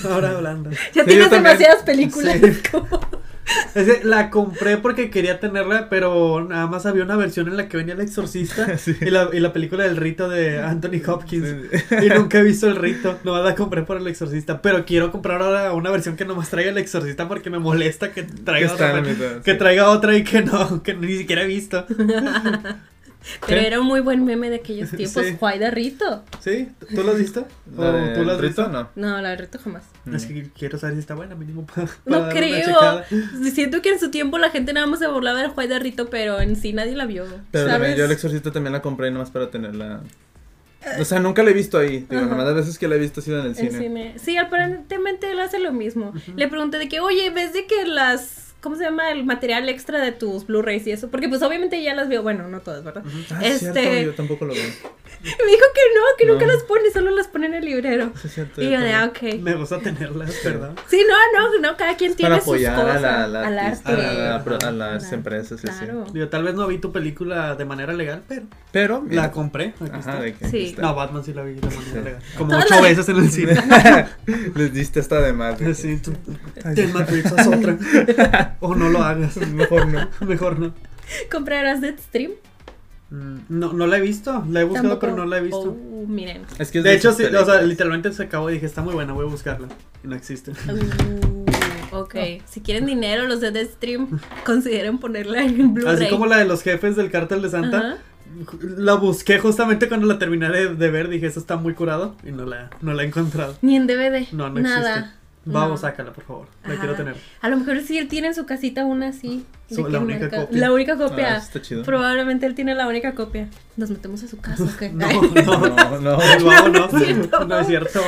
[SPEAKER 2] Ahora hablando.
[SPEAKER 1] Ya
[SPEAKER 3] Sí,
[SPEAKER 1] tienes
[SPEAKER 3] yo también.
[SPEAKER 1] demasiadas películas.
[SPEAKER 2] Sí.
[SPEAKER 1] [LAUGHS] como-
[SPEAKER 2] Es que la compré porque quería tenerla, pero nada más había una versión en la que venía El Exorcista
[SPEAKER 3] [LAUGHS] Sí.
[SPEAKER 2] y, la, y la película del rito de Anthony Hopkins. [LAUGHS]
[SPEAKER 3] Sí.
[SPEAKER 2] Y nunca he visto el rito, nomás la compré por el exorcista. Pero quiero comprar ahora una versión que nomás traiga el exorcista porque me molesta que
[SPEAKER 3] Que
[SPEAKER 2] traiga,
[SPEAKER 3] está
[SPEAKER 2] otra,
[SPEAKER 3] en la mitad,
[SPEAKER 2] que
[SPEAKER 3] sí.
[SPEAKER 2] traiga otra y que no, que ni siquiera he visto.
[SPEAKER 1] Pero
[SPEAKER 2] ¿Qué?
[SPEAKER 1] era un muy buen meme de aquellos tiempos.
[SPEAKER 2] Sí.
[SPEAKER 1] Juay de Rito.
[SPEAKER 2] ¿Sí? ¿Tú lo has visto? ¿O
[SPEAKER 3] ¿La de
[SPEAKER 2] tú lo has
[SPEAKER 3] Rito
[SPEAKER 2] visto?
[SPEAKER 3] no?
[SPEAKER 1] No, la de Rito jamás.
[SPEAKER 2] Es que quiero saber si está buena, mínimo pa- para,
[SPEAKER 1] No
[SPEAKER 2] darle una
[SPEAKER 1] creo.
[SPEAKER 2] checada.
[SPEAKER 1] Siento que en su tiempo la gente nada más se burlaba del Juay de Rito, pero en sí nadie la vio.
[SPEAKER 3] Pero
[SPEAKER 1] ¿sabes?
[SPEAKER 3] también yo el exorcista también la compré nomás para tenerla. O sea, nunca la he visto ahí. Digo,
[SPEAKER 1] Ajá.
[SPEAKER 3] nomás las veces que la he visto ha sido en el
[SPEAKER 1] En
[SPEAKER 3] cine.
[SPEAKER 1] cine. Sí, aparentemente él hace lo mismo. Le pregunté de que, oye, ves de que las. ¿Cómo se llama? El material extra de tus Blu-rays y eso. Porque, pues, obviamente ya las vio. Bueno, no todas, ¿verdad?
[SPEAKER 3] Ah,
[SPEAKER 1] Este-
[SPEAKER 3] cierto, yo tampoco lo veo.
[SPEAKER 1] Y me dijo que no, que nunca
[SPEAKER 3] No.
[SPEAKER 1] las pone, solo las pone en el librero.
[SPEAKER 3] Sí, es cierto,
[SPEAKER 1] Y
[SPEAKER 3] yo
[SPEAKER 1] yo de,
[SPEAKER 3] también.
[SPEAKER 1] ah, ok.
[SPEAKER 2] Me gusta tenerlas, ¿verdad?
[SPEAKER 1] Sí, no, no, no, cada quien tiene
[SPEAKER 3] Para
[SPEAKER 1] sus
[SPEAKER 3] apoyar
[SPEAKER 1] cosas.
[SPEAKER 3] a, la, a la
[SPEAKER 1] al
[SPEAKER 3] artista,
[SPEAKER 1] arte.
[SPEAKER 3] a, la- pro- a las
[SPEAKER 1] Claro,
[SPEAKER 3] empresas, sí, sí.
[SPEAKER 1] Claro.
[SPEAKER 2] Yo tal vez no vi tu película de manera legal, pero
[SPEAKER 3] Pero, mira,
[SPEAKER 2] la compré. Aquí
[SPEAKER 3] Ajá,
[SPEAKER 2] está.
[SPEAKER 3] de que
[SPEAKER 1] Sí.
[SPEAKER 3] aquí está.
[SPEAKER 2] No, Batman sí la vi de manera legal. Como
[SPEAKER 1] Todas
[SPEAKER 2] ocho
[SPEAKER 1] las-
[SPEAKER 2] veces en el cine.
[SPEAKER 3] [LAUGHS] Les diste hasta de más. de que-
[SPEAKER 2] Sí, tú, te Matrix, haz otra. O no lo hagas.
[SPEAKER 3] Mejor no.
[SPEAKER 2] [LAUGHS] Mejor no.
[SPEAKER 1] ¿Comprarás Deadstream?
[SPEAKER 2] Mm, No, no la he visto. La he buscado,
[SPEAKER 1] Tampoco.
[SPEAKER 2] pero no la he visto.
[SPEAKER 1] Oh, miren.
[SPEAKER 3] Es que es
[SPEAKER 2] De hecho,
[SPEAKER 3] esas
[SPEAKER 2] sí, o sea,
[SPEAKER 3] películas.
[SPEAKER 2] literalmente se acabó y dije, está muy buena, voy a buscarla. Y no existe.
[SPEAKER 1] Uh, ok. Si quieren dinero, los de
[SPEAKER 2] [LAUGHS]
[SPEAKER 1] Deadstream, consideren ponerla en Blu-ray.
[SPEAKER 2] Así como la de los jefes del cártel de Santa,
[SPEAKER 1] Ajá.
[SPEAKER 2] la busqué justamente cuando la terminé de, de ver, dije, eso está muy curado y no la, no la he encontrado.
[SPEAKER 1] Ni en DVD.
[SPEAKER 2] No, no existe.
[SPEAKER 1] Nada.
[SPEAKER 2] Vamos,
[SPEAKER 1] No.
[SPEAKER 2] sácala, por favor. La
[SPEAKER 1] Ajá.
[SPEAKER 2] quiero tener.
[SPEAKER 1] [LAUGHS] A lo mejor sí él tiene en su casita una así. de
[SPEAKER 2] Su-
[SPEAKER 1] que
[SPEAKER 2] la
[SPEAKER 1] en
[SPEAKER 2] única
[SPEAKER 1] mercado-
[SPEAKER 2] copia.
[SPEAKER 1] La única
[SPEAKER 3] Ah,
[SPEAKER 1] copia.
[SPEAKER 3] está chido.
[SPEAKER 1] Probablemente él tiene la única copia. ¿Nos metemos a su
[SPEAKER 2] [LAUGHS]
[SPEAKER 1] casa o qué?
[SPEAKER 2] No,
[SPEAKER 3] No,
[SPEAKER 2] no.
[SPEAKER 3] no, no.
[SPEAKER 2] Vamos,
[SPEAKER 1] no es
[SPEAKER 2] no.
[SPEAKER 1] cierto.
[SPEAKER 2] No es cierto.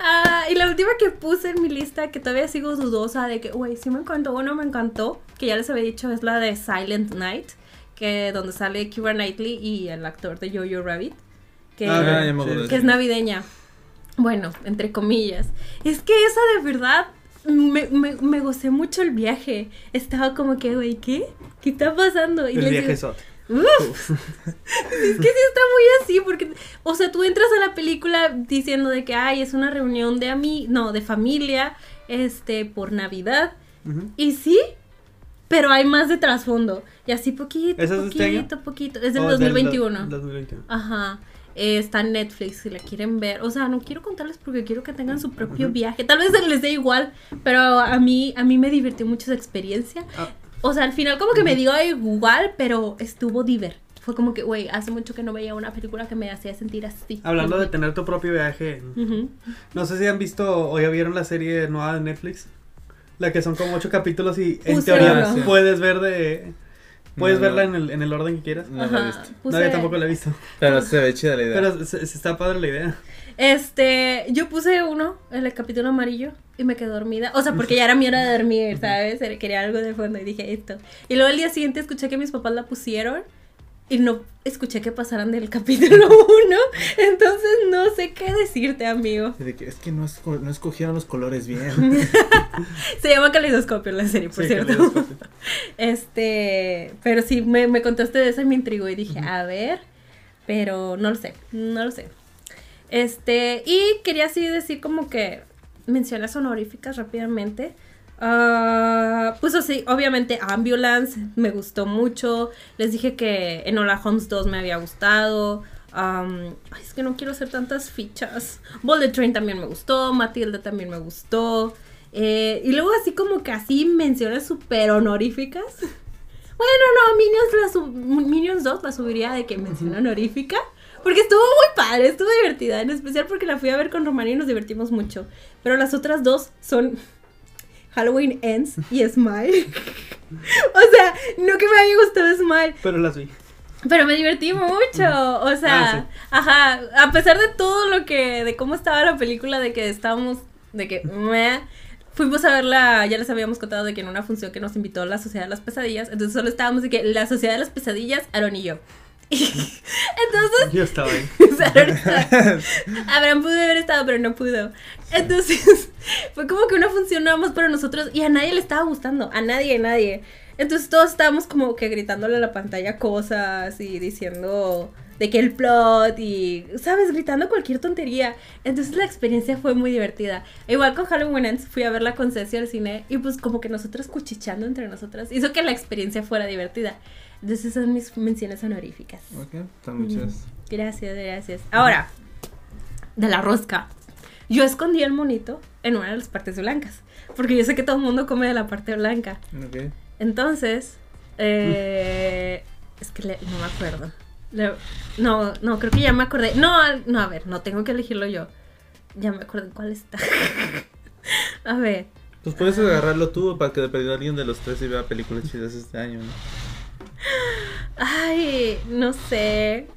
[SPEAKER 1] Ah, y la última que puse en mi lista, que todavía sigo dudosa de que, güey, sí me encantó o no me encantó, que ya les había dicho, es la de Silent Night, que donde sale Kira Knightley y el actor de Jojo Rabbit, que,
[SPEAKER 2] Ah,
[SPEAKER 3] Ah,
[SPEAKER 2] ok.
[SPEAKER 3] ya me acuerdo.
[SPEAKER 1] que es navideña. Bueno, entre comillas. Es que esa de verdad me, me, me gocé mucho el viaje. Estaba como que, güey, ¿qué? ¿Qué está pasando? [LAUGHS] Y
[SPEAKER 2] El
[SPEAKER 1] les
[SPEAKER 2] viaje
[SPEAKER 1] digo,
[SPEAKER 2] es otro.
[SPEAKER 1] Uf. es que sí está muy así, porque, o sea, tú entras a la película diciendo de que, ay, es una reunión de ami no, de familia, este, por Navidad,
[SPEAKER 2] Ujú.
[SPEAKER 1] y sí, pero hay más de trasfondo, y así poquito,
[SPEAKER 2] ¿Esa es de este año?
[SPEAKER 1] poquito, poquito, es del
[SPEAKER 2] Oh,
[SPEAKER 1] 2021.
[SPEAKER 2] do- 2021.
[SPEAKER 1] Ajá. Eh, está en Netflix si la quieren ver. O sea, no quiero contarles porque quiero que tengan su propio
[SPEAKER 2] Ujú.
[SPEAKER 1] viaje. Tal vez les dé igual, pero a mí, a mí me divirtió mucho esa experiencia.
[SPEAKER 2] Ah.
[SPEAKER 1] O sea, al final como que me dio igual, pero estuvo diver. Fue como que, güey, hace mucho que no veía una película que me hacía sentir así.
[SPEAKER 2] Hablando de tener tu propio viaje,
[SPEAKER 1] Ujú.
[SPEAKER 2] no sé si han visto o ya vieron la serie nueva de Netflix, la que son como ocho capítulos y en
[SPEAKER 1] Puse
[SPEAKER 2] teoría
[SPEAKER 3] uno.
[SPEAKER 2] puedes ver de puedes
[SPEAKER 3] No,
[SPEAKER 2] verla
[SPEAKER 3] no.
[SPEAKER 2] en el, en el orden que quieras.
[SPEAKER 3] No la he
[SPEAKER 1] Ajá,
[SPEAKER 3] visto.
[SPEAKER 1] puse-
[SPEAKER 2] Nadie tampoco la he
[SPEAKER 3] [LAUGHS]
[SPEAKER 2] visto,
[SPEAKER 3] Pero se ve chida la idea.
[SPEAKER 2] pero se, se está padre la idea.
[SPEAKER 1] Este, yo puse uno, el capítulo amarillo, y me quedé dormida. O sea, porque ya era mi hora de dormir, ¿sabes? Era- Quería algo de fondo y dije esto. Y luego al día siguiente escuché que mis papás la pusieron y no escuché que pasaran del capítulo 1. Entonces no sé qué decirte, amigo.
[SPEAKER 3] Y de que, es que no, esco- no escogieron los
[SPEAKER 1] [LAUGHS]
[SPEAKER 3] colores bien.
[SPEAKER 1] Se llama Caleidoscopio la serie, por
[SPEAKER 2] Sí, que
[SPEAKER 1] cierto.
[SPEAKER 2] leas, Pati.
[SPEAKER 1] [LAUGHS] Este, pero sí, me, me contaste de eso y me intrigó y dije, a ver, pero no lo sé, no lo sé. Este, y quería así decir como que menciones honoríficas rápidamente. Ah, pues así, obviamente Ambulance me gustó mucho. Les dije que en Hola Homes 2 me había gustado. Am, ay, es que no quiero hacer tantas fichas. Bullet Train también me gustó. Matilda también me gustó. Eh, y luego así como que así menciones súper honoríficas. Bueno, no, Minions, la sub- Minions 2 la subiría de que mención honorífica. Porque estuvo muy padre, estuvo divertida. En especial porque la fui a ver con Román y nos divertimos mucho. Pero las otras dos son Halloween Ends y Smile. [LAUGHS] o sea, no que me haya gustado Smile,
[SPEAKER 2] Pero las vi.
[SPEAKER 1] pero me divertí mucho, o sea, ajá, a pesar de todo lo que, de cómo estaba la película, de que estábamos, de que, meh, fuimos a verla, ya les habíamos contado de que en una función que nos invitó la Sociedad de las Pesadillas, entonces solo estábamos de que la Sociedad de las Pesadillas, Aaron y yo. [LAUGHS] entonces,
[SPEAKER 2] Yo estaba ahí.
[SPEAKER 1] [LAUGHS] Aaron estaba- Abraham pudo haber estado, pero no pudo. Entonces, [LAUGHS] fue como que una función nada más para nosotros y a nadie le estaba gustando, a nadie, a nadie. Entonces todos estábamos como que gritándole a la pantalla cosas y diciendo de que el plot y, ¿sabes? Gritando cualquier tontería. Entonces la experiencia fue muy divertida. E igual con Halloween Ends fui a ver la concesionaria al cine y pues como que nosotras cuchichando entre nosotras hizo que la experiencia fuera divertida. Entonces son mis menciones honoríficas.
[SPEAKER 3] Ok, están muchas.
[SPEAKER 1] Mm, Gracias, gracias. Ahora, de la rosca. Yo escondí el monito en una de las partes blancas, porque yo sé que todo el mundo come de la parte blanca.
[SPEAKER 3] Ok.
[SPEAKER 1] Entonces, eh, es que le- no me acuerdo. Le- no, no, creo que ya me acordé. No, no, a ver, no tengo que elegirlo yo. Ya me acordé cuál está. [LAUGHS] a ver,
[SPEAKER 3] Pues puedes agarrarlo tú para que de perdido alguien de los tres y vea películas chidas este año, ¿no?
[SPEAKER 1] ay, no sé.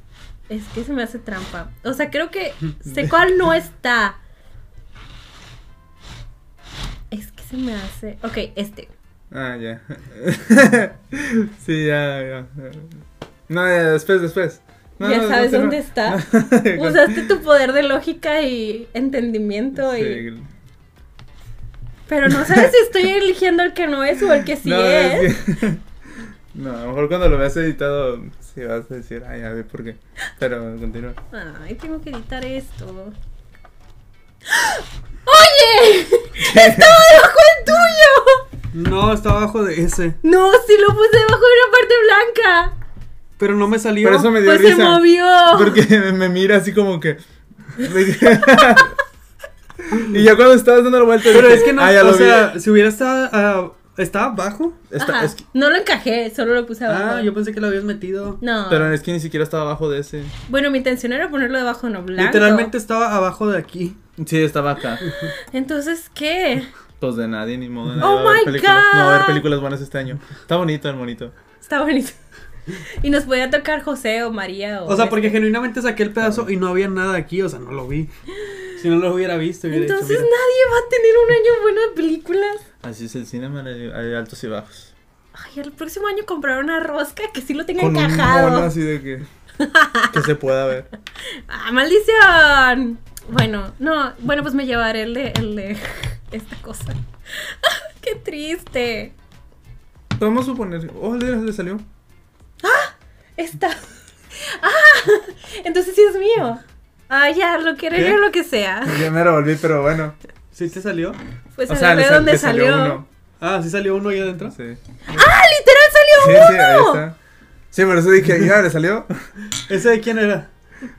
[SPEAKER 1] Es que se me hace trampa. O sea, creo que
[SPEAKER 3] [LAUGHS]
[SPEAKER 1] sé cuál no está. Es que se me hace. Ok, este.
[SPEAKER 3] Ah, ya. [LAUGHS] sí, ya, ya. No, ya, después, después. No,
[SPEAKER 1] ya
[SPEAKER 3] no,
[SPEAKER 1] sabes
[SPEAKER 3] no, no.
[SPEAKER 1] dónde
[SPEAKER 3] [LAUGHS]
[SPEAKER 1] está. [LAUGHS] Pues
[SPEAKER 3] No.
[SPEAKER 1] Usaste tu poder de lógica y entendimiento y
[SPEAKER 3] Sí.
[SPEAKER 1] Pero no sabes si estoy eligiendo el que no es o el que sí
[SPEAKER 3] No,
[SPEAKER 1] es.
[SPEAKER 3] es que- [LAUGHS] No, a lo mejor cuando lo veas editado, sí vas a decir, ay, ya ve por qué. Pero continúa.
[SPEAKER 1] Ay, tengo que editar esto. ¡Ah! ¡Oye! ¡Estaba debajo del tuyo!
[SPEAKER 2] No, está abajo de ese.
[SPEAKER 1] No, sí lo puse debajo de una parte blanca.
[SPEAKER 2] Pero no me salió.
[SPEAKER 3] Por eso me dio
[SPEAKER 1] Pues
[SPEAKER 3] risa.
[SPEAKER 1] se movió. [LAUGHS]
[SPEAKER 3] Porque me, me mira así como que. [LAUGHS] y ya cuando estabas dando la vuelta.
[SPEAKER 2] Pero
[SPEAKER 3] dije,
[SPEAKER 2] es que no,
[SPEAKER 3] "Ah, ya
[SPEAKER 2] o
[SPEAKER 3] lo vi".
[SPEAKER 2] sea, si hubiera estado, ah, estaba abajo.
[SPEAKER 3] Está-
[SPEAKER 1] Ajá,
[SPEAKER 3] es que-
[SPEAKER 1] No lo encajé, solo lo puse abajo.
[SPEAKER 2] Ah, yo pensé que lo habías metido.
[SPEAKER 1] No.
[SPEAKER 3] pero es que ni siquiera estaba abajo de ese.
[SPEAKER 1] Bueno, mi intención era ponerlo debajo, no blanco.
[SPEAKER 2] Literalmente estaba abajo de aquí.
[SPEAKER 3] Sí, estaba acá.
[SPEAKER 1] Entonces, ¿qué?
[SPEAKER 3] Pues de nadie, ni modo. nadie
[SPEAKER 1] Oh
[SPEAKER 3] va a ver
[SPEAKER 1] my
[SPEAKER 3] películas. No va a
[SPEAKER 1] God.
[SPEAKER 3] ver películas buenas este año. Está bonito el monito.
[SPEAKER 1] Está bonito. Y nos podía tocar José o María o. este.
[SPEAKER 2] O sea, porque genuinamente saqué el pedazo y no había nada aquí, o sea, no lo vi. Si no lo hubiera visto, hubiera dicho,
[SPEAKER 1] Entonces
[SPEAKER 2] "Mira".
[SPEAKER 1] nadie va a tener un año bueno de películas.
[SPEAKER 3] Así es el cine, man, hay hay altos y bajos.
[SPEAKER 1] Ay, el próximo año comprar una rosca que sí lo tenga
[SPEAKER 3] Con un mono
[SPEAKER 1] encajado.
[SPEAKER 3] así de
[SPEAKER 1] [LAUGHS]
[SPEAKER 3] que. Que se pueda ver.
[SPEAKER 1] ¡Ah, maldición! Bueno, no, bueno, pues me llevaré el de, el de [LAUGHS] esta cosa. [LAUGHS] ¡Qué triste!
[SPEAKER 3] Vamos a suponer. Oh, mira, le salió.
[SPEAKER 1] Esta. [LAUGHS] ¡Ah! Entonces sí es mío. Ah, ya, lo que
[SPEAKER 3] ¿Qué?
[SPEAKER 1] era lo que sea.
[SPEAKER 3] Ya me lo volví, pero bueno.
[SPEAKER 2] ¿Sí te salió?
[SPEAKER 1] Pues
[SPEAKER 3] o
[SPEAKER 1] a
[SPEAKER 3] sea,
[SPEAKER 1] ver
[SPEAKER 3] le,
[SPEAKER 1] de
[SPEAKER 3] sal-
[SPEAKER 1] dónde
[SPEAKER 3] le
[SPEAKER 1] salió.
[SPEAKER 3] salió uno.
[SPEAKER 2] Ah, sí salió uno ahí adentro.
[SPEAKER 3] Sí.
[SPEAKER 1] ¡Ah, literal
[SPEAKER 3] [LAUGHS] Sí,
[SPEAKER 1] salió
[SPEAKER 3] sí, ahí
[SPEAKER 1] uno!
[SPEAKER 3] está. Sí, por eso dije, ya le salió.
[SPEAKER 2] ¿Ese de quién era?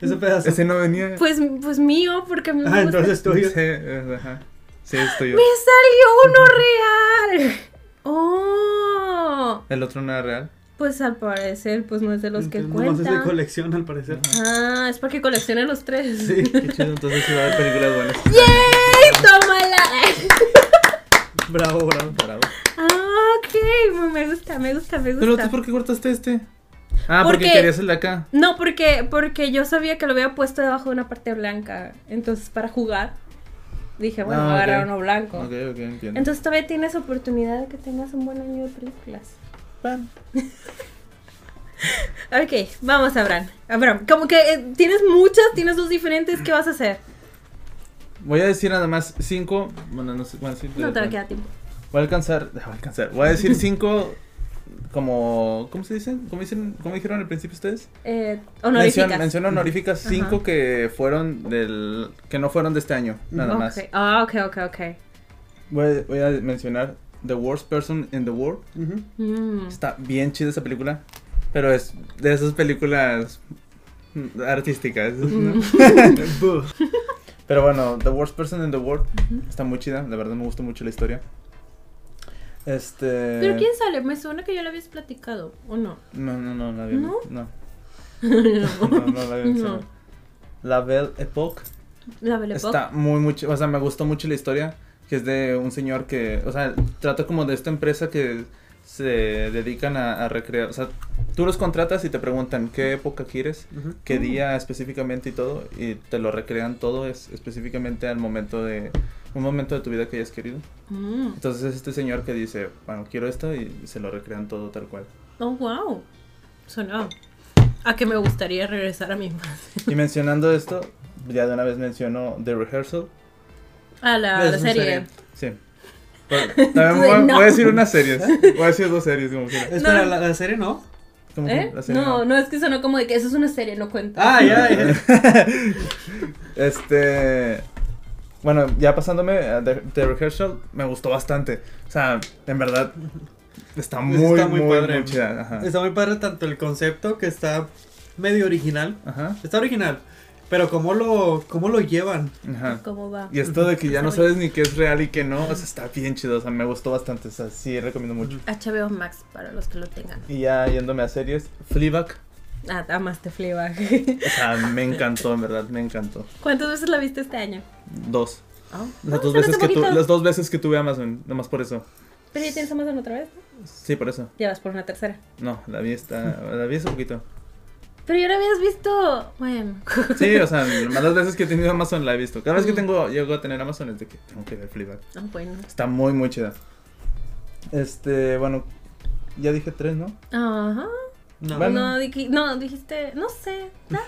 [SPEAKER 2] Ese pedazo.
[SPEAKER 3] Ese no venía.
[SPEAKER 1] Pues, pues mío, porque a mí me
[SPEAKER 2] Ah,
[SPEAKER 1] gusta.
[SPEAKER 2] entonces tuyo.
[SPEAKER 3] Sí, eh, ajá. Sí, es tuyo.
[SPEAKER 1] ¡Me salió uno real! ¡Oh!
[SPEAKER 3] El otro no era real.
[SPEAKER 1] Pues al parecer, pues no es de los que
[SPEAKER 2] Entonces, nomás es de
[SPEAKER 1] cuentan.
[SPEAKER 2] colección, al parecer.
[SPEAKER 1] Ah, es para que coleccionen los tres.
[SPEAKER 2] Sí.
[SPEAKER 3] Qué chido, entonces sí va a haber películas buenas.
[SPEAKER 1] ¡Yay! ¡Tómala!
[SPEAKER 2] Bravo, bravo.
[SPEAKER 3] Bravo.
[SPEAKER 1] Ah, ok, me gusta, me gusta, me
[SPEAKER 3] Pero tú,
[SPEAKER 1] gusta.
[SPEAKER 3] ¿por qué cortaste este? Ah,
[SPEAKER 1] ¿Por
[SPEAKER 3] porque
[SPEAKER 1] qué?
[SPEAKER 3] querías el de acá.
[SPEAKER 1] No, porque, porque yo sabía que lo había puesto debajo de una parte blanca. Entonces, para jugar, dije, bueno,
[SPEAKER 3] Ah,
[SPEAKER 1] voy a agarrar
[SPEAKER 3] ok.
[SPEAKER 1] uno blanco.
[SPEAKER 3] Ok, ok, entiendo.
[SPEAKER 1] Entonces, todavía tienes oportunidad de que tengas un buen año de películas.
[SPEAKER 3] Pam.
[SPEAKER 1] Ok, vamos, Abraham. Abraham, como que eh, tienes muchas, tienes dos diferentes, ¿qué vas a hacer?
[SPEAKER 3] Voy a decir nada más cinco. Bueno, no sé. Bueno, sí,
[SPEAKER 1] No te va a
[SPEAKER 3] bueno.
[SPEAKER 1] quedar tiempo.
[SPEAKER 3] Voy a alcanzar. Voy a alcanzar. Voy a decir
[SPEAKER 1] [LAUGHS]
[SPEAKER 3] cinco. Como. ¿Cómo se dicen? ¿Cómo, dicen? ¿Cómo dijeron al principio ustedes?
[SPEAKER 1] Eh,
[SPEAKER 3] Mención,
[SPEAKER 1] honoríficas.
[SPEAKER 3] mención honoríficas
[SPEAKER 1] Ajá.
[SPEAKER 3] cinco que fueron del. que no fueron de este año, nada
[SPEAKER 1] Ok.
[SPEAKER 3] más.
[SPEAKER 1] Ah, ok, ok, ok.
[SPEAKER 3] Voy, voy a mencionar The Worst Person in the World.
[SPEAKER 2] Ujú.
[SPEAKER 1] Mm.
[SPEAKER 3] Está bien chida esa película, pero es de esas películas mm, artísticas. ¿no? [LAUGHS]
[SPEAKER 1] Mm.
[SPEAKER 2] Buh.
[SPEAKER 3] Pero bueno, The Worst Person in the World está muy chida, la verdad me gustó mucho la historia. Este.
[SPEAKER 1] Pero quién sale, me suena que ya lo habías platicado, ¿o no?
[SPEAKER 3] No, no, no, la vi. No,
[SPEAKER 1] ¿No?
[SPEAKER 3] no,
[SPEAKER 1] [LAUGHS] no.
[SPEAKER 3] no, no la vi.
[SPEAKER 1] No.
[SPEAKER 3] La Belle Epoque
[SPEAKER 1] La Belle Époque.
[SPEAKER 3] Está muy, muy, ch- o sea, me gustó mucho la historia, que es de un señor que, o sea, trata como de esta empresa que se dedican a, a recrear, o sea, tú los contratas y te preguntan qué época quieres,
[SPEAKER 2] Ujú.
[SPEAKER 3] qué día específicamente y todo, y te lo recrean todo es, específicamente al momento de, un momento de tu vida que hayas querido.
[SPEAKER 1] Mm.
[SPEAKER 3] Entonces es este señor que dice, bueno, quiero esto y se lo recrean todo tal cual.
[SPEAKER 1] Oh, wow. Suena a que me gustaría regresar a mi infancia.
[SPEAKER 3] Y mencionando esto, ya de una vez menciono The Rehearsal,
[SPEAKER 1] A la,
[SPEAKER 3] Es
[SPEAKER 1] la
[SPEAKER 3] una
[SPEAKER 1] serie.
[SPEAKER 3] Sí. Pero también
[SPEAKER 1] Tú de [LAUGHS]
[SPEAKER 3] voy, a-
[SPEAKER 1] no.
[SPEAKER 3] voy a decir unas series. Voy a decir dos series, como quiera.
[SPEAKER 2] Espera,
[SPEAKER 1] No.
[SPEAKER 2] la, la serie no.
[SPEAKER 3] Como
[SPEAKER 1] ¿Eh?
[SPEAKER 3] que la serie
[SPEAKER 1] No, no, es que sonó como de que eso es una serie, no cuenta.
[SPEAKER 2] Ah, ya, ya.
[SPEAKER 3] [LAUGHS] este. Bueno, ya pasándome a The, The Rehearsal, me gustó bastante. O sea, en verdad, está muy,
[SPEAKER 2] está
[SPEAKER 3] muy,
[SPEAKER 2] muy, padre.
[SPEAKER 3] muy chida. Ajá.
[SPEAKER 2] Está muy padre tanto el concepto que está medio original.
[SPEAKER 3] Ajá.
[SPEAKER 2] Está original. Pero cómo lo, cómo lo llevan.
[SPEAKER 3] Ajá.
[SPEAKER 1] ¿Cómo va?
[SPEAKER 3] Y esto de que ya no sabes ni qué es real y qué no, o sea, está bien chido. O sea, me gustó bastante. O sea, sí, recomiendo mucho.
[SPEAKER 1] HBO Max para los que lo tengan.
[SPEAKER 3] Y ya yéndome a series, Fleabag.
[SPEAKER 1] Ah, [LAUGHS] amaste Fleabag.
[SPEAKER 3] O sea, me encantó, en verdad, me encantó.
[SPEAKER 1] ¿Cuántas veces la viste este año?
[SPEAKER 3] Dos.
[SPEAKER 1] Ah,
[SPEAKER 3] Las,
[SPEAKER 1] ah,
[SPEAKER 3] dos,
[SPEAKER 1] se me hace
[SPEAKER 3] veces que tu-
[SPEAKER 1] poquito.
[SPEAKER 3] las dos veces que tuve Amazon, nomás por eso.
[SPEAKER 1] Pero ya tienes Amazon otra vez.
[SPEAKER 3] Sí, por eso.
[SPEAKER 1] Ya vas por una tercera.
[SPEAKER 3] No, la vi, esta, la vi hace poquito.
[SPEAKER 1] Pero ya la habías visto. Bueno.
[SPEAKER 3] Sí, o sea, más las veces que he tenido Amazon la he visto. Cada vez que tengo, llego a tener Amazon es de que tengo que ver Fleabag.
[SPEAKER 1] [LAUGHS] Ah, bueno.
[SPEAKER 3] Está muy, muy chida. Este, bueno, ya dije tres, ¿no?
[SPEAKER 1] Ajá.
[SPEAKER 2] No.
[SPEAKER 3] Bueno.
[SPEAKER 1] No, dije- no, dijiste. No sé. Nada.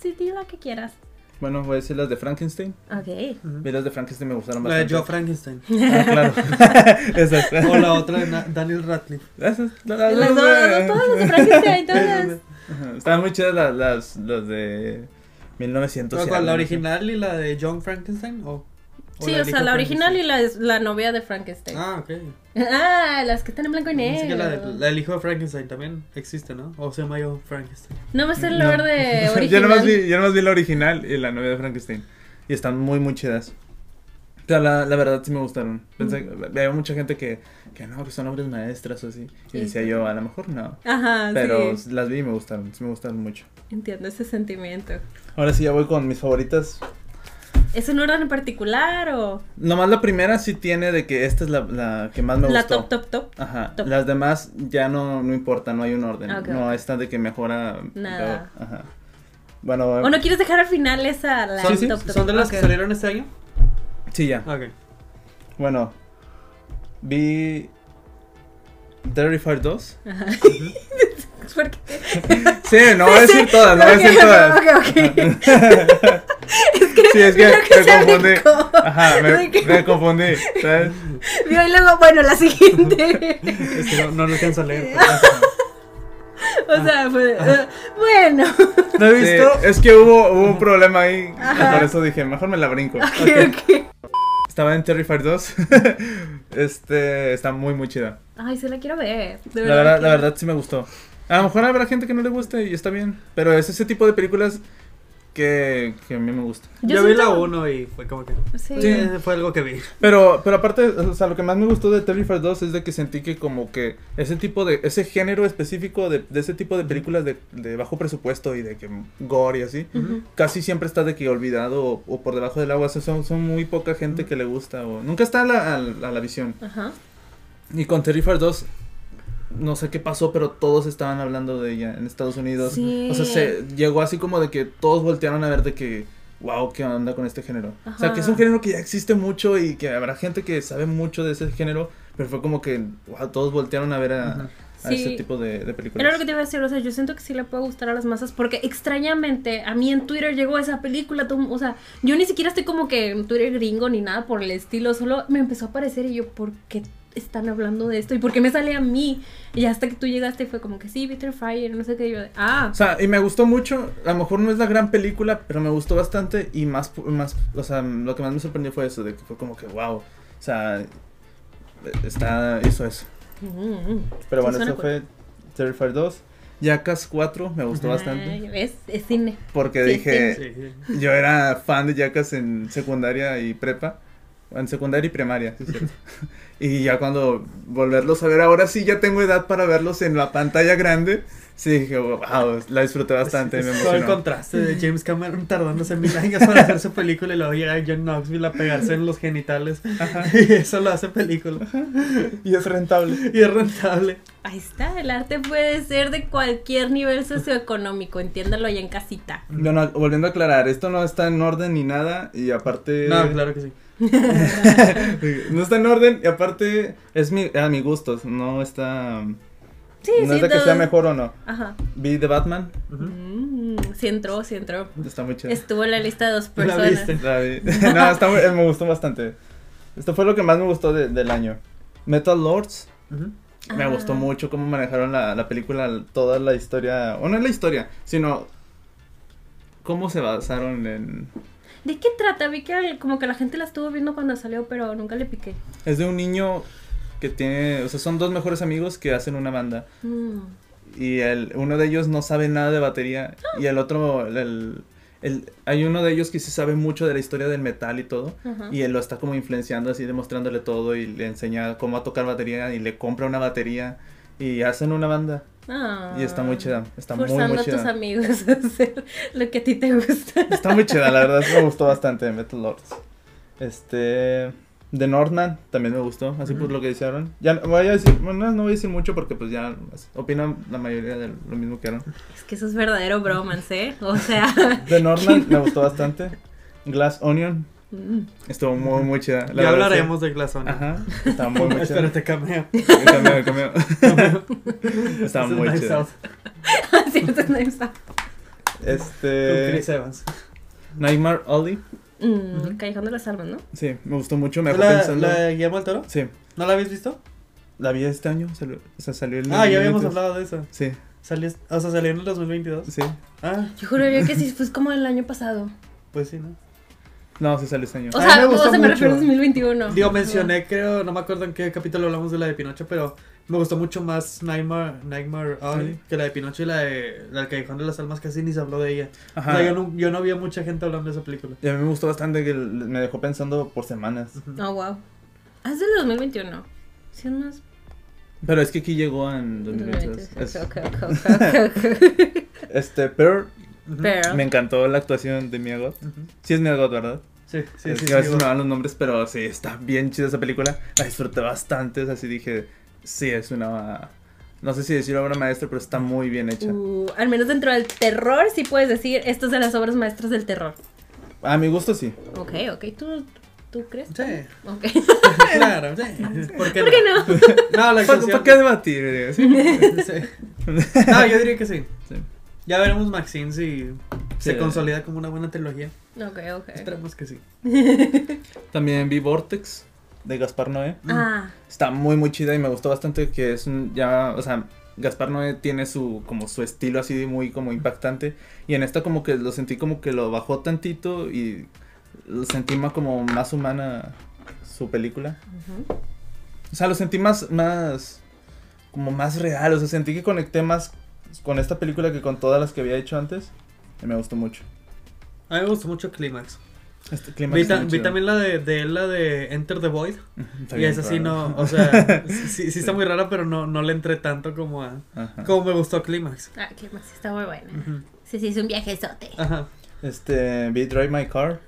[SPEAKER 1] Sí, di la que quieras.
[SPEAKER 3] Bueno, voy a decir las de Frankenstein.
[SPEAKER 1] Ok.
[SPEAKER 3] Vi las de Frankenstein, me gustaron
[SPEAKER 2] La de
[SPEAKER 3] bastante.
[SPEAKER 2] Joe Frankenstein.
[SPEAKER 3] Ah,
[SPEAKER 2] [LAUGHS]
[SPEAKER 3] claro. Esas.
[SPEAKER 2] O la otra de Na- Daniel Radcliffe.
[SPEAKER 3] Esas.
[SPEAKER 1] Las dos, no, todas las de Frankenstein,
[SPEAKER 3] [LAUGHS]
[SPEAKER 1] todas.
[SPEAKER 3] Ajá, Estaban muy chidas las, las, las de 1900.
[SPEAKER 2] ¿Cuál,
[SPEAKER 3] y
[SPEAKER 2] ¿La
[SPEAKER 3] algo,
[SPEAKER 2] original y la de John Frankenstein? O,
[SPEAKER 1] Sí, o sea, la original y la, la novia de Frankenstein. Ah.
[SPEAKER 2] Ah, ok.
[SPEAKER 1] las que están en blanco y
[SPEAKER 2] Así que
[SPEAKER 1] negro.
[SPEAKER 2] la, de- la del hijo de Frankenstein también existe, ¿no? O se llama John Frankenstein.
[SPEAKER 1] No me sé el
[SPEAKER 3] No.
[SPEAKER 1] lore
[SPEAKER 3] [LAUGHS]
[SPEAKER 1] de original.
[SPEAKER 3] yo, nomás vi, yo nomás vi la original y la novia de Frankenstein. Y están muy, muy chidas. O sea, la, la verdad sí me gustaron. Pensé,
[SPEAKER 1] Mm.
[SPEAKER 3] Había mucha gente que, que no, que son obras maestras o así. Y
[SPEAKER 1] Sí.
[SPEAKER 3] decía yo, a lo mejor no.
[SPEAKER 1] Ajá,
[SPEAKER 3] Pero
[SPEAKER 1] sí.
[SPEAKER 3] las vi y me gustaron, sí me gustaron mucho.
[SPEAKER 1] Entiendo ese sentimiento.
[SPEAKER 3] Ahora sí, ya voy con mis favoritas.
[SPEAKER 1] ¿Es un orden en particular o
[SPEAKER 3] Nomás la primera sí tiene de que esta es la, la que más me
[SPEAKER 1] la
[SPEAKER 3] gustó.
[SPEAKER 1] top, top, top?
[SPEAKER 3] Ajá,
[SPEAKER 1] Top.
[SPEAKER 3] las demás ya no, no importa, no hay un orden.
[SPEAKER 1] Ok,
[SPEAKER 3] no
[SPEAKER 1] ok.
[SPEAKER 3] está de que mejora.
[SPEAKER 1] Nada.
[SPEAKER 3] peor. Ajá. Bueno,
[SPEAKER 1] ¿O no quieres dejar al final esa la
[SPEAKER 2] ¿Son,
[SPEAKER 3] sí,
[SPEAKER 1] top, top?
[SPEAKER 2] son de las
[SPEAKER 1] Ok.
[SPEAKER 2] que salieron este año?
[SPEAKER 3] sí, ya.
[SPEAKER 2] Ok.
[SPEAKER 3] Bueno, vi Terrifier 2.
[SPEAKER 1] [LAUGHS] ¿Por qué?
[SPEAKER 3] Sí, no [LAUGHS] voy
[SPEAKER 1] [LAUGHS]
[SPEAKER 3] a decir todas, no voy a
[SPEAKER 1] Ok,
[SPEAKER 3] decir todas.
[SPEAKER 1] Ok, ok.
[SPEAKER 3] Sí, es que
[SPEAKER 1] creo que se
[SPEAKER 3] me confundí.
[SPEAKER 1] brincó.
[SPEAKER 3] [LAUGHS] Ajá,
[SPEAKER 1] [LAUGHS]
[SPEAKER 3] me,
[SPEAKER 1] De que-
[SPEAKER 3] me confundí. ¿sabes?
[SPEAKER 1] [LAUGHS] Vio y luego, bueno, la
[SPEAKER 3] [LAUGHS]
[SPEAKER 1] siguiente.
[SPEAKER 2] Es que no, no lo alcanzo a
[SPEAKER 1] [LAUGHS]
[SPEAKER 2] leer.
[SPEAKER 1] o
[SPEAKER 3] Ah.
[SPEAKER 1] sea, fue. eh,
[SPEAKER 3] [LAUGHS]
[SPEAKER 1] bueno.
[SPEAKER 2] ¿No he
[SPEAKER 3] Sí,
[SPEAKER 2] visto?
[SPEAKER 3] es que hubo, hubo un problema ahí.
[SPEAKER 1] Ajá.
[SPEAKER 3] Por eso dije, mejor me la brinco.
[SPEAKER 1] Ok, ok.
[SPEAKER 3] Estaba en Terrifier 2. [LAUGHS] este, está muy, muy chida.
[SPEAKER 1] Ay, se la quiero ver. De
[SPEAKER 3] La verdad, la
[SPEAKER 1] que-
[SPEAKER 3] verdad sí me gustó. A lo mejor habrá gente que no le guste y está bien. Pero es ese tipo de películas que, que a mí me gusta.
[SPEAKER 2] Yo,
[SPEAKER 1] Yo
[SPEAKER 2] vi
[SPEAKER 1] siento-
[SPEAKER 2] la 1 y fue como que.
[SPEAKER 1] Sí.
[SPEAKER 2] Sí, fue algo que vi.
[SPEAKER 3] Pero, pero aparte, o sea, lo que más me gustó de Terrifier 2 es de que sentí que como que ese tipo de, ese género específico de, de ese tipo de películas de, de bajo presupuesto y de que gore y así,
[SPEAKER 1] Ujú.
[SPEAKER 3] casi siempre está de que olvidado o, o por debajo del agua. O sea, son, son muy poca gente que le gusta o nunca está a la, a la- a la visión.
[SPEAKER 1] Ajá.
[SPEAKER 3] Y con Terrifier 2, no sé qué pasó, pero todos estaban hablando de ella en Estados Unidos.
[SPEAKER 1] Sí.
[SPEAKER 3] O sea, se llegó así como de que todos voltearon a ver de que, wow, ¿qué onda con este género? O sea, que es un
[SPEAKER 1] Ajá.
[SPEAKER 3] género que ya existe mucho y que habrá gente que sabe mucho de ese género, pero fue como que, wow, todos voltearon a ver a,
[SPEAKER 2] Ujú.
[SPEAKER 3] a
[SPEAKER 1] Sí.
[SPEAKER 3] ese tipo de, de películas.
[SPEAKER 1] Era lo que te iba a decir, o sea, yo siento que sí le puede gustar a las masas porque extrañamente a mí en Twitter llegó esa película, todo- o sea, yo ni siquiera estoy como que en Twitter gringo ni nada por el estilo, solo me empezó a aparecer y yo, ¿por qué están hablando de esto? ¿Y por qué me sale a mí? Y hasta que tú llegaste fue como que sí, Peter Fire, no sé qué, y yo, ah,
[SPEAKER 3] O sea, y me gustó mucho, a lo mejor no es la gran película, pero me gustó bastante y más, más o sea, lo que más me sorprendió fue eso, de que fue como que, wow, o sea, está, hizo eso.
[SPEAKER 1] mm,
[SPEAKER 3] Pero bueno,
[SPEAKER 1] Sí, suena
[SPEAKER 3] eso fue Terrifier 2. Jackass 4 me gustó
[SPEAKER 2] Ujú.
[SPEAKER 3] bastante.
[SPEAKER 1] ay, ¿ves? Es cine.
[SPEAKER 3] Porque
[SPEAKER 1] Sí,
[SPEAKER 3] dije,
[SPEAKER 2] Sí, sí.
[SPEAKER 3] yo era fan de Jackass en secundaria y prepa. En secundaria y primaria, sí, cierto. [LAUGHS] y ya cuando volverlos a ver, ahora sí ya tengo edad para verlos en la pantalla grande. Sí, dije, wow, la
[SPEAKER 2] [LAUGHS]
[SPEAKER 3] disfruté bastante, me
[SPEAKER 2] Todo el
[SPEAKER 3] emocionó.
[SPEAKER 2] contraste de James Cameron tardándose mil años para hacer su película y luego llega John Knoxville a pegarse en los genitales. [LAUGHS] Y eso lo hace película.
[SPEAKER 3] Y es rentable.
[SPEAKER 2] Y es rentable.
[SPEAKER 1] Ahí está, el arte puede ser de cualquier nivel socioeconómico, entiéndalo ya en casita.
[SPEAKER 3] No, no, volviendo a aclarar, esto no está en orden ni nada, y aparte...
[SPEAKER 2] No, claro que sí.
[SPEAKER 3] No está en orden, y aparte es mi, a mi gusto, no está...
[SPEAKER 1] Sí,
[SPEAKER 3] no es de que
[SPEAKER 1] todo-
[SPEAKER 3] sea mejor o no.
[SPEAKER 1] Ajá.
[SPEAKER 3] Vi The Batman,
[SPEAKER 2] Ujú.
[SPEAKER 1] Mm, sí entró, sí entró.
[SPEAKER 3] está muy chida.
[SPEAKER 1] Estuvo en la lista de dos
[SPEAKER 2] La
[SPEAKER 1] personas.
[SPEAKER 2] viste. [LAUGHS]
[SPEAKER 3] La vi. [LAUGHS] no, está muy- me gustó bastante. Esto fue lo que más me gustó de- del año. Metal Lords,
[SPEAKER 2] Ujú.
[SPEAKER 3] Me
[SPEAKER 1] Ah.
[SPEAKER 3] gustó mucho cómo manejaron la, la película, toda la historia, o no es la historia, sino cómo se basaron en...
[SPEAKER 1] ¿De qué trata? Vi que como que la gente la estuvo viendo cuando salió, pero nunca le piqué.
[SPEAKER 3] Es de un niño que tiene, o sea, son dos mejores amigos que hacen una banda
[SPEAKER 1] Mm.
[SPEAKER 3] y el, uno de ellos no sabe nada de batería y el otro, el, el- hay uno de ellos que sí sabe mucho de la historia del metal y todo
[SPEAKER 1] Ajá.
[SPEAKER 3] y él lo está como influenciando así, demostrándole todo y le enseña cómo a tocar batería y le compra una batería y hacen una banda
[SPEAKER 1] Ah.
[SPEAKER 3] y está muy chida, está muy
[SPEAKER 1] Forzando
[SPEAKER 3] muy
[SPEAKER 1] a tus
[SPEAKER 3] chida.
[SPEAKER 1] amigos a hacer lo que a ti te gusta.
[SPEAKER 3] Está muy chida, la verdad sí
[SPEAKER 1] [LAUGHS]
[SPEAKER 3] me gustó bastante Metal Lords. Este. The Northman también me gustó, así por lo que dijeron. Ya no- voy a decir, bueno, no voy a decir mucho porque pues ya as- opinan la mayoría de lo mismo que eran.
[SPEAKER 1] Es que eso es verdadero bromance, ¿eh? O sea. [LAUGHS]
[SPEAKER 3] The Northman me gustó bastante. Glass Onion
[SPEAKER 1] mm. [LAUGHS]
[SPEAKER 3] estuvo muy, muy chida. la
[SPEAKER 2] ya
[SPEAKER 3] verdad,
[SPEAKER 2] hablaremos de
[SPEAKER 3] sí.
[SPEAKER 2] Glassone.
[SPEAKER 3] Ajá,
[SPEAKER 2] [LAUGHS]
[SPEAKER 3] estaba muy, muy chida.
[SPEAKER 2] Espérate,
[SPEAKER 3] [LAUGHS]
[SPEAKER 2] cameo.
[SPEAKER 3] El cameo, el cameo.
[SPEAKER 2] [LAUGHS]
[SPEAKER 3] estaba
[SPEAKER 2] Ese es
[SPEAKER 3] muy
[SPEAKER 2] Knives
[SPEAKER 3] chida.
[SPEAKER 2] Out,
[SPEAKER 1] Cierto, no está.
[SPEAKER 2] Con
[SPEAKER 3] Este.
[SPEAKER 2] Chris Evans.
[SPEAKER 3] Nightmare Ollie.
[SPEAKER 1] Mm, Callejón de las Almas, ¿no?
[SPEAKER 3] Sí, me gustó mucho, me
[SPEAKER 2] ¿Es
[SPEAKER 3] dejó
[SPEAKER 2] ¿La,
[SPEAKER 3] pensando.
[SPEAKER 2] la de Guillermo del Toro?
[SPEAKER 3] Sí,
[SPEAKER 2] ¿No la habéis visto?
[SPEAKER 3] la vi este año, salió, o sea, salió el.
[SPEAKER 2] Ah, ya habíamos
[SPEAKER 3] 2022.
[SPEAKER 2] hablado de eso.
[SPEAKER 3] Sí,
[SPEAKER 2] Salió, o sea, salió en el 2022.
[SPEAKER 3] sí.
[SPEAKER 2] Ah,
[SPEAKER 1] Yo juraría que sí, fue como el año pasado.
[SPEAKER 2] pues sí, ¿no?
[SPEAKER 3] No, sí sale este año.
[SPEAKER 1] O
[SPEAKER 2] A mí
[SPEAKER 1] sea,
[SPEAKER 2] me
[SPEAKER 1] o
[SPEAKER 2] gustó
[SPEAKER 1] sea, me
[SPEAKER 2] mucho.
[SPEAKER 1] refiero a 2021.
[SPEAKER 2] Digo, mencioné, creo, no me acuerdo en qué capítulo hablamos de la de Pinocho, pero me gustó mucho más Nightmare, Nightmare Alley
[SPEAKER 3] Sí.
[SPEAKER 2] que la de Pinocho y la de la del Callejón de las Almas, casi ni se habló de ella.
[SPEAKER 3] Ajá.
[SPEAKER 2] O sea, yo no, yo no vi a mucha gente hablando de esa película.
[SPEAKER 3] Y a mí me gustó bastante que l- me dejó pensando por semanas.
[SPEAKER 1] Oh, wow. Ah, es del 2021. Sí, es más.
[SPEAKER 3] Pero es que aquí llegó en 2022. Es-
[SPEAKER 1] Ok, ok, ok,
[SPEAKER 2] [LAUGHS]
[SPEAKER 1] ok.
[SPEAKER 3] [LAUGHS] Este, pero
[SPEAKER 2] Ujú.
[SPEAKER 1] Pero.
[SPEAKER 3] me encantó la actuación de Mia Goth.
[SPEAKER 2] Ujú.
[SPEAKER 3] Sí es Mia Goth, ¿verdad?
[SPEAKER 2] Sí, sí,
[SPEAKER 3] Es
[SPEAKER 2] sí.
[SPEAKER 3] que
[SPEAKER 2] sí,
[SPEAKER 3] a veces
[SPEAKER 2] digo,
[SPEAKER 3] me van los nombres, pero sí, está bien chida esa película. La disfruté bastante, o sea, sí dije, sí, es una... No sé si decir obra maestra, pero está muy bien hecha.
[SPEAKER 1] Uh, al menos dentro del terror, sí puedes decir, esto es de las obras maestras del terror.
[SPEAKER 3] A mi gusto, sí.
[SPEAKER 1] Ok, ok. ¿Tú, tú crees?
[SPEAKER 2] Sí, [LAUGHS]
[SPEAKER 1] Ok. [LAUGHS]
[SPEAKER 2] claro, sí. ¿Por qué
[SPEAKER 1] ¿Por qué no?
[SPEAKER 2] no? No, la
[SPEAKER 3] ¿Para
[SPEAKER 2] actuación.
[SPEAKER 3] qué debatir? digo, sí.
[SPEAKER 2] [LAUGHS] Sí. No, yo diría que sí.
[SPEAKER 3] Sí.
[SPEAKER 2] Ya veremos Maxine si se
[SPEAKER 3] Sí.
[SPEAKER 2] consolida como una buena trilogía.
[SPEAKER 1] Ok, ok.
[SPEAKER 2] Esperemos que sí.
[SPEAKER 3] [LAUGHS] También vi Vortex de Gaspar Noé.
[SPEAKER 1] Ah,
[SPEAKER 3] está muy muy chida y me gustó bastante que es un ya, o sea, Gaspar Noé tiene su como su estilo así muy como impactante y en esta como que lo sentí como que lo bajó tantito y lo sentí más como más humana su película.
[SPEAKER 1] ujú.
[SPEAKER 3] O sea, lo sentí más más como más real, o sea, sentí que conecté más con esta película que con todas las que había hecho antes y me gustó mucho.
[SPEAKER 2] A mí me gustó mucho Clímax.
[SPEAKER 3] Este clímax
[SPEAKER 2] Vi,
[SPEAKER 3] está
[SPEAKER 2] ta-
[SPEAKER 3] muy
[SPEAKER 2] vi
[SPEAKER 3] chido.
[SPEAKER 2] también la de, de él, la de Enter the Void.
[SPEAKER 3] Ujú, está
[SPEAKER 2] Y
[SPEAKER 3] bien
[SPEAKER 2] es así,
[SPEAKER 3] [LAUGHS] raro.
[SPEAKER 2] no, o sea, sí, sí, sí está muy rara, pero no, no le entré tanto como a...
[SPEAKER 3] Ajá.
[SPEAKER 2] Como me gustó Clímax.
[SPEAKER 1] Ah, que más está muy buena.
[SPEAKER 2] Ujú. Ah,
[SPEAKER 1] Sí, sí, es un viajezote.
[SPEAKER 2] Ajá.
[SPEAKER 3] Este, vi Drive
[SPEAKER 2] [LAUGHS]
[SPEAKER 3] My Car.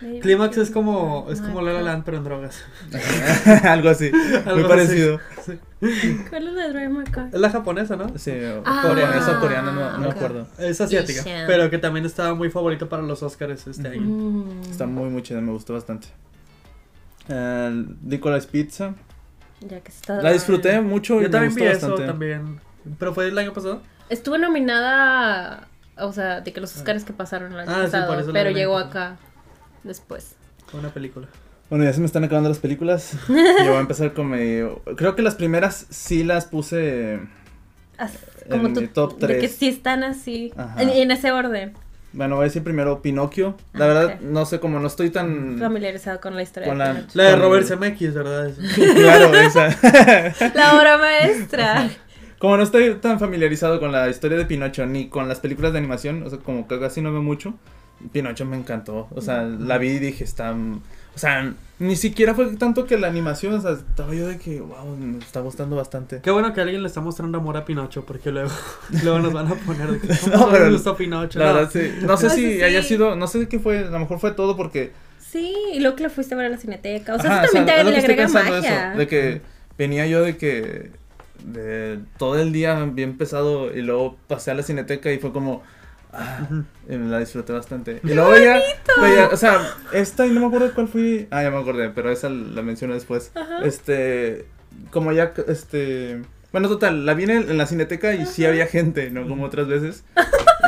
[SPEAKER 3] [LAUGHS]
[SPEAKER 2] Clímax es como, es
[SPEAKER 1] Ay,
[SPEAKER 2] como La La Land, pero en drogas.
[SPEAKER 3] Algo así.
[SPEAKER 2] Algo
[SPEAKER 3] muy
[SPEAKER 2] así.
[SPEAKER 3] parecido.
[SPEAKER 2] Sí.
[SPEAKER 1] ¿Cuál es la Drive My Car?
[SPEAKER 2] Es la japonesa, ¿no?
[SPEAKER 3] Sí, o
[SPEAKER 1] Ah,
[SPEAKER 3] coreana, esa coreana, no, no me
[SPEAKER 1] ok.
[SPEAKER 3] acuerdo.
[SPEAKER 2] Es asiática,
[SPEAKER 1] Asian.
[SPEAKER 2] pero que también estaba muy favorito para los Oscars este año.
[SPEAKER 1] Mm.
[SPEAKER 3] Está muy, muy chida, me gustó bastante. Eh, Nicolás Pizza.
[SPEAKER 1] Ya que está.
[SPEAKER 3] La disfruté mucho y
[SPEAKER 2] Yo también
[SPEAKER 3] me
[SPEAKER 2] vi
[SPEAKER 3] gustó
[SPEAKER 2] eso,
[SPEAKER 3] bastante.
[SPEAKER 2] también. ¿Pero fue el año pasado?
[SPEAKER 1] Estuvo nominada, o sea, de que los Oscars que pasaron el año
[SPEAKER 2] Ah, sí,
[SPEAKER 1] pasado,
[SPEAKER 2] por eso la
[SPEAKER 1] pero
[SPEAKER 2] habían
[SPEAKER 1] llegó
[SPEAKER 2] empezado.
[SPEAKER 1] acá después.
[SPEAKER 2] Fue una película.
[SPEAKER 3] Bueno, ya se me están acabando
[SPEAKER 1] [LAUGHS]
[SPEAKER 3] las películas. Yo voy a empezar con mi. Creo que las primeras sí las puse.
[SPEAKER 1] As-
[SPEAKER 3] En
[SPEAKER 1] Como
[SPEAKER 3] mi
[SPEAKER 1] tú,
[SPEAKER 3] top
[SPEAKER 1] de que
[SPEAKER 3] tres.
[SPEAKER 1] sí están así,
[SPEAKER 3] Ajá.
[SPEAKER 1] en, en ese orden,
[SPEAKER 3] Bueno, voy a decir primero Pinocchio. La
[SPEAKER 1] Ah,
[SPEAKER 3] verdad,
[SPEAKER 1] ok.
[SPEAKER 3] no sé, como no estoy tan.
[SPEAKER 1] familiarizado con la historia.
[SPEAKER 3] Mm. Con
[SPEAKER 1] de
[SPEAKER 3] la-
[SPEAKER 1] Pinocho.
[SPEAKER 3] [LAUGHS]
[SPEAKER 2] La de
[SPEAKER 3] Con-
[SPEAKER 2] Robert Zemeckis, ¿verdad? Es-
[SPEAKER 3] [LAUGHS]
[SPEAKER 1] [LAUGHS]
[SPEAKER 3] claro, esa.
[SPEAKER 1] La obra
[SPEAKER 3] [LAUGHS]
[SPEAKER 1] maestra.
[SPEAKER 3] Como no estoy tan familiarizado con la historia de Pinocho ni con las películas de animación, o sea, como que casi no veo mucho, Pinocho me encantó. O sea, la vi y dije, está. O sea, ni siquiera fue tanto que la animación, o sea, estaba yo de que, wow, me está gustando bastante.
[SPEAKER 2] Qué bueno que alguien le está mostrando amor a Pinocho, porque luego, [LAUGHS] luego nos van a poner de que
[SPEAKER 3] [LAUGHS] No,
[SPEAKER 2] no,
[SPEAKER 3] pero-
[SPEAKER 2] me gustó Pinocho.
[SPEAKER 3] La
[SPEAKER 2] No.
[SPEAKER 3] verdad, sí. No sé
[SPEAKER 1] No,
[SPEAKER 3] si
[SPEAKER 1] sí, sí.
[SPEAKER 3] haya sido, no sé qué fue, a lo mejor fue todo porque.
[SPEAKER 1] Sí, y luego que la fuiste a ver a la cineteca. O sea,
[SPEAKER 3] Ajá,
[SPEAKER 1] eso también
[SPEAKER 3] es
[SPEAKER 1] te
[SPEAKER 3] lo
[SPEAKER 1] le
[SPEAKER 3] que estoy
[SPEAKER 1] agrega
[SPEAKER 3] pensando
[SPEAKER 1] magia.
[SPEAKER 3] eso, de que venía yo de que de todo el día bien pesado y luego pasé a la cineteca y fue como ah, y me la disfruté bastante. Y luego veía, veía- o sea, esta y no me acuerdo cuál fui. Ah, ya me acordé, pero esa la menciono después.
[SPEAKER 1] Ajá.
[SPEAKER 3] Este, como ya este bueno, total, la vi en, el- en la cineteca y sí había gente, ¿no? Como otras veces.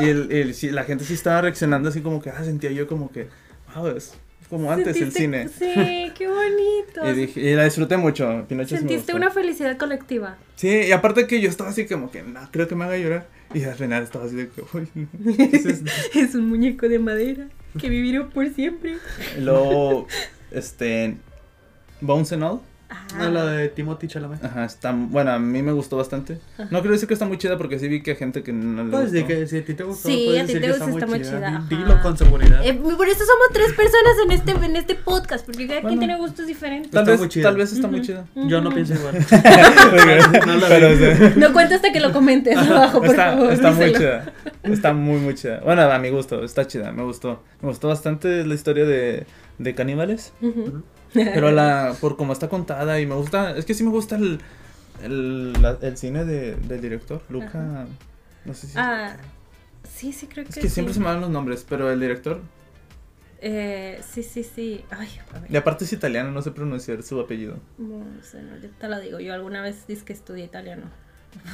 [SPEAKER 3] Y el, el- sí, la gente sí estaba reaccionando así como que, ah, sentía yo como que, wow, es- como antes el cine.
[SPEAKER 1] Sentiste- Sí, qué bonito.
[SPEAKER 3] [LAUGHS] Y, dije- y la disfruté mucho. Pinocho sí me
[SPEAKER 1] Sentiste
[SPEAKER 3] gustó.
[SPEAKER 1] una felicidad colectiva.
[SPEAKER 3] [LAUGHS] Sí, y aparte que yo estaba así como que, no, creo que me haga llorar. Y al final estaba así de que, [LAUGHS] uy, no. Entonces,
[SPEAKER 1] [LAUGHS] Es un muñeco de madera que vivirá por siempre.
[SPEAKER 3] y luego, este, Bones and All.
[SPEAKER 2] Ah, la de Timothy Chalamet.
[SPEAKER 3] Ajá, está, bueno, a mí me gustó bastante. No quiero decir que está muy chida porque sí vi que hay gente que no le
[SPEAKER 2] Pues
[SPEAKER 3] gustó.
[SPEAKER 2] de que si a ti te gustó,
[SPEAKER 1] Sí,
[SPEAKER 2] puedes
[SPEAKER 1] a ti
[SPEAKER 2] decir
[SPEAKER 1] te
[SPEAKER 2] que
[SPEAKER 1] gusta, está muy chida,
[SPEAKER 2] Di-
[SPEAKER 1] ajá.
[SPEAKER 2] Dilo con seguridad.
[SPEAKER 1] Eh, por eso somos tres personas en este, en este podcast, porque cada quien
[SPEAKER 3] Bueno.
[SPEAKER 1] tiene gustos diferentes.
[SPEAKER 3] Tal
[SPEAKER 2] Está muy
[SPEAKER 3] vez,
[SPEAKER 2] chida.
[SPEAKER 3] tal vez está muy chida.
[SPEAKER 2] Yo no
[SPEAKER 1] [LAUGHS]
[SPEAKER 2] pienso igual. No la
[SPEAKER 3] [LAUGHS] Pero,
[SPEAKER 2] vi.
[SPEAKER 3] o sea,
[SPEAKER 1] No cuenta hasta que lo comentes [LAUGHS] abajo, por
[SPEAKER 3] está,
[SPEAKER 1] favor.
[SPEAKER 3] está muy
[SPEAKER 1] díselo.
[SPEAKER 3] chida. Está muy, muy chida. Bueno, a mi gusto, está chida, me gustó. Me gustó bastante la historia de, de caníbales.
[SPEAKER 1] Ujú.
[SPEAKER 3] Pero la, por cómo está contada y me gusta, es que sí me gusta el, el, la- el cine de- del director, Luca, no sé si...
[SPEAKER 1] Ah, sí, sí, creo que
[SPEAKER 3] es que siempre
[SPEAKER 1] sí.
[SPEAKER 3] se me dan los nombres, pero el director,
[SPEAKER 1] Eh, sí, sí, sí. Ay, a ver.
[SPEAKER 3] y aparte es italiano, no sé pronunciar su apellido.
[SPEAKER 1] No sé, no, yo te lo digo. Yo alguna vez dije que estudié italiano.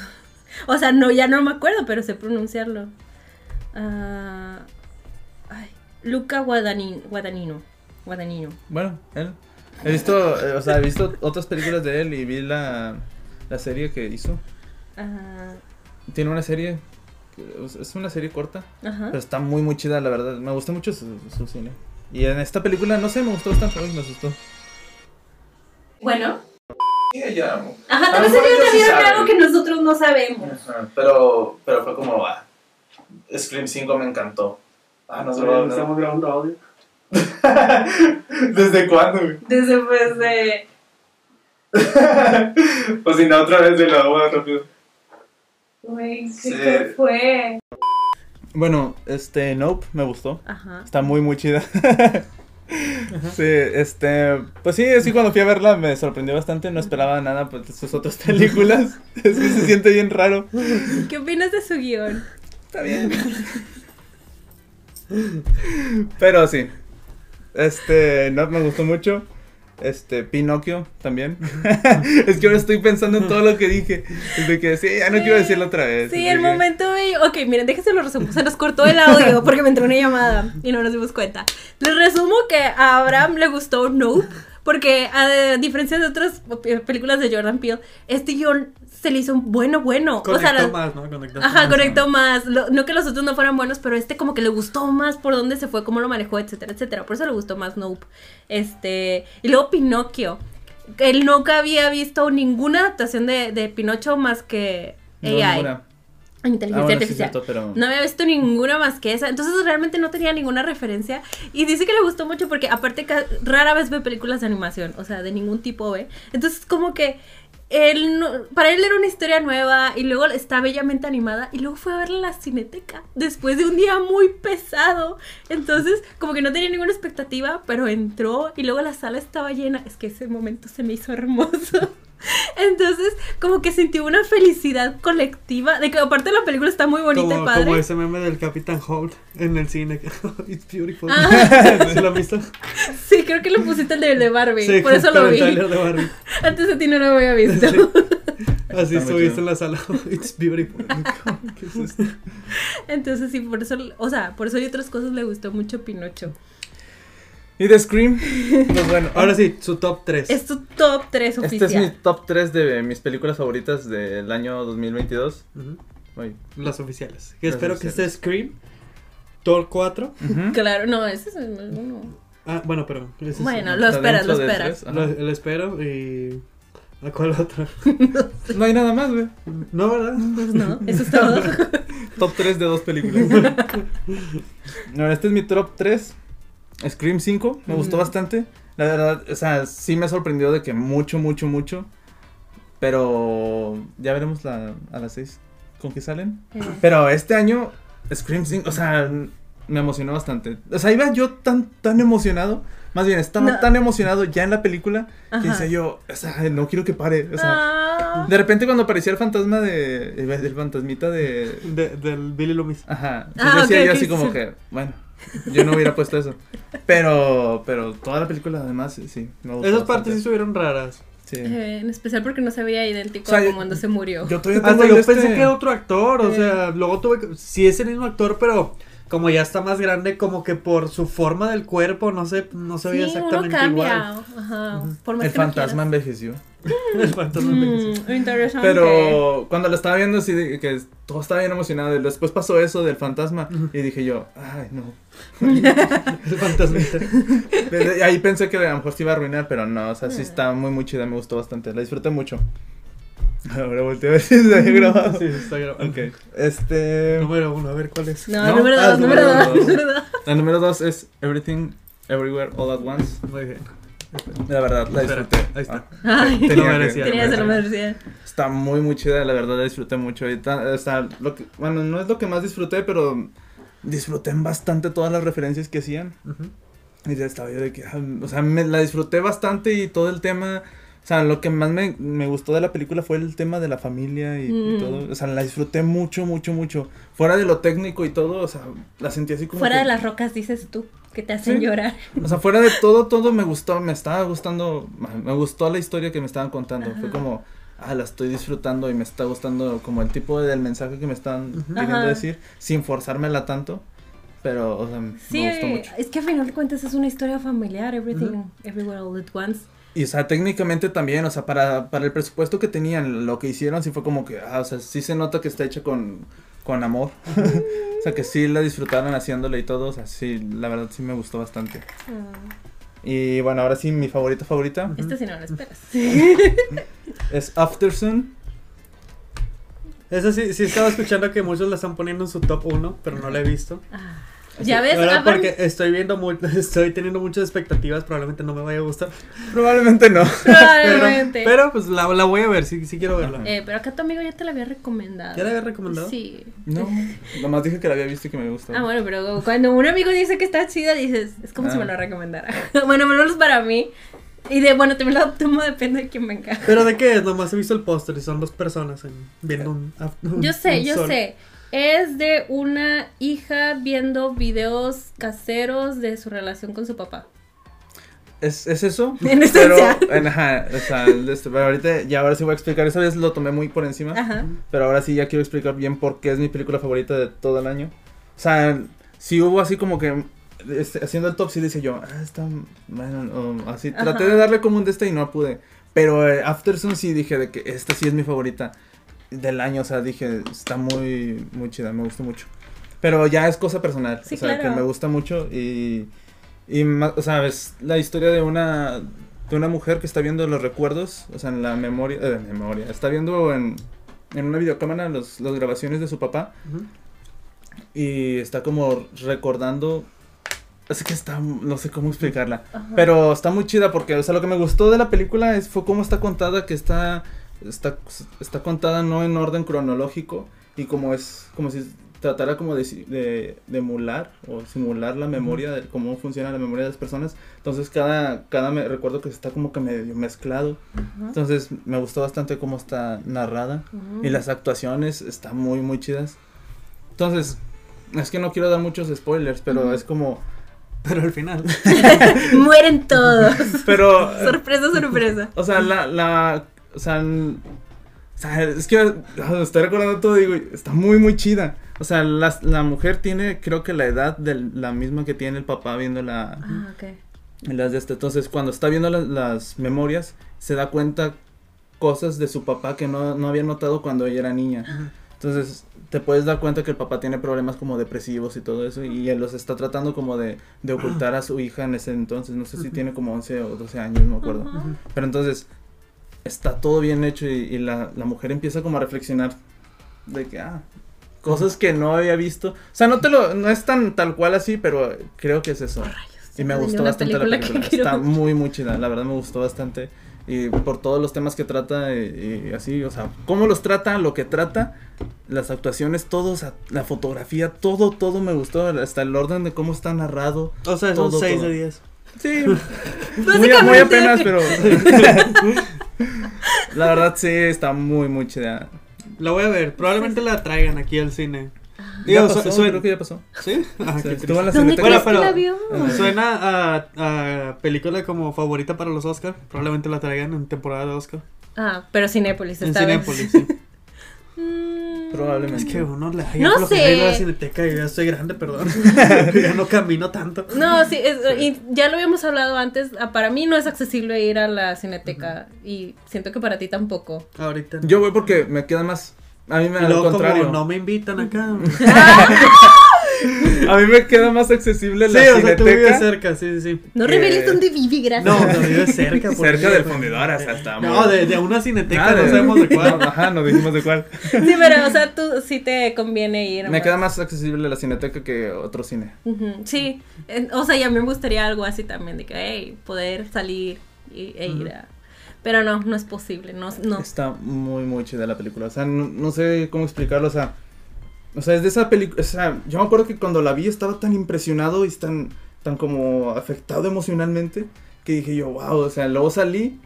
[SPEAKER 1] [LAUGHS] o sea, no, ya no me acuerdo, pero sé pronunciarlo. Ah, ay, Luca Guadagnino. Guadagnino. Guadagnino.
[SPEAKER 3] Bueno, él. He visto, eh, o sea, he visto otras películas de él y vi la, la serie que hizo.
[SPEAKER 1] Ah,
[SPEAKER 3] Tiene una serie, que- es es una serie corta,
[SPEAKER 1] ajá.
[SPEAKER 3] pero está muy, muy chida, la verdad. Me gusta mucho su, su cine. Y en esta película, no sé, me gustó bastante, Uy, me asustó.
[SPEAKER 1] Bueno.
[SPEAKER 3] llamo.
[SPEAKER 1] Ajá,
[SPEAKER 3] A
[SPEAKER 1] tal
[SPEAKER 3] lo
[SPEAKER 1] vez
[SPEAKER 3] mejor
[SPEAKER 1] ellos
[SPEAKER 3] ellos sí
[SPEAKER 1] vieron
[SPEAKER 3] saben.
[SPEAKER 1] algo que nosotros no sabemos. [LAUGHS]
[SPEAKER 3] Ajá, pero, pero fue como, va. Scream 5 me encantó. Ah, no, no, no.
[SPEAKER 2] grabando audio.
[SPEAKER 3] [LAUGHS] ¿Desde cuándo? güey?
[SPEAKER 1] Desde pues de...
[SPEAKER 3] o si no, otra vez de la agua rápido.
[SPEAKER 1] Güey,
[SPEAKER 3] Sí.
[SPEAKER 1] ¿qué fue?
[SPEAKER 3] Bueno, este, Nope me gustó.
[SPEAKER 1] Ajá.
[SPEAKER 3] Está muy, muy chida. [LAUGHS] Sí, este, pues sí, sí, cuando fui a verla me sorprendió bastante, no esperaba nada pues, de sus otras [LAUGHS] películas, es que se siente bien raro.
[SPEAKER 1] ¿Qué opinas de su guión?
[SPEAKER 3] Está bien. Pero sí. Este, no me gustó mucho. Este, Pinocchio también. [LAUGHS] es que ahora estoy pensando en todo lo que dije. Es de que sí, ya no
[SPEAKER 1] Sí.
[SPEAKER 3] quiero decirlo otra vez.
[SPEAKER 1] Sí,
[SPEAKER 3] Es
[SPEAKER 1] el
[SPEAKER 3] de que-
[SPEAKER 1] momento bello. Ok, miren, déjense lo resumo. Se nos cortó el audio porque me entró una llamada y no nos dimos cuenta. Les resumo que a Abraham le gustó Nope. Porque a diferencia de otras pe- películas de Jordan Peele, este guión se le hizo bueno, bueno. o sea,
[SPEAKER 2] Conectó
[SPEAKER 1] las-
[SPEAKER 2] más, ¿no? Conectó
[SPEAKER 1] Ajá,
[SPEAKER 2] más.
[SPEAKER 1] conectó más. Lo- no que los otros no fueran buenos, pero este como que le gustó más por dónde se fue, cómo lo manejó, etcétera, etcétera. Por eso le gustó más Nope. Este. Y luego Pinocchio. Él nunca había visto ninguna adaptación de, de Pinocho más que
[SPEAKER 3] No,
[SPEAKER 1] AI.
[SPEAKER 3] ninguna.
[SPEAKER 1] Inteligencia
[SPEAKER 3] Ah, bueno, sí, es
[SPEAKER 1] artificial.
[SPEAKER 3] cierto, pero. [LAUGHS]
[SPEAKER 1] No había visto ninguna más que esa, entonces realmente no tenía ninguna referencia. Y dice que le gustó mucho porque aparte ca- rara vez ve películas de animación, o sea, de ningún tipo ve. Entonces como que él no- para él era una historia nueva y luego está bellamente animada y luego fue a verla a la cineteca después de un día muy pesado. Entonces como que no tenía ninguna expectativa, pero entró y luego la sala estaba llena. Es que ese momento se me hizo hermoso. [LAUGHS] Entonces, como que sentí una felicidad colectiva. De que aparte la película está muy bonita
[SPEAKER 2] Como,
[SPEAKER 1] y padre.
[SPEAKER 2] como ese meme del Capitán Holt en el cine. [LAUGHS] It's beautiful.
[SPEAKER 1] Ah.
[SPEAKER 2] [LAUGHS] ¿Sí lo has visto?
[SPEAKER 1] Sí, creo que lo pusiste el de, de Barbie.
[SPEAKER 2] Sí,
[SPEAKER 1] por eso lo
[SPEAKER 2] con el
[SPEAKER 1] vi.
[SPEAKER 2] tráiler
[SPEAKER 1] [LAUGHS]
[SPEAKER 2] de Barbie.
[SPEAKER 1] Antes de ti no lo había visto.
[SPEAKER 2] Así
[SPEAKER 3] Está muy
[SPEAKER 2] estuviste
[SPEAKER 3] chido.
[SPEAKER 2] en la sala. [LAUGHS] It's
[SPEAKER 1] [LAUGHS]
[SPEAKER 2] beautiful. ¿Qué es esto?
[SPEAKER 1] Entonces, sí, por eso, o sea, por eso y otras cosas le gustó mucho Pinocho.
[SPEAKER 3] Y de Scream.
[SPEAKER 1] [LAUGHS]
[SPEAKER 3] Pues bueno,
[SPEAKER 2] Ahora sí, su top 3.
[SPEAKER 1] Es tu top 3
[SPEAKER 3] Este
[SPEAKER 1] oficial.
[SPEAKER 3] es mi top 3 de mis películas favoritas del año 2022.
[SPEAKER 1] [LAUGHS]
[SPEAKER 3] Uy.
[SPEAKER 2] Las oficiales. Que
[SPEAKER 3] Las
[SPEAKER 2] espero que esté
[SPEAKER 3] oficiales.
[SPEAKER 2] Scream. Thor 4.
[SPEAKER 3] Ujú.
[SPEAKER 1] Claro, no, ese es el uno.
[SPEAKER 2] Ah, bueno, pero. ese es-
[SPEAKER 1] Bueno,
[SPEAKER 3] Está
[SPEAKER 1] lo esperas,
[SPEAKER 3] dentro
[SPEAKER 1] lo
[SPEAKER 3] de
[SPEAKER 1] esperas.
[SPEAKER 3] tres,
[SPEAKER 2] Lo,
[SPEAKER 3] ajá.
[SPEAKER 2] lo espero y. ¿A cuál otra?
[SPEAKER 3] No hay nada más, güey.
[SPEAKER 2] No, ¿verdad?
[SPEAKER 1] Pues no, eso es todo.
[SPEAKER 3] [LAUGHS]
[SPEAKER 1] [LAUGHS]
[SPEAKER 3] Top 3 de dos películas. no, este es mi top 3. Scream 5, me gustó
[SPEAKER 1] Mm.
[SPEAKER 3] bastante. La verdad, o sea, sí me sorprendió de que mucho, mucho, mucho. Pero ya veremos la, a las 6 con qué salen.
[SPEAKER 1] Eh,
[SPEAKER 3] Pero este año, Scream 5, o sea, me emocionó bastante. O sea, iba yo tan, tan emocionado. Más bien, estaba
[SPEAKER 1] No.
[SPEAKER 3] tan emocionado ya en la película que
[SPEAKER 1] Ajá.
[SPEAKER 3] decía yo, o sea, no quiero que pare. O sea,
[SPEAKER 1] ah,
[SPEAKER 3] de repente cuando aparecía el fantasma de. El, el fantasmita de.
[SPEAKER 2] De- del Billy Loomis.
[SPEAKER 3] Ajá.
[SPEAKER 1] Ah,
[SPEAKER 3] yo decía
[SPEAKER 1] ok,
[SPEAKER 3] yo
[SPEAKER 1] ok,
[SPEAKER 3] así como
[SPEAKER 1] sí.
[SPEAKER 3] que, bueno, yo no hubiera puesto eso. Pero, pero toda la película además, sí, sí. me gustó
[SPEAKER 2] Esas
[SPEAKER 3] bastante.
[SPEAKER 2] partes sí estuvieron raras.
[SPEAKER 3] Sí.
[SPEAKER 1] eh, en especial porque no se veía idéntico
[SPEAKER 3] O sea,
[SPEAKER 1] a
[SPEAKER 3] yo-
[SPEAKER 1] como cuando se murió.
[SPEAKER 3] Yo todavía tengo
[SPEAKER 2] Hasta
[SPEAKER 3] el
[SPEAKER 2] yo
[SPEAKER 3] este-
[SPEAKER 2] pensé que era otro actor, o
[SPEAKER 1] Sí.
[SPEAKER 2] sea, luego tuve que... Sí es el mismo actor, pero como ya está más grande, como que por su forma del cuerpo, no sé, no se veía
[SPEAKER 1] Sí, uno
[SPEAKER 2] exactamente
[SPEAKER 1] cambia.
[SPEAKER 2] igual.
[SPEAKER 1] Ajá. Por más
[SPEAKER 3] El
[SPEAKER 1] que no
[SPEAKER 3] fantasma envejeció.
[SPEAKER 2] [LAUGHS] El fantasma envejeció.
[SPEAKER 1] quieras. Mm, interesante.
[SPEAKER 3] Pero cuando la estaba viendo, sí, de- que todo estaba bien emocionado. y Después pasó eso del fantasma y dije yo, ay, no.
[SPEAKER 2] El fantasmita.
[SPEAKER 3] [LAUGHS] Desde Ahí pensé que a lo mejor se iba a arruinar, pero no, o sea, sí está muy, muy chida, me gustó bastante, la disfruté mucho. [LAUGHS] Ahora volteo a ver si se había
[SPEAKER 2] [LAUGHS]
[SPEAKER 3] grabado.
[SPEAKER 2] Sí, está grabando.
[SPEAKER 3] Ok, este...
[SPEAKER 2] Número uno, a ver cuál es.
[SPEAKER 1] No,
[SPEAKER 3] ¿no?
[SPEAKER 1] número
[SPEAKER 3] Ah,
[SPEAKER 1] dos, número
[SPEAKER 3] número
[SPEAKER 1] dos,
[SPEAKER 3] dos.
[SPEAKER 1] número dos.
[SPEAKER 3] La número dos es Everything, Everywhere, All at Once.
[SPEAKER 2] Muy bien.
[SPEAKER 3] La verdad, la
[SPEAKER 2] Espera,
[SPEAKER 3] disfruté.
[SPEAKER 2] ahí está.
[SPEAKER 3] Ah,
[SPEAKER 1] Ay,
[SPEAKER 3] [LAUGHS]
[SPEAKER 2] Te lo merecía.
[SPEAKER 1] tenía que ser universidad.
[SPEAKER 3] Está muy, muy chida, la verdad, la disfruté mucho. Y ta- está lo que- bueno, no es lo que más disfruté, pero disfruté bastante todas las referencias que hacían.
[SPEAKER 2] Ujú.
[SPEAKER 3] Y ya estaba yo de que, ah, o sea, me la disfruté bastante y todo el tema, o sea, lo que más me, me gustó de la película fue el tema de la familia y, y
[SPEAKER 1] Mm.
[SPEAKER 3] todo, o sea, la disfruté mucho, mucho, mucho. Fuera de lo técnico y todo, o sea, la sentí así como...
[SPEAKER 1] Fuera
[SPEAKER 3] que-
[SPEAKER 1] de las rocas, dices tú, que te hacen
[SPEAKER 3] Sí.
[SPEAKER 1] llorar.
[SPEAKER 3] O sea, fuera de todo, todo me gustó, me estaba gustando, me gustó la historia que me estaban contando, fue como, ah, la estoy disfrutando y me está gustando como el tipo del mensaje que me están queriendo
[SPEAKER 1] Ajá.
[SPEAKER 3] decir, sin forzármela tanto, pero, o sea,
[SPEAKER 1] Sí,
[SPEAKER 3] me gustó mucho.
[SPEAKER 1] es que al final de cuentas es una historia familiar, everything, everywhere, all at once.
[SPEAKER 3] Y, o sea, técnicamente también, o sea, para, para el presupuesto que tenían, lo que hicieron, sí fue como que, ah, o sea, sí se nota que está hecha con, con amor. [LAUGHS] o sea, que sí la disfrutaron haciéndole y todo, o sea, sí, la verdad sí me gustó bastante.
[SPEAKER 1] Ah,
[SPEAKER 3] Y bueno, ahora sí, mi favorita favorita
[SPEAKER 1] Esto Este sí no lo esperas.
[SPEAKER 3] es Aftersun.
[SPEAKER 2] Esa sí, sí estaba escuchando que muchos la están poniendo en su top 1, pero no la he visto.
[SPEAKER 1] [LAUGHS] Ah, ya ves,
[SPEAKER 2] Ahora,
[SPEAKER 1] Abraham,
[SPEAKER 3] [LAUGHS]
[SPEAKER 2] porque estoy viendo mu- [LAUGHS] estoy teniendo muchas expectativas, probablemente no me vaya a gustar.
[SPEAKER 3] Probablemente no.
[SPEAKER 2] Pero,
[SPEAKER 1] probablemente.
[SPEAKER 2] pero, pues la, la voy a ver, sí, sí quiero verla.
[SPEAKER 1] Eh, pero acá tu amigo ya te la había recomendado.
[SPEAKER 2] ¿Ya la había recomendado?
[SPEAKER 1] Sí.
[SPEAKER 3] No, nomás dije que la había visto y que me gustó.
[SPEAKER 1] Ah, bueno, pero cuando un amigo dice que está chida, dices, es como si
[SPEAKER 3] Ah.
[SPEAKER 1] me lo recomendara. [LAUGHS] bueno, menos para mí. Y de, bueno, también lo tomo, depende de quién
[SPEAKER 3] [LAUGHS]
[SPEAKER 1] venga.
[SPEAKER 2] ¿Pero de qué es? Nomás he visto el póster y son dos personas en- viendo un, un-
[SPEAKER 1] Yo sé,
[SPEAKER 2] un
[SPEAKER 1] yo
[SPEAKER 2] sol.
[SPEAKER 1] sé. Es de una hija viendo videos caseros de su relación con su papá.
[SPEAKER 3] ¿Es, es eso?
[SPEAKER 1] [LAUGHS] En
[SPEAKER 3] pero,
[SPEAKER 1] esencia.
[SPEAKER 3] en- ajá, o sea, este, pero ahorita, ya ahora sí voy a explicar, esa vez lo tomé muy por encima.
[SPEAKER 1] Ajá.
[SPEAKER 3] Pero ahora sí ya quiero explicar bien por qué es mi película favorita de todo el año. O sea, si hubo así como que este, haciendo el top sí dice yo, ah, está bueno, o así
[SPEAKER 1] Ajá.
[SPEAKER 3] traté de darle como un de este y no pude. Pero eh, Aftersun sí dije de que esta sí es mi favorita del año, o sea, dije, está muy muy chida, me gustó mucho. Pero ya es cosa personal,
[SPEAKER 1] Sí,
[SPEAKER 3] o sea,
[SPEAKER 1] claro.
[SPEAKER 3] que me gusta mucho y y ma- o sea, es la historia de una de una mujer que está viendo los recuerdos, o sea, en la memoria, eh, memoria, está viendo en, en una videocámara los, las grabaciones de su papá
[SPEAKER 2] Ujú.
[SPEAKER 3] y está como recordando. Así que está, no sé cómo explicarla. Pero está muy chida porque, o sea, lo que me gustó de la película es, fue cómo está contada, que está, está, está contada no en orden cronológico y como es, como si tratara como de, si- de, de emular o simular la memoria, de cómo funciona la memoria de las personas. Entonces cada, cada me, recuerdo que está como que medio mezclado. Entonces me gustó bastante cómo está narrada.
[SPEAKER 1] Mm.
[SPEAKER 3] Y las actuaciones están muy, muy chidas. Entonces, es que no quiero dar muchos spoilers, pero es como...
[SPEAKER 2] Pero al final.
[SPEAKER 1] [LAUGHS] Mueren
[SPEAKER 3] [LAUGHS]
[SPEAKER 1] todos. [LAUGHS]
[SPEAKER 3] Pero, eh,
[SPEAKER 1] sorpresa, sorpresa.
[SPEAKER 3] o sea, la... la o, sea, n- o sea, es que ah, estoy recordando todo digo, está muy, muy chida. O sea, las- la, mujer tiene, creo que la edad de la misma que tiene el papá viendo la,
[SPEAKER 1] Ah, ok.
[SPEAKER 3] las de este. Entonces, cuando está viendo las, las memorias, se da cuenta cosas de su papá que no, no había notado cuando ella era niña. Entonces, te puedes dar cuenta que el papá tiene problemas como depresivos y todo eso, y él los está tratando como de, de ocultar a su hija en ese entonces. No sé si tiene como 11 o 12 años, no me acuerdo.
[SPEAKER 1] Ajá.
[SPEAKER 3] Pero entonces, está todo bien hecho y, y la, la mujer empieza como a reflexionar de que, ah, cosas que no había visto. O sea, no te lo, no es tan tal cual así, pero creo que es eso. Y me
[SPEAKER 1] Salió pues,
[SPEAKER 3] gustó
[SPEAKER 1] una
[SPEAKER 3] bastante la
[SPEAKER 1] película que
[SPEAKER 3] película.
[SPEAKER 1] quiero
[SPEAKER 3] Está
[SPEAKER 1] ver.
[SPEAKER 3] muy, muy chida. La verdad me gustó bastante. Y por todos los temas que trata y, y así, o sea, cómo los trata, lo que trata, las actuaciones, todo, o sea, la fotografía, todo, todo me gustó. Hasta el orden de cómo está narrado.
[SPEAKER 2] O sea, son
[SPEAKER 3] Todo,
[SPEAKER 2] 6
[SPEAKER 3] todo.
[SPEAKER 2] de 10.
[SPEAKER 3] Sí, [LAUGHS] muy,
[SPEAKER 1] Básicamente.
[SPEAKER 3] muy apenas, pero. [LAUGHS] la verdad sí, está muy, muy chida.
[SPEAKER 2] La voy a ver. Probablemente la traigan aquí al cine.
[SPEAKER 1] Ah.
[SPEAKER 3] Ya
[SPEAKER 2] Digo, su-
[SPEAKER 3] pasó,
[SPEAKER 2] su-
[SPEAKER 3] creo que ya pasó.
[SPEAKER 2] ¿Sí? Ah,
[SPEAKER 3] O sea,
[SPEAKER 2] qué
[SPEAKER 3] estuvo en la
[SPEAKER 1] ¿Dónde
[SPEAKER 3] Cineteca.
[SPEAKER 1] crees
[SPEAKER 2] Bueno,
[SPEAKER 1] que
[SPEAKER 2] pero-
[SPEAKER 1] la vio?
[SPEAKER 2] Suena a, a película como favorita para los Oscar. Probablemente la traigan en temporada de Oscar.
[SPEAKER 1] Ah, pero Cinépolis [LAUGHS]
[SPEAKER 2] en
[SPEAKER 1] esta vez.
[SPEAKER 2] Cinépolis. sí.
[SPEAKER 1] Mm,
[SPEAKER 3] Probablemente.
[SPEAKER 2] Es que uno le da
[SPEAKER 1] No
[SPEAKER 2] lo que le digo a la
[SPEAKER 1] sé.
[SPEAKER 2] cineteca y ya estoy
[SPEAKER 1] [LAUGHS]
[SPEAKER 2] grande, perdón. [LAUGHS] ya no camino tanto.
[SPEAKER 1] No, sí, es- y ya lo habíamos hablado antes. ah, Para mí no es accesible ir a la cineteca y siento que para ti tampoco.
[SPEAKER 2] Ahorita. no.
[SPEAKER 3] Yo voy porque me queda más. A mí me
[SPEAKER 2] y
[SPEAKER 3] al
[SPEAKER 2] luego,
[SPEAKER 3] contrario.
[SPEAKER 2] como no me invitan acá.
[SPEAKER 1] [LAUGHS]
[SPEAKER 3] A mí me queda más accesible
[SPEAKER 2] sí,
[SPEAKER 3] la
[SPEAKER 2] o sea, tú vives
[SPEAKER 3] cineteca.
[SPEAKER 2] cerca, sí, sí,
[SPEAKER 1] [LAUGHS]
[SPEAKER 2] sí.
[SPEAKER 1] No
[SPEAKER 3] Que-
[SPEAKER 1] reveles dónde viví, gracias.
[SPEAKER 2] No, no vives cerca. por
[SPEAKER 3] Cerca
[SPEAKER 2] Dios.
[SPEAKER 3] del fundidor, hasta estamos.
[SPEAKER 2] No, de, de una cineteca,
[SPEAKER 3] Nada,
[SPEAKER 2] no sabemos de cuál.
[SPEAKER 3] [LAUGHS] no, Ajá, no dijimos de cuál.
[SPEAKER 1] [LAUGHS] Sí, pero, o sea, tú sí te conviene ir.
[SPEAKER 3] Me
[SPEAKER 1] ¿no?
[SPEAKER 3] queda más accesible la cineteca que otro cine.
[SPEAKER 1] Ujú, Sí, Eh, o sea, ya me gustaría algo así también, de que, hey, poder salir y- e ir a... Pero no, no es posible, no, no.
[SPEAKER 3] Está muy, muy chida la película. O sea, no, no sé cómo explicarlo. O sea, o sea es de esa película. O sea, yo me acuerdo que cuando la vi estaba tan impresionado y tan, tan como afectado emocionalmente que dije yo, wow. O sea, luego salí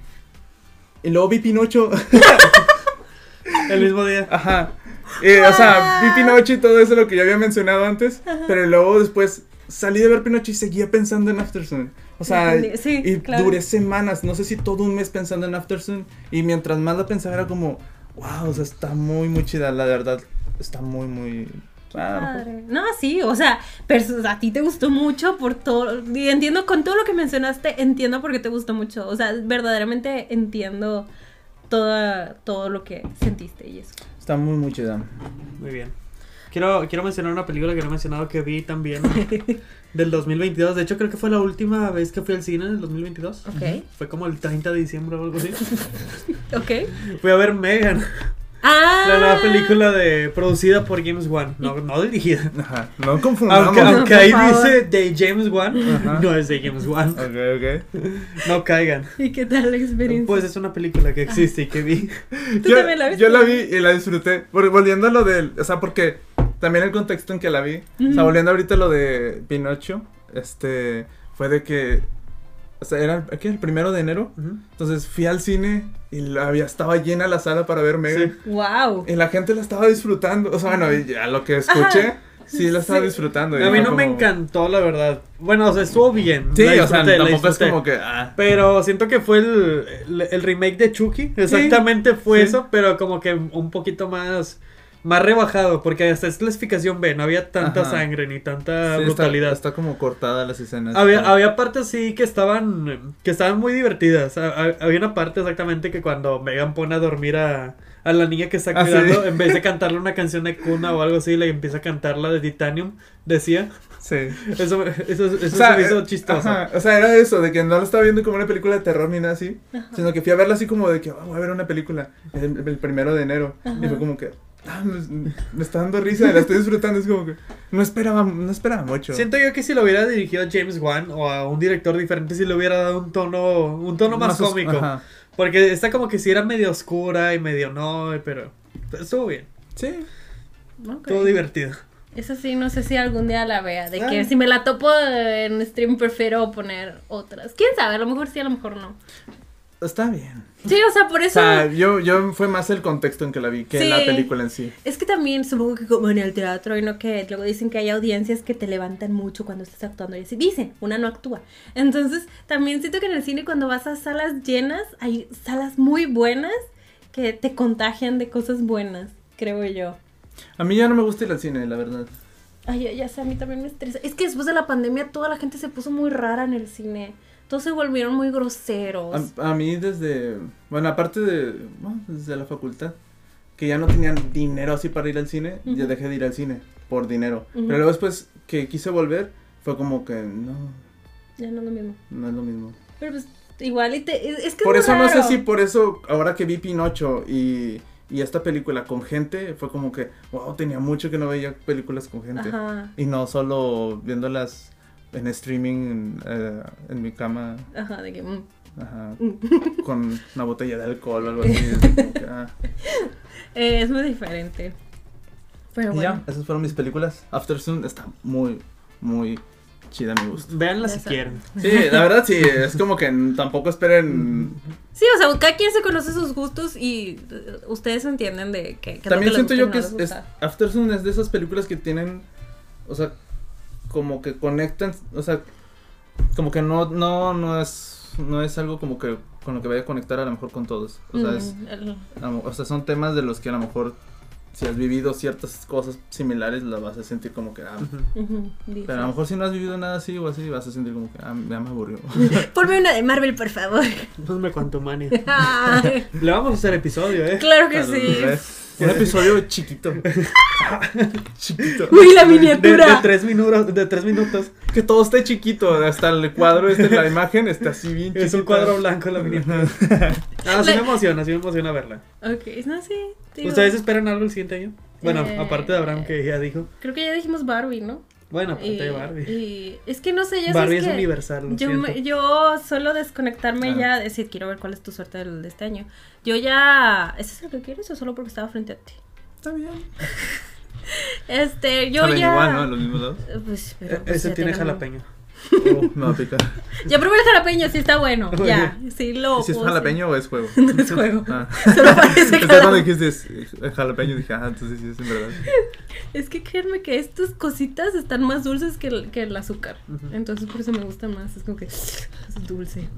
[SPEAKER 3] y luego vi Pinocho. [LAUGHS]
[SPEAKER 2] El mismo día.
[SPEAKER 3] Ajá. Eh, o
[SPEAKER 1] Ah.
[SPEAKER 3] sea, vi Pinocho y todo eso lo que ya había mencionado antes. Pero luego después salí de ver Pinocho y seguía pensando en Aftersun. O sea,
[SPEAKER 1] Entendí. Sí,
[SPEAKER 3] y
[SPEAKER 1] claro.
[SPEAKER 3] duré semanas, no sé si todo un mes pensando en Aftersun. Y mientras más la pensaba era como, wow, o sea, está muy, muy chida. La verdad, está muy, muy... ah,
[SPEAKER 1] Padre. No, sí, o sea, perso- a ti te gustó mucho por todo, y entiendo con todo lo que mencionaste, entiendo por qué te gustó mucho, o sea, verdaderamente entiendo toda, todo lo que sentiste y eso.
[SPEAKER 3] está muy, muy chida.
[SPEAKER 2] Muy bien. Quiero, quiero mencionar una película que no he mencionado que vi
[SPEAKER 3] [LAUGHS]
[SPEAKER 2] también del 2022. De hecho, creo que fue la última vez que fui al cine en el 2022.
[SPEAKER 1] Ok,
[SPEAKER 2] Fue como el 30 de diciembre o
[SPEAKER 3] [LAUGHS]
[SPEAKER 2] algo así.
[SPEAKER 1] ok.
[SPEAKER 2] Fui a ver Megan,
[SPEAKER 1] Ah,
[SPEAKER 2] la nueva película de, producida por James Wan. No, no
[SPEAKER 3] [LAUGHS]
[SPEAKER 2] dirigida. [LAUGHS]
[SPEAKER 3] Ajá, no confundamos.
[SPEAKER 2] Aunque,
[SPEAKER 1] por
[SPEAKER 2] aunque ahí
[SPEAKER 1] favor.
[SPEAKER 2] dice de James Wan,
[SPEAKER 3] Ajá.
[SPEAKER 2] no es de James Wan.
[SPEAKER 3] Ok, ok.
[SPEAKER 2] No caigan.
[SPEAKER 1] [LAUGHS] ¿Y qué tal la experiencia?
[SPEAKER 2] Pues es una película que existe y que vi.
[SPEAKER 1] ¿Tú
[SPEAKER 3] yo,
[SPEAKER 1] también la viste?
[SPEAKER 3] yo la vi y la disfruté. Por- volviendo a lo del. O sea, porque también el contexto en que la vi. O sea, volviendo ahorita a lo de Pinocho. Este. Fue de que. O sea, era ¿qué? el primero de enero.
[SPEAKER 2] Ujú.
[SPEAKER 3] Entonces fui al cine y la, había, estaba llena la sala para ver Megan.
[SPEAKER 1] wow.
[SPEAKER 2] Eh,
[SPEAKER 3] Y la gente la estaba disfrutando. O sea, bueno, y ya lo que escuché,
[SPEAKER 1] Ajá.
[SPEAKER 3] sí la estaba
[SPEAKER 1] Sí.
[SPEAKER 3] disfrutando. y
[SPEAKER 2] A mí
[SPEAKER 3] era
[SPEAKER 2] no me
[SPEAKER 3] como-
[SPEAKER 2] encantó, la verdad. Bueno, o sea, estuvo bien.
[SPEAKER 3] Sí,
[SPEAKER 2] La
[SPEAKER 3] o sea,
[SPEAKER 2] disfruté, la
[SPEAKER 3] tampoco es
[SPEAKER 2] disfruté.
[SPEAKER 3] como que. ah.
[SPEAKER 2] Pero siento que fue el, el, el remake de Chucky. Exactamente fue
[SPEAKER 3] sí.
[SPEAKER 2] eso, pero como que un poquito más. Más rebajado, porque hasta es clasificación B, no había tanta
[SPEAKER 3] Ajá.
[SPEAKER 2] sangre ni tanta
[SPEAKER 3] Sí, está,
[SPEAKER 2] brutalidad.
[SPEAKER 3] está como cortada las escenas. Ah,
[SPEAKER 2] Había, había partes sí que estaban que estaban muy divertidas. Ha- ha- Había una parte exactamente que cuando Megan pone a dormir a, a la niña que está
[SPEAKER 3] Ah,
[SPEAKER 2] cuidando,
[SPEAKER 3] sí.
[SPEAKER 2] en
[SPEAKER 3] [LAUGHS]
[SPEAKER 2] vez de cantarle una canción de cuna o algo así, le empieza a cantar la de Titanium, decía.
[SPEAKER 3] Sí.
[SPEAKER 2] Eso, eso, eso
[SPEAKER 3] O sea,
[SPEAKER 2] se me hizo
[SPEAKER 3] eh,
[SPEAKER 2] chistoso.
[SPEAKER 3] ajá, o sea, era eso, de que no la estaba viendo como una película de terror ni nada así, sino que fui a verla así como de que "Ah, voy a ver una película el, el primero de enero. Y fue como que, "Ah, me, me está dando risa, la estoy disfrutando. Es como que no esperaba, no esperaba mucho.
[SPEAKER 2] Siento yo que si lo hubiera dirigido a James Wan o a un director diferente, si le hubiera dado un tono, un tono más,
[SPEAKER 3] os-
[SPEAKER 2] cómico.
[SPEAKER 3] ajá.
[SPEAKER 2] Porque está como que si era medio oscura y medio no, pero estuvo bien,
[SPEAKER 3] Sí,
[SPEAKER 1] Ok.
[SPEAKER 2] estuvo divertido.
[SPEAKER 1] Eso sí, no sé si algún día la vea. De que
[SPEAKER 3] Ah.
[SPEAKER 1] si me la topo en stream, prefiero poner otras. Quién sabe, a lo mejor sí, a lo mejor no.
[SPEAKER 3] está bien.
[SPEAKER 1] Sí, o sea, por
[SPEAKER 3] O
[SPEAKER 1] eso.
[SPEAKER 3] sea, yo, yo fue más el contexto en que la vi que la
[SPEAKER 1] Sí.
[SPEAKER 3] película en sí.
[SPEAKER 1] Es que también supongo que como en el teatro y no que luego dicen que hay audiencias que te levantan mucho cuando estás actuando y así dicen, una no actúa. Entonces también siento que en el cine cuando vas a salas llenas hay salas muy buenas que te contagian de cosas buenas, creo yo.
[SPEAKER 3] A mí ya no me gusta ir al cine, la verdad.
[SPEAKER 1] Ay, ya- ya sé, a mí también me estresa. Es que después de la pandemia toda la gente se puso muy rara en el cine. Todos se volvieron muy groseros.
[SPEAKER 3] A, a mí desde, bueno, aparte de, bueno, desde la facultad, que ya no tenían dinero así para ir al cine, ya
[SPEAKER 1] Ujú.
[SPEAKER 3] dejé de ir al cine por dinero.
[SPEAKER 1] Ujú.
[SPEAKER 3] Pero luego después que quise volver, fue como que no,
[SPEAKER 1] Ya no es lo mismo.
[SPEAKER 3] no es lo mismo.
[SPEAKER 1] Pero pues igual y te... Es, es que
[SPEAKER 3] por
[SPEAKER 1] es
[SPEAKER 3] eso
[SPEAKER 1] muy
[SPEAKER 3] no sé
[SPEAKER 1] raro.
[SPEAKER 3] si por eso, ahora que vi Pinocho y, y esta película con gente, fue como que, wow, tenía mucho que no veía películas con gente.
[SPEAKER 1] Ajá,
[SPEAKER 3] Y no solo viéndolas en streaming en, eh, en mi cama,
[SPEAKER 1] ajá, de que... mm, [LAUGHS]
[SPEAKER 3] ajá,
[SPEAKER 1] mm.
[SPEAKER 3] con una botella de alcohol o algo
[SPEAKER 1] [LAUGHS]
[SPEAKER 3] así. es como que, ah.
[SPEAKER 1] Eh, es muy diferente. Pero
[SPEAKER 3] Y
[SPEAKER 1] bueno.
[SPEAKER 3] ya, esas fueron mis películas. After Soon está muy, muy chida a mi gusto.
[SPEAKER 2] Pues, Véanla si
[SPEAKER 1] Esa-
[SPEAKER 2] quieren.
[SPEAKER 3] Sí, la verdad sí, es como que n- tampoco esperen.
[SPEAKER 1] Sí, o sea, cada quien se conoce sus gustos y eh, ustedes entienden de que... que
[SPEAKER 3] También
[SPEAKER 1] lo
[SPEAKER 3] siento
[SPEAKER 1] les
[SPEAKER 3] yo
[SPEAKER 1] gusta y
[SPEAKER 3] que
[SPEAKER 1] no
[SPEAKER 3] es,
[SPEAKER 1] les
[SPEAKER 3] es-
[SPEAKER 1] gusta.
[SPEAKER 3] After Soon es de esas películas que tienen, o sea, como que conectan, o sea, como que no, no, no es, no es algo como que con lo que vaya a conectar a lo mejor con todos. O sea, es,
[SPEAKER 1] Mm, el-
[SPEAKER 3] a lo- o sea son temas de los que a lo mejor si has vivido ciertas cosas similares, las vas a sentir como que, ah,
[SPEAKER 2] Ujú.
[SPEAKER 1] Ujú, dice.
[SPEAKER 3] pero a lo mejor si no has vivido nada así o así, vas a sentir como que, ah, ya me aburrió.
[SPEAKER 1] [LAUGHS] Ponme una de Marvel, por favor. [LAUGHS]
[SPEAKER 2] Ponme cuanto mania.
[SPEAKER 1] Ay,
[SPEAKER 2] [LAUGHS] Le vamos a hacer episodio, ¿eh?
[SPEAKER 1] claro que
[SPEAKER 3] Tal
[SPEAKER 1] sí.
[SPEAKER 3] vez. Un episodio chiquito. chiquito.
[SPEAKER 1] [LAUGHS] Uy,
[SPEAKER 3] [LAUGHS]
[SPEAKER 1] la
[SPEAKER 2] De, de
[SPEAKER 1] miniatura.
[SPEAKER 2] tres minutos, de tres minutos.
[SPEAKER 3] Que todo esté chiquito, hasta el cuadro, este, la imagen está así bien
[SPEAKER 2] Es un
[SPEAKER 3] chiquita.
[SPEAKER 2] cuadro blanco la miniatura. Ah, sí me emociona, sí me emociona verla.
[SPEAKER 1] Ok, no sé. digo,
[SPEAKER 2] ¿Ustedes esperan algo el siguiente año? Bueno,
[SPEAKER 1] Eh,
[SPEAKER 2] aparte de Abraham que ya dijo.
[SPEAKER 1] Creo que ya dijimos Barbie, ¿no?
[SPEAKER 2] Bueno, aparte
[SPEAKER 1] Y-
[SPEAKER 2] de Barbie.
[SPEAKER 1] y- es que no sé, yo
[SPEAKER 2] Barbie es
[SPEAKER 1] que
[SPEAKER 2] universal, lo
[SPEAKER 1] Yo,
[SPEAKER 2] siento.
[SPEAKER 1] me- yo solo desconectarme
[SPEAKER 3] Ah.
[SPEAKER 1] ya, decir, quiero ver cuál es tu suerte del- de este año. Yo ya. ¿Eso es lo que quieres o solo porque estaba frente a ti?
[SPEAKER 3] Está bien.
[SPEAKER 1] Este, yo
[SPEAKER 3] Saben
[SPEAKER 1] ya.
[SPEAKER 3] igual, ¿no? En los
[SPEAKER 1] [LAUGHS]
[SPEAKER 3] mismos lados.
[SPEAKER 1] Eh, Pues, pero,
[SPEAKER 2] E-
[SPEAKER 1] pues,
[SPEAKER 2] Ese
[SPEAKER 1] ya
[SPEAKER 2] tiene
[SPEAKER 1] tenemos-
[SPEAKER 2] jalapeño.
[SPEAKER 3] Uh, me va a picar.
[SPEAKER 1] Ya probé el jalapeño, sí está bueno. Ya, sí lo.
[SPEAKER 3] ¿Y si es
[SPEAKER 1] puedo decir.
[SPEAKER 3] jalapeño o es juego?
[SPEAKER 1] [LAUGHS] No es juego.
[SPEAKER 3] Ah.
[SPEAKER 1] Solo parece
[SPEAKER 3] [LAUGHS] Entonces cuando
[SPEAKER 1] jalapeño.
[SPEAKER 3] dijiste eh, jalapeño dije, ah, entonces sí es en verdad.
[SPEAKER 1] Es que créanme que estas cositas están más dulces que el, que el azúcar.
[SPEAKER 2] Ujú.
[SPEAKER 1] Entonces por eso me gusta más. Es como que es dulce.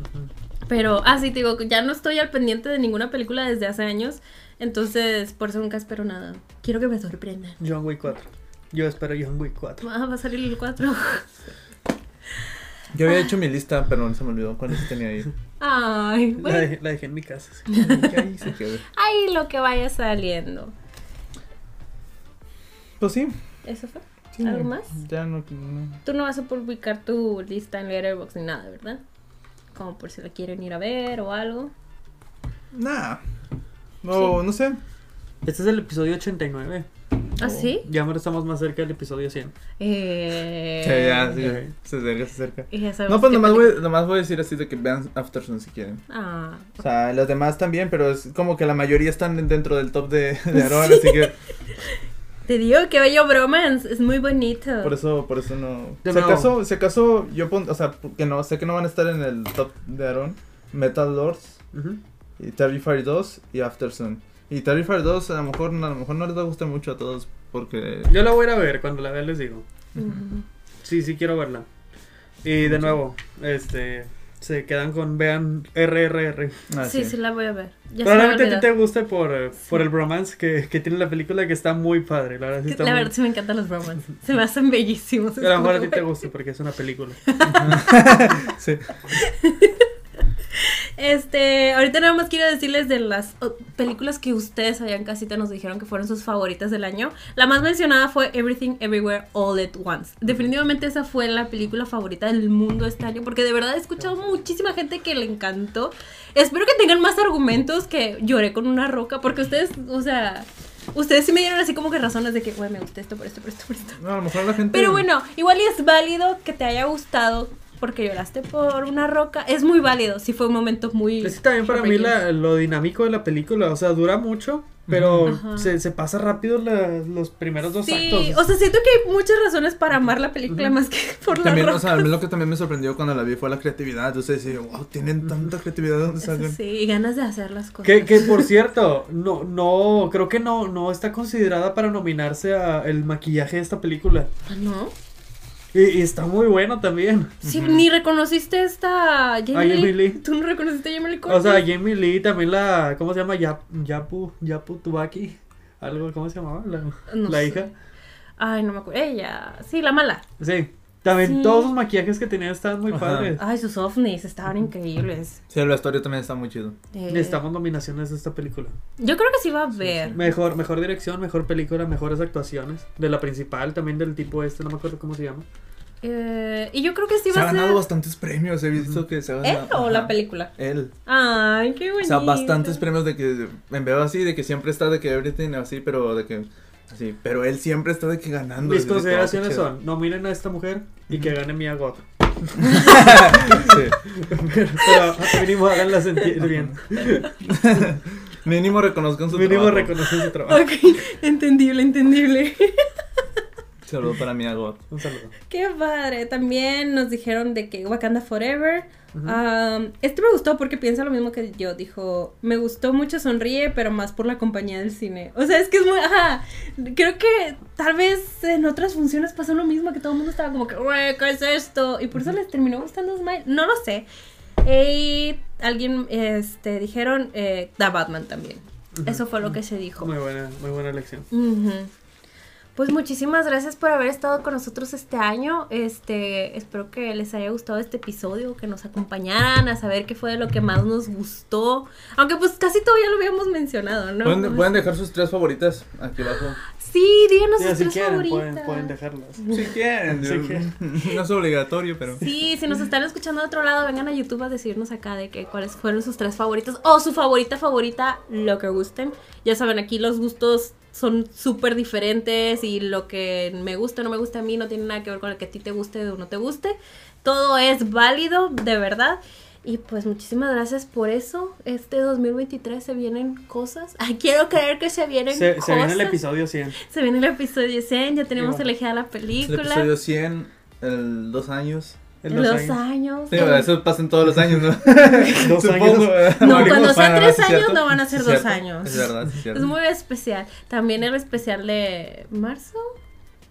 [SPEAKER 1] Pero, ah, sí, te digo, que ya no estoy al pendiente de ninguna película desde hace años. Entonces, por eso nunca espero nada. Quiero que me sorprendan.
[SPEAKER 2] John Wick 4. Yo espero John Wick 4.
[SPEAKER 1] Ah, va a salir el 4.
[SPEAKER 3] Yo había hecho mi lista, pero se me olvidó cuáles
[SPEAKER 1] [LAUGHS]
[SPEAKER 3] tenía ahí.
[SPEAKER 1] [LAUGHS] Ay,
[SPEAKER 2] La,
[SPEAKER 1] bueno.
[SPEAKER 2] de- la dejé en mi casa. sí.
[SPEAKER 3] Ahí se quedó.
[SPEAKER 1] Ay, lo que vaya saliendo.
[SPEAKER 3] Pues sí.
[SPEAKER 1] ¿Eso fue?
[SPEAKER 3] sí.
[SPEAKER 1] ¿Algo más?
[SPEAKER 3] Ya no, no.
[SPEAKER 1] Tú no vas a publicar tu lista en Letterboxd ni nada, ¿verdad? Como por si la quieren ir a ver o algo.
[SPEAKER 3] Nah. No, no sé.
[SPEAKER 2] Este es el episodio 89.
[SPEAKER 1] ¿Ah,
[SPEAKER 3] Oh.
[SPEAKER 1] sí?
[SPEAKER 2] Ya ahora estamos más cerca del episodio 100.
[SPEAKER 1] Eh...
[SPEAKER 3] Sí, ya, sí,
[SPEAKER 2] Eh.
[SPEAKER 3] se acerca, se acerca.
[SPEAKER 1] Y ya sabemos
[SPEAKER 3] No, pues
[SPEAKER 1] qué
[SPEAKER 3] nomás
[SPEAKER 1] película-
[SPEAKER 3] voy, nomás voy a decir así de que vean Aftersun si quieren.
[SPEAKER 1] Ah,
[SPEAKER 3] O sea, las demás también, pero es como que la mayoría están dentro del top [LAUGHS] de, de Aarón, así que
[SPEAKER 1] te digo que bello bromance, es muy bonito.
[SPEAKER 3] por eso, por eso no.
[SPEAKER 2] De
[SPEAKER 3] Si
[SPEAKER 2] nuevo.
[SPEAKER 3] acaso, si acaso yo pon, o sea, que no, sé que no van a estar en el top de Aarón, Metal Lords
[SPEAKER 2] Ujú.
[SPEAKER 3] y Terrifier 2 y Aftersun. Y Terrifier 2 a lo mejor a lo mejor no les va a gustar mucho a todos porque
[SPEAKER 2] Yo la voy a ir a ver, cuando la vea les digo.
[SPEAKER 1] Ujú.
[SPEAKER 2] Sí, sí quiero verla. Y de nuevo, este se quedan con vean RRR.
[SPEAKER 3] Ah,
[SPEAKER 1] sí,
[SPEAKER 3] sí.
[SPEAKER 1] sí, la voy a ver. Ya se me había
[SPEAKER 2] Probablemente a ti te
[SPEAKER 1] olvidado.
[SPEAKER 2] guste por, eh, por
[SPEAKER 1] Sí.
[SPEAKER 2] el bromance que, que tiene la película que está muy padre, la verdad sí está
[SPEAKER 1] La
[SPEAKER 2] muy-
[SPEAKER 1] verdad, sí me encantan los bromances. Se me hacen bellísimos.
[SPEAKER 2] A lo mejor a ti
[SPEAKER 1] Es
[SPEAKER 2] te
[SPEAKER 1] como
[SPEAKER 2] guste porque es una película.
[SPEAKER 3] Sí.
[SPEAKER 1] que, güey. Este, ahorita nada más quiero decirles de las oh, películas que ustedes allá en casita nos dijeron que fueron sus favoritas del año. La más mencionada fue Everything Everywhere All at Once. Definitivamente esa fue la película favorita del mundo este año porque de verdad he escuchado muchísima gente que le encantó. Espero que tengan más argumentos que lloré con una roca porque ustedes, o sea, ustedes sí me dieron así como que razones de que, güey, me gusta esto por esto, por esto, por esto.
[SPEAKER 3] No, a lo mejor la gente
[SPEAKER 1] Pero bueno, igual y es válido que te haya gustado porque lloraste por una roca. Es muy válido, sí fue un momento muy...
[SPEAKER 2] Es que también para mí la- lo dinámico de la película, o sea, dura mucho, pero
[SPEAKER 1] Ajá.
[SPEAKER 2] se, se pasa rápido la- los primeros dos
[SPEAKER 1] Sí,
[SPEAKER 2] actos.
[SPEAKER 1] o sea, siento que hay muchas razones para amar la película más que [LAUGHS] por la
[SPEAKER 3] También,
[SPEAKER 1] roca.
[SPEAKER 3] o sea, a mí lo que también me sorprendió cuando la vi fue la creatividad. Entonces, sí, wow, tienen tanta creatividad de dónde
[SPEAKER 1] Eso
[SPEAKER 3] salen.
[SPEAKER 1] sí, y ganas de hacer las cosas.
[SPEAKER 2] Que, que por cierto, no, no, creo que no, no está considerada para nominarse a el maquillaje de esta película.
[SPEAKER 1] Ah, ¿No?
[SPEAKER 2] Y, y está muy bueno también.
[SPEAKER 1] Sí, ni reconociste esta... Jamie
[SPEAKER 2] A Ah, Jamie
[SPEAKER 1] Lee.
[SPEAKER 2] Lee.
[SPEAKER 1] ¿Tú no reconociste a Jamie Lee
[SPEAKER 2] O
[SPEAKER 1] Curtis?
[SPEAKER 2] sea, Jamie Lee, también la, ¿cómo se llama? Yap- Yapu, Yapu Tubaki. Algo, ¿cómo se llamaba? La,
[SPEAKER 1] No
[SPEAKER 2] la
[SPEAKER 1] sé.
[SPEAKER 2] hija.
[SPEAKER 1] Ay, no me acuerdo. Ella. Sí, la mala.
[SPEAKER 2] Sí. También
[SPEAKER 1] Sí.
[SPEAKER 2] todos los maquillajes que tenía estaban muy
[SPEAKER 3] Ajá.
[SPEAKER 2] padres.
[SPEAKER 1] Ay, sus ovnis estaban increíbles.
[SPEAKER 3] Sí, la historia también está muy chido.
[SPEAKER 1] Eh,
[SPEAKER 2] Necesitamos nominaciones de esta película.
[SPEAKER 1] Yo creo que sí va a ver.
[SPEAKER 2] Mejor, mejor dirección, mejor película, mejores actuaciones. De la principal, también del tipo este, no me acuerdo cómo se llama.
[SPEAKER 1] Eh, y yo creo que sí
[SPEAKER 3] se
[SPEAKER 1] va
[SPEAKER 3] ha
[SPEAKER 1] a ser...
[SPEAKER 3] ganado bastantes premios. He visto que se ha
[SPEAKER 1] ¿Él
[SPEAKER 3] ganado.
[SPEAKER 1] o la
[SPEAKER 3] ajá,
[SPEAKER 1] película?
[SPEAKER 3] Él.
[SPEAKER 1] Ay, qué
[SPEAKER 3] O
[SPEAKER 1] bonito.
[SPEAKER 3] sea, bastantes premios de que me veo así, de que siempre está de que everything así, pero de que. Así, pero él siempre está de que ganando.
[SPEAKER 2] Mis
[SPEAKER 3] así de que, wow, qué
[SPEAKER 2] consideraciones
[SPEAKER 3] chido.
[SPEAKER 2] son, nominen a esta mujer y que gane Mia Goth.
[SPEAKER 3] [LAUGHS] Sí.
[SPEAKER 2] Pero, pero mínimo háganla sentir bien.
[SPEAKER 3] Mínimo reconozcan su
[SPEAKER 2] Mínimo
[SPEAKER 3] trabajo.
[SPEAKER 2] reconocen su trabajo.
[SPEAKER 1] Ok, [LAUGHS] entendible, entendible.
[SPEAKER 3] Saludo para mi God.
[SPEAKER 2] Un saludo.
[SPEAKER 1] Qué padre. También nos dijeron de que Wakanda Forever.
[SPEAKER 2] Ujú.
[SPEAKER 1] Am, este me gustó porque piensa lo mismo que yo. Dijo, me gustó mucho Sonríe, pero más por la compañía del cine. O sea, es que es muy. Ajá. Creo que tal vez en otras funciones pasó lo mismo, que todo el mundo estaba como que, "Güey, ¿qué es esto? Y por eso les terminó gustando Smile. No lo sé. Y alguien, este, dijeron, eh, The Batman también. Eso fue lo que se dijo.
[SPEAKER 2] Muy buena, muy buena elección.
[SPEAKER 1] Ujú. Pues muchísimas gracias por haber estado con nosotros este año. Este, espero que les haya gustado este episodio, que nos acompañaran a saber qué fue de lo que más nos gustó. Aunque pues casi todo ya lo habíamos mencionado, ¿no?
[SPEAKER 3] Pueden, pueden dejar sus tres favoritas aquí abajo.
[SPEAKER 1] Sí, díganos
[SPEAKER 2] Digo,
[SPEAKER 1] sus
[SPEAKER 2] si
[SPEAKER 1] tres
[SPEAKER 2] quieren,
[SPEAKER 1] favoritas.
[SPEAKER 2] pueden, pueden dejarlas.
[SPEAKER 3] Si quieren.
[SPEAKER 2] Si
[SPEAKER 3] yo-
[SPEAKER 2] quieren.
[SPEAKER 3] [LAUGHS] No es obligatorio, pero.
[SPEAKER 1] Sí, si nos están escuchando de otro lado, vengan a YouTube a decirnos acá de que cuáles fueron sus tres favoritos o su favorita favorita, lo que gusten. Ya saben, aquí los gustos son súper diferentes y lo que me gusta o no me gusta a mí no tiene nada que ver con lo que a ti te guste o no te guste. Todo es válido, de verdad. Y pues muchísimas gracias por eso. Este 2023 se vienen cosas. [LAUGHS] Ay, quiero creer que se vienen
[SPEAKER 2] Se,
[SPEAKER 1] cosas.
[SPEAKER 2] se viene el episodio 100.
[SPEAKER 1] Se viene el episodio 100, ya tenemos
[SPEAKER 2] Digo,
[SPEAKER 1] elegida la
[SPEAKER 3] Es el
[SPEAKER 1] película.
[SPEAKER 3] episodio 100, el dos años.
[SPEAKER 2] En
[SPEAKER 1] los,
[SPEAKER 2] dos
[SPEAKER 1] años.
[SPEAKER 2] años.
[SPEAKER 3] Sí, bueno, eso pasa en todos los años, ¿no?
[SPEAKER 2] [LAUGHS] Dos años.
[SPEAKER 3] ¿verdad?
[SPEAKER 1] No,
[SPEAKER 3] Abrimos
[SPEAKER 1] cuando sea
[SPEAKER 3] panorama,
[SPEAKER 1] tres
[SPEAKER 3] ¿sí
[SPEAKER 1] años,
[SPEAKER 3] es cierto?
[SPEAKER 1] no van a ser
[SPEAKER 3] ¿Sí es
[SPEAKER 1] dos
[SPEAKER 3] cierto?
[SPEAKER 1] años.
[SPEAKER 3] Es verdad, sí es cierto.
[SPEAKER 1] Es muy especial. También el especial de marzo.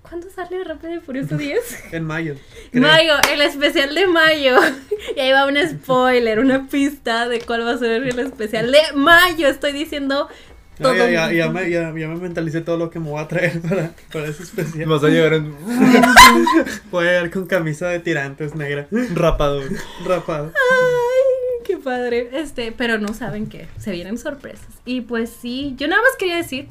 [SPEAKER 1] ¿Cuándo sale Rápido y Furioso 10?
[SPEAKER 2] En mayo. creo.
[SPEAKER 1] mayo, el especial de mayo. [LAUGHS] Y ahí va un spoiler, una pista de cuál va a ser el especial de mayo. Estoy diciendo
[SPEAKER 2] No,
[SPEAKER 1] todo.
[SPEAKER 2] ya, ya, ya me, ya, ya me mentalicé todo lo que me voy a traer [LAUGHS] para, para ese especial.
[SPEAKER 3] Vas a
[SPEAKER 1] [LAUGHS]
[SPEAKER 3] llegar en
[SPEAKER 2] Voy a llegar con camisa de tirantes negra, [LAUGHS]
[SPEAKER 3] rapado.
[SPEAKER 2] rapado.
[SPEAKER 1] Ay, qué padre. Este, pero no saben qué. Se vienen sorpresas. Y pues sí, yo nada más quería decir,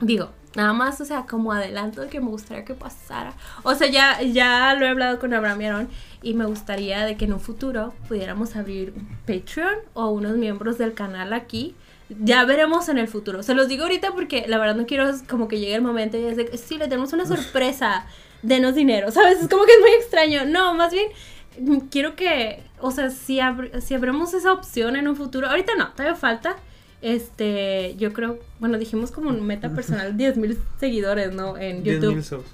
[SPEAKER 1] digo, nada más, o sea, como adelanto de que me gustaría que pasara. O sea, ya, ya lo he hablado con Abraham y Aaron y me gustaría de que en un futuro pudiéramos abrir un Patreon o unos miembros del canal aquí. Ya veremos en el futuro. Se los digo ahorita porque la verdad no quiero es como que llegue el momento y es de, sí, le tenemos una sorpresa, denos dinero, ¿sabes? Es como que es muy extraño. No, más bien mm, quiero que, o sea, si, abr- si abrimos esa opción en un futuro, ahorita no, todavía falta. Este, yo creo, bueno, dijimos como un meta personal 10.000 mil seguidores, ¿no? En [LAUGHS]
[SPEAKER 2] 10.000
[SPEAKER 1] YouTube. Uh.
[SPEAKER 2] subs.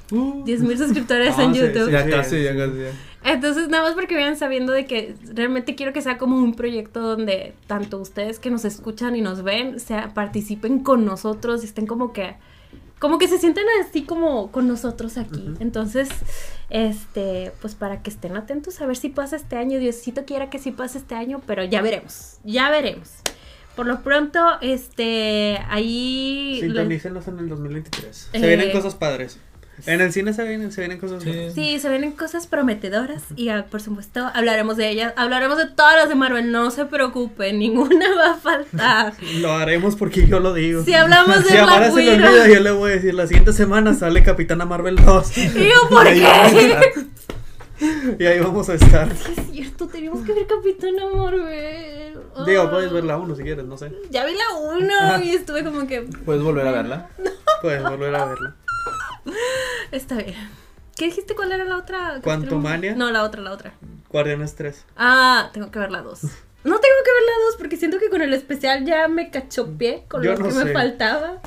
[SPEAKER 1] 10.000
[SPEAKER 2] [LAUGHS]
[SPEAKER 1] suscriptores
[SPEAKER 2] Ah,
[SPEAKER 1] en
[SPEAKER 2] sí,
[SPEAKER 1] YouTube.
[SPEAKER 2] sí,
[SPEAKER 3] Ya casi, ya casi. ya.
[SPEAKER 1] Entonces, nada más porque vayan sabiendo de que realmente quiero que sea como un proyecto donde tanto ustedes que nos escuchan y nos ven, sea, participen con nosotros y estén como que, como que se sienten así como con nosotros aquí.
[SPEAKER 2] Ujú.
[SPEAKER 1] Entonces, este, pues para que estén atentos a ver si pasa este año. Diosito quiera que sí pase este año, pero ya veremos, ya veremos. Por lo pronto, este,
[SPEAKER 2] [LAUGHS]
[SPEAKER 1] ahí... les-
[SPEAKER 2] Sintonícenos en el 2023.
[SPEAKER 1] Eh.
[SPEAKER 2] Se vienen cosas padres. En el cine se vienen, se vienen cosas
[SPEAKER 3] Sí.
[SPEAKER 2] padres.
[SPEAKER 1] Sí, se vienen cosas prometedoras y ah, por supuesto hablaremos de ellas, hablaremos de todas las de Marvel, no se preocupen, ninguna va a [LAUGHS] faltar.
[SPEAKER 2] Lo haremos porque yo lo digo.
[SPEAKER 1] Si hablamos de
[SPEAKER 2] [LAUGHS] Si Amara
[SPEAKER 1] Black
[SPEAKER 2] se le
[SPEAKER 1] Widow.
[SPEAKER 2] olvida, yo le voy a decir, la siguiente semana sale Capitana Marvel 2.
[SPEAKER 1] [LAUGHS]
[SPEAKER 2] [LAUGHS]
[SPEAKER 1] Y yo, ¿por
[SPEAKER 2] Ahí vamos a estar.
[SPEAKER 1] qué?
[SPEAKER 2] Y ahí vamos
[SPEAKER 1] [LAUGHS]
[SPEAKER 2] a estar.
[SPEAKER 1] Sí, es cierto, teníamos que ver Capitana Marvel. Ah.
[SPEAKER 2] Digo, puedes ver la 1 si quieres, no sé.
[SPEAKER 1] Ya vi la uno y estuve como que
[SPEAKER 3] ¿Puedes volver a verla?
[SPEAKER 2] Puedes volver a verla.
[SPEAKER 1] está bien. ¿Qué dijiste cuál era la otra?
[SPEAKER 2] Quantumania.
[SPEAKER 1] No, la otra, la otra.
[SPEAKER 2] Guardianes 3.
[SPEAKER 1] Ah, tengo que ver la dos. No tengo que ver la dos porque siento que con el especial ya me cachopié con
[SPEAKER 2] Yo
[SPEAKER 1] lo
[SPEAKER 2] no
[SPEAKER 1] que me
[SPEAKER 2] sé.
[SPEAKER 1] faltaba.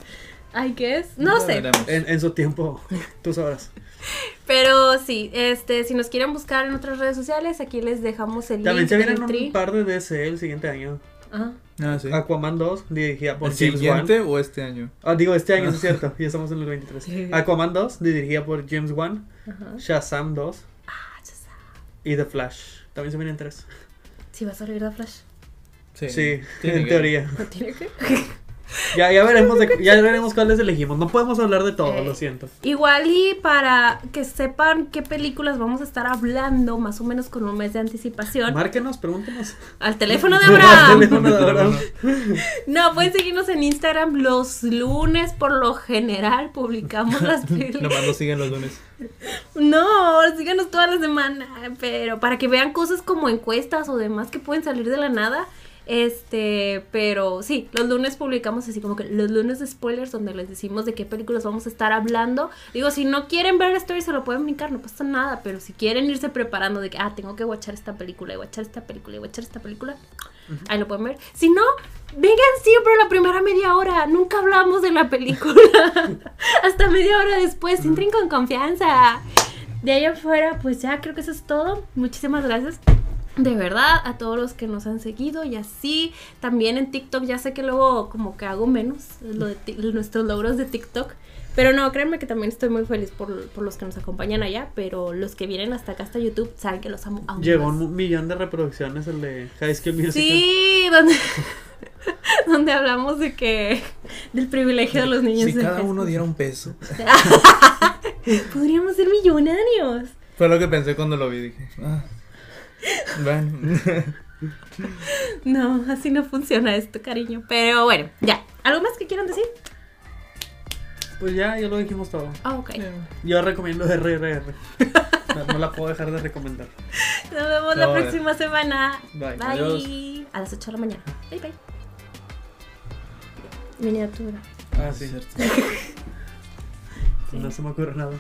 [SPEAKER 1] I guess. No
[SPEAKER 3] Ya
[SPEAKER 1] sé.
[SPEAKER 3] veremos.
[SPEAKER 2] En, en su
[SPEAKER 1] [LAUGHS]
[SPEAKER 2] tiempo, tú sabrás.
[SPEAKER 1] Pero sí, este, si nos quieren buscar en otras redes sociales, aquí les dejamos el link
[SPEAKER 2] También se
[SPEAKER 1] del
[SPEAKER 2] vienen un
[SPEAKER 1] tri.
[SPEAKER 2] par de DC el siguiente año.
[SPEAKER 1] Ah,
[SPEAKER 3] Ah, sí.
[SPEAKER 2] Aquaman 2, dirigida por
[SPEAKER 3] ¿El
[SPEAKER 2] James Wan.
[SPEAKER 3] siguiente o este año?
[SPEAKER 2] Ah, digo, este año,
[SPEAKER 3] Ah.
[SPEAKER 2] es cierto. Ya estamos en el
[SPEAKER 1] Sí.
[SPEAKER 2] 23. Aquaman 2, dirigida por James Wan.
[SPEAKER 1] ajá.
[SPEAKER 2] Shazam 2
[SPEAKER 1] Ah, ya sé.
[SPEAKER 2] y The Flash. También se vienen tres.
[SPEAKER 1] Sí, va a salir la Flash.
[SPEAKER 2] Sí,
[SPEAKER 3] tiene
[SPEAKER 2] en
[SPEAKER 3] que-
[SPEAKER 2] teoría.
[SPEAKER 1] No tiene que.
[SPEAKER 2] [LAUGHS] Ya, ya
[SPEAKER 1] [LAUGHS]
[SPEAKER 2] veremos de- ya veremos cuáles elegimos. No podemos hablar de todo,
[SPEAKER 1] Eh.
[SPEAKER 2] lo siento.
[SPEAKER 1] Igual y para que sepan qué películas vamos a estar hablando más o menos con un mes de anticipación.
[SPEAKER 2] Márquenos, pregúntenos.
[SPEAKER 1] Al
[SPEAKER 2] [LAUGHS]
[SPEAKER 1] teléfono de
[SPEAKER 2] Al
[SPEAKER 3] [LAUGHS]
[SPEAKER 1] Abraham.
[SPEAKER 2] teléfono de Abraham.
[SPEAKER 1] No, pueden seguirnos en Instagram los lunes por lo general
[SPEAKER 2] [LAUGHS]
[SPEAKER 1] publicamos las películas.
[SPEAKER 3] Nomás lo siguen los lunes.
[SPEAKER 1] No, síganos toda la semana, pero para que vean cosas como encuestas o demás que pueden salir de la nada. Este, pero sí, los lunes publicamos así como que los lunes de spoilers donde les decimos de qué películas vamos a estar hablando. Digo, si no quieren ver la story se lo pueden brincar, no pasa nada, pero si quieren irse preparando de que, ah, tengo que watchar esta película y watchar esta película y watchar esta película, ahí lo pueden ver. Si no, vengan siempre la primera media hora, nunca hablamos de la película. [LAUGHS] Hasta media hora después, entren con confianza. De ahí afuera, pues ya creo que eso es todo. Muchísimas gracias. De verdad, a todos los que nos han seguido y así, también en TikTok, ya sé que luego como que hago menos lo de ti- nuestros logros de TikTok, pero no, créanme que también estoy muy feliz por, por los que nos acompañan allá, pero los que vienen hasta acá, hasta YouTube, saben que los amo aún
[SPEAKER 2] Llegó
[SPEAKER 1] más.
[SPEAKER 2] un millón de reproducciones el de High School Musical.
[SPEAKER 1] Sí, donde... [LAUGHS] donde hablamos de que del privilegio de los niños.
[SPEAKER 3] Si
[SPEAKER 1] de
[SPEAKER 3] cada
[SPEAKER 1] high
[SPEAKER 3] uno
[SPEAKER 1] school.
[SPEAKER 3] diera un peso.
[SPEAKER 1] Podríamos ser millonarios.
[SPEAKER 3] Fue lo que pensé cuando lo vi. Dije, ah, [LAUGHS] bueno.
[SPEAKER 1] No, así no funciona esto, cariño. Pero bueno, ya. ¿Algo más que quieran decir?
[SPEAKER 2] Pues ya, ya lo dijimos todo.
[SPEAKER 1] Ah, ok.
[SPEAKER 3] Eh,
[SPEAKER 2] Yo
[SPEAKER 1] [LAUGHS]
[SPEAKER 2] recomiendo RRR. No, no la puedo dejar de recomendar.
[SPEAKER 1] Nos vemos la
[SPEAKER 3] No, eh.
[SPEAKER 1] próxima semana.
[SPEAKER 2] Bye.
[SPEAKER 1] Bye.
[SPEAKER 2] Adiós.
[SPEAKER 1] A las 8 de la mañana. Bye, bye. Miniatura.
[SPEAKER 2] Ah, sí.
[SPEAKER 3] [LAUGHS] cierto.
[SPEAKER 2] No se me ocurre nada.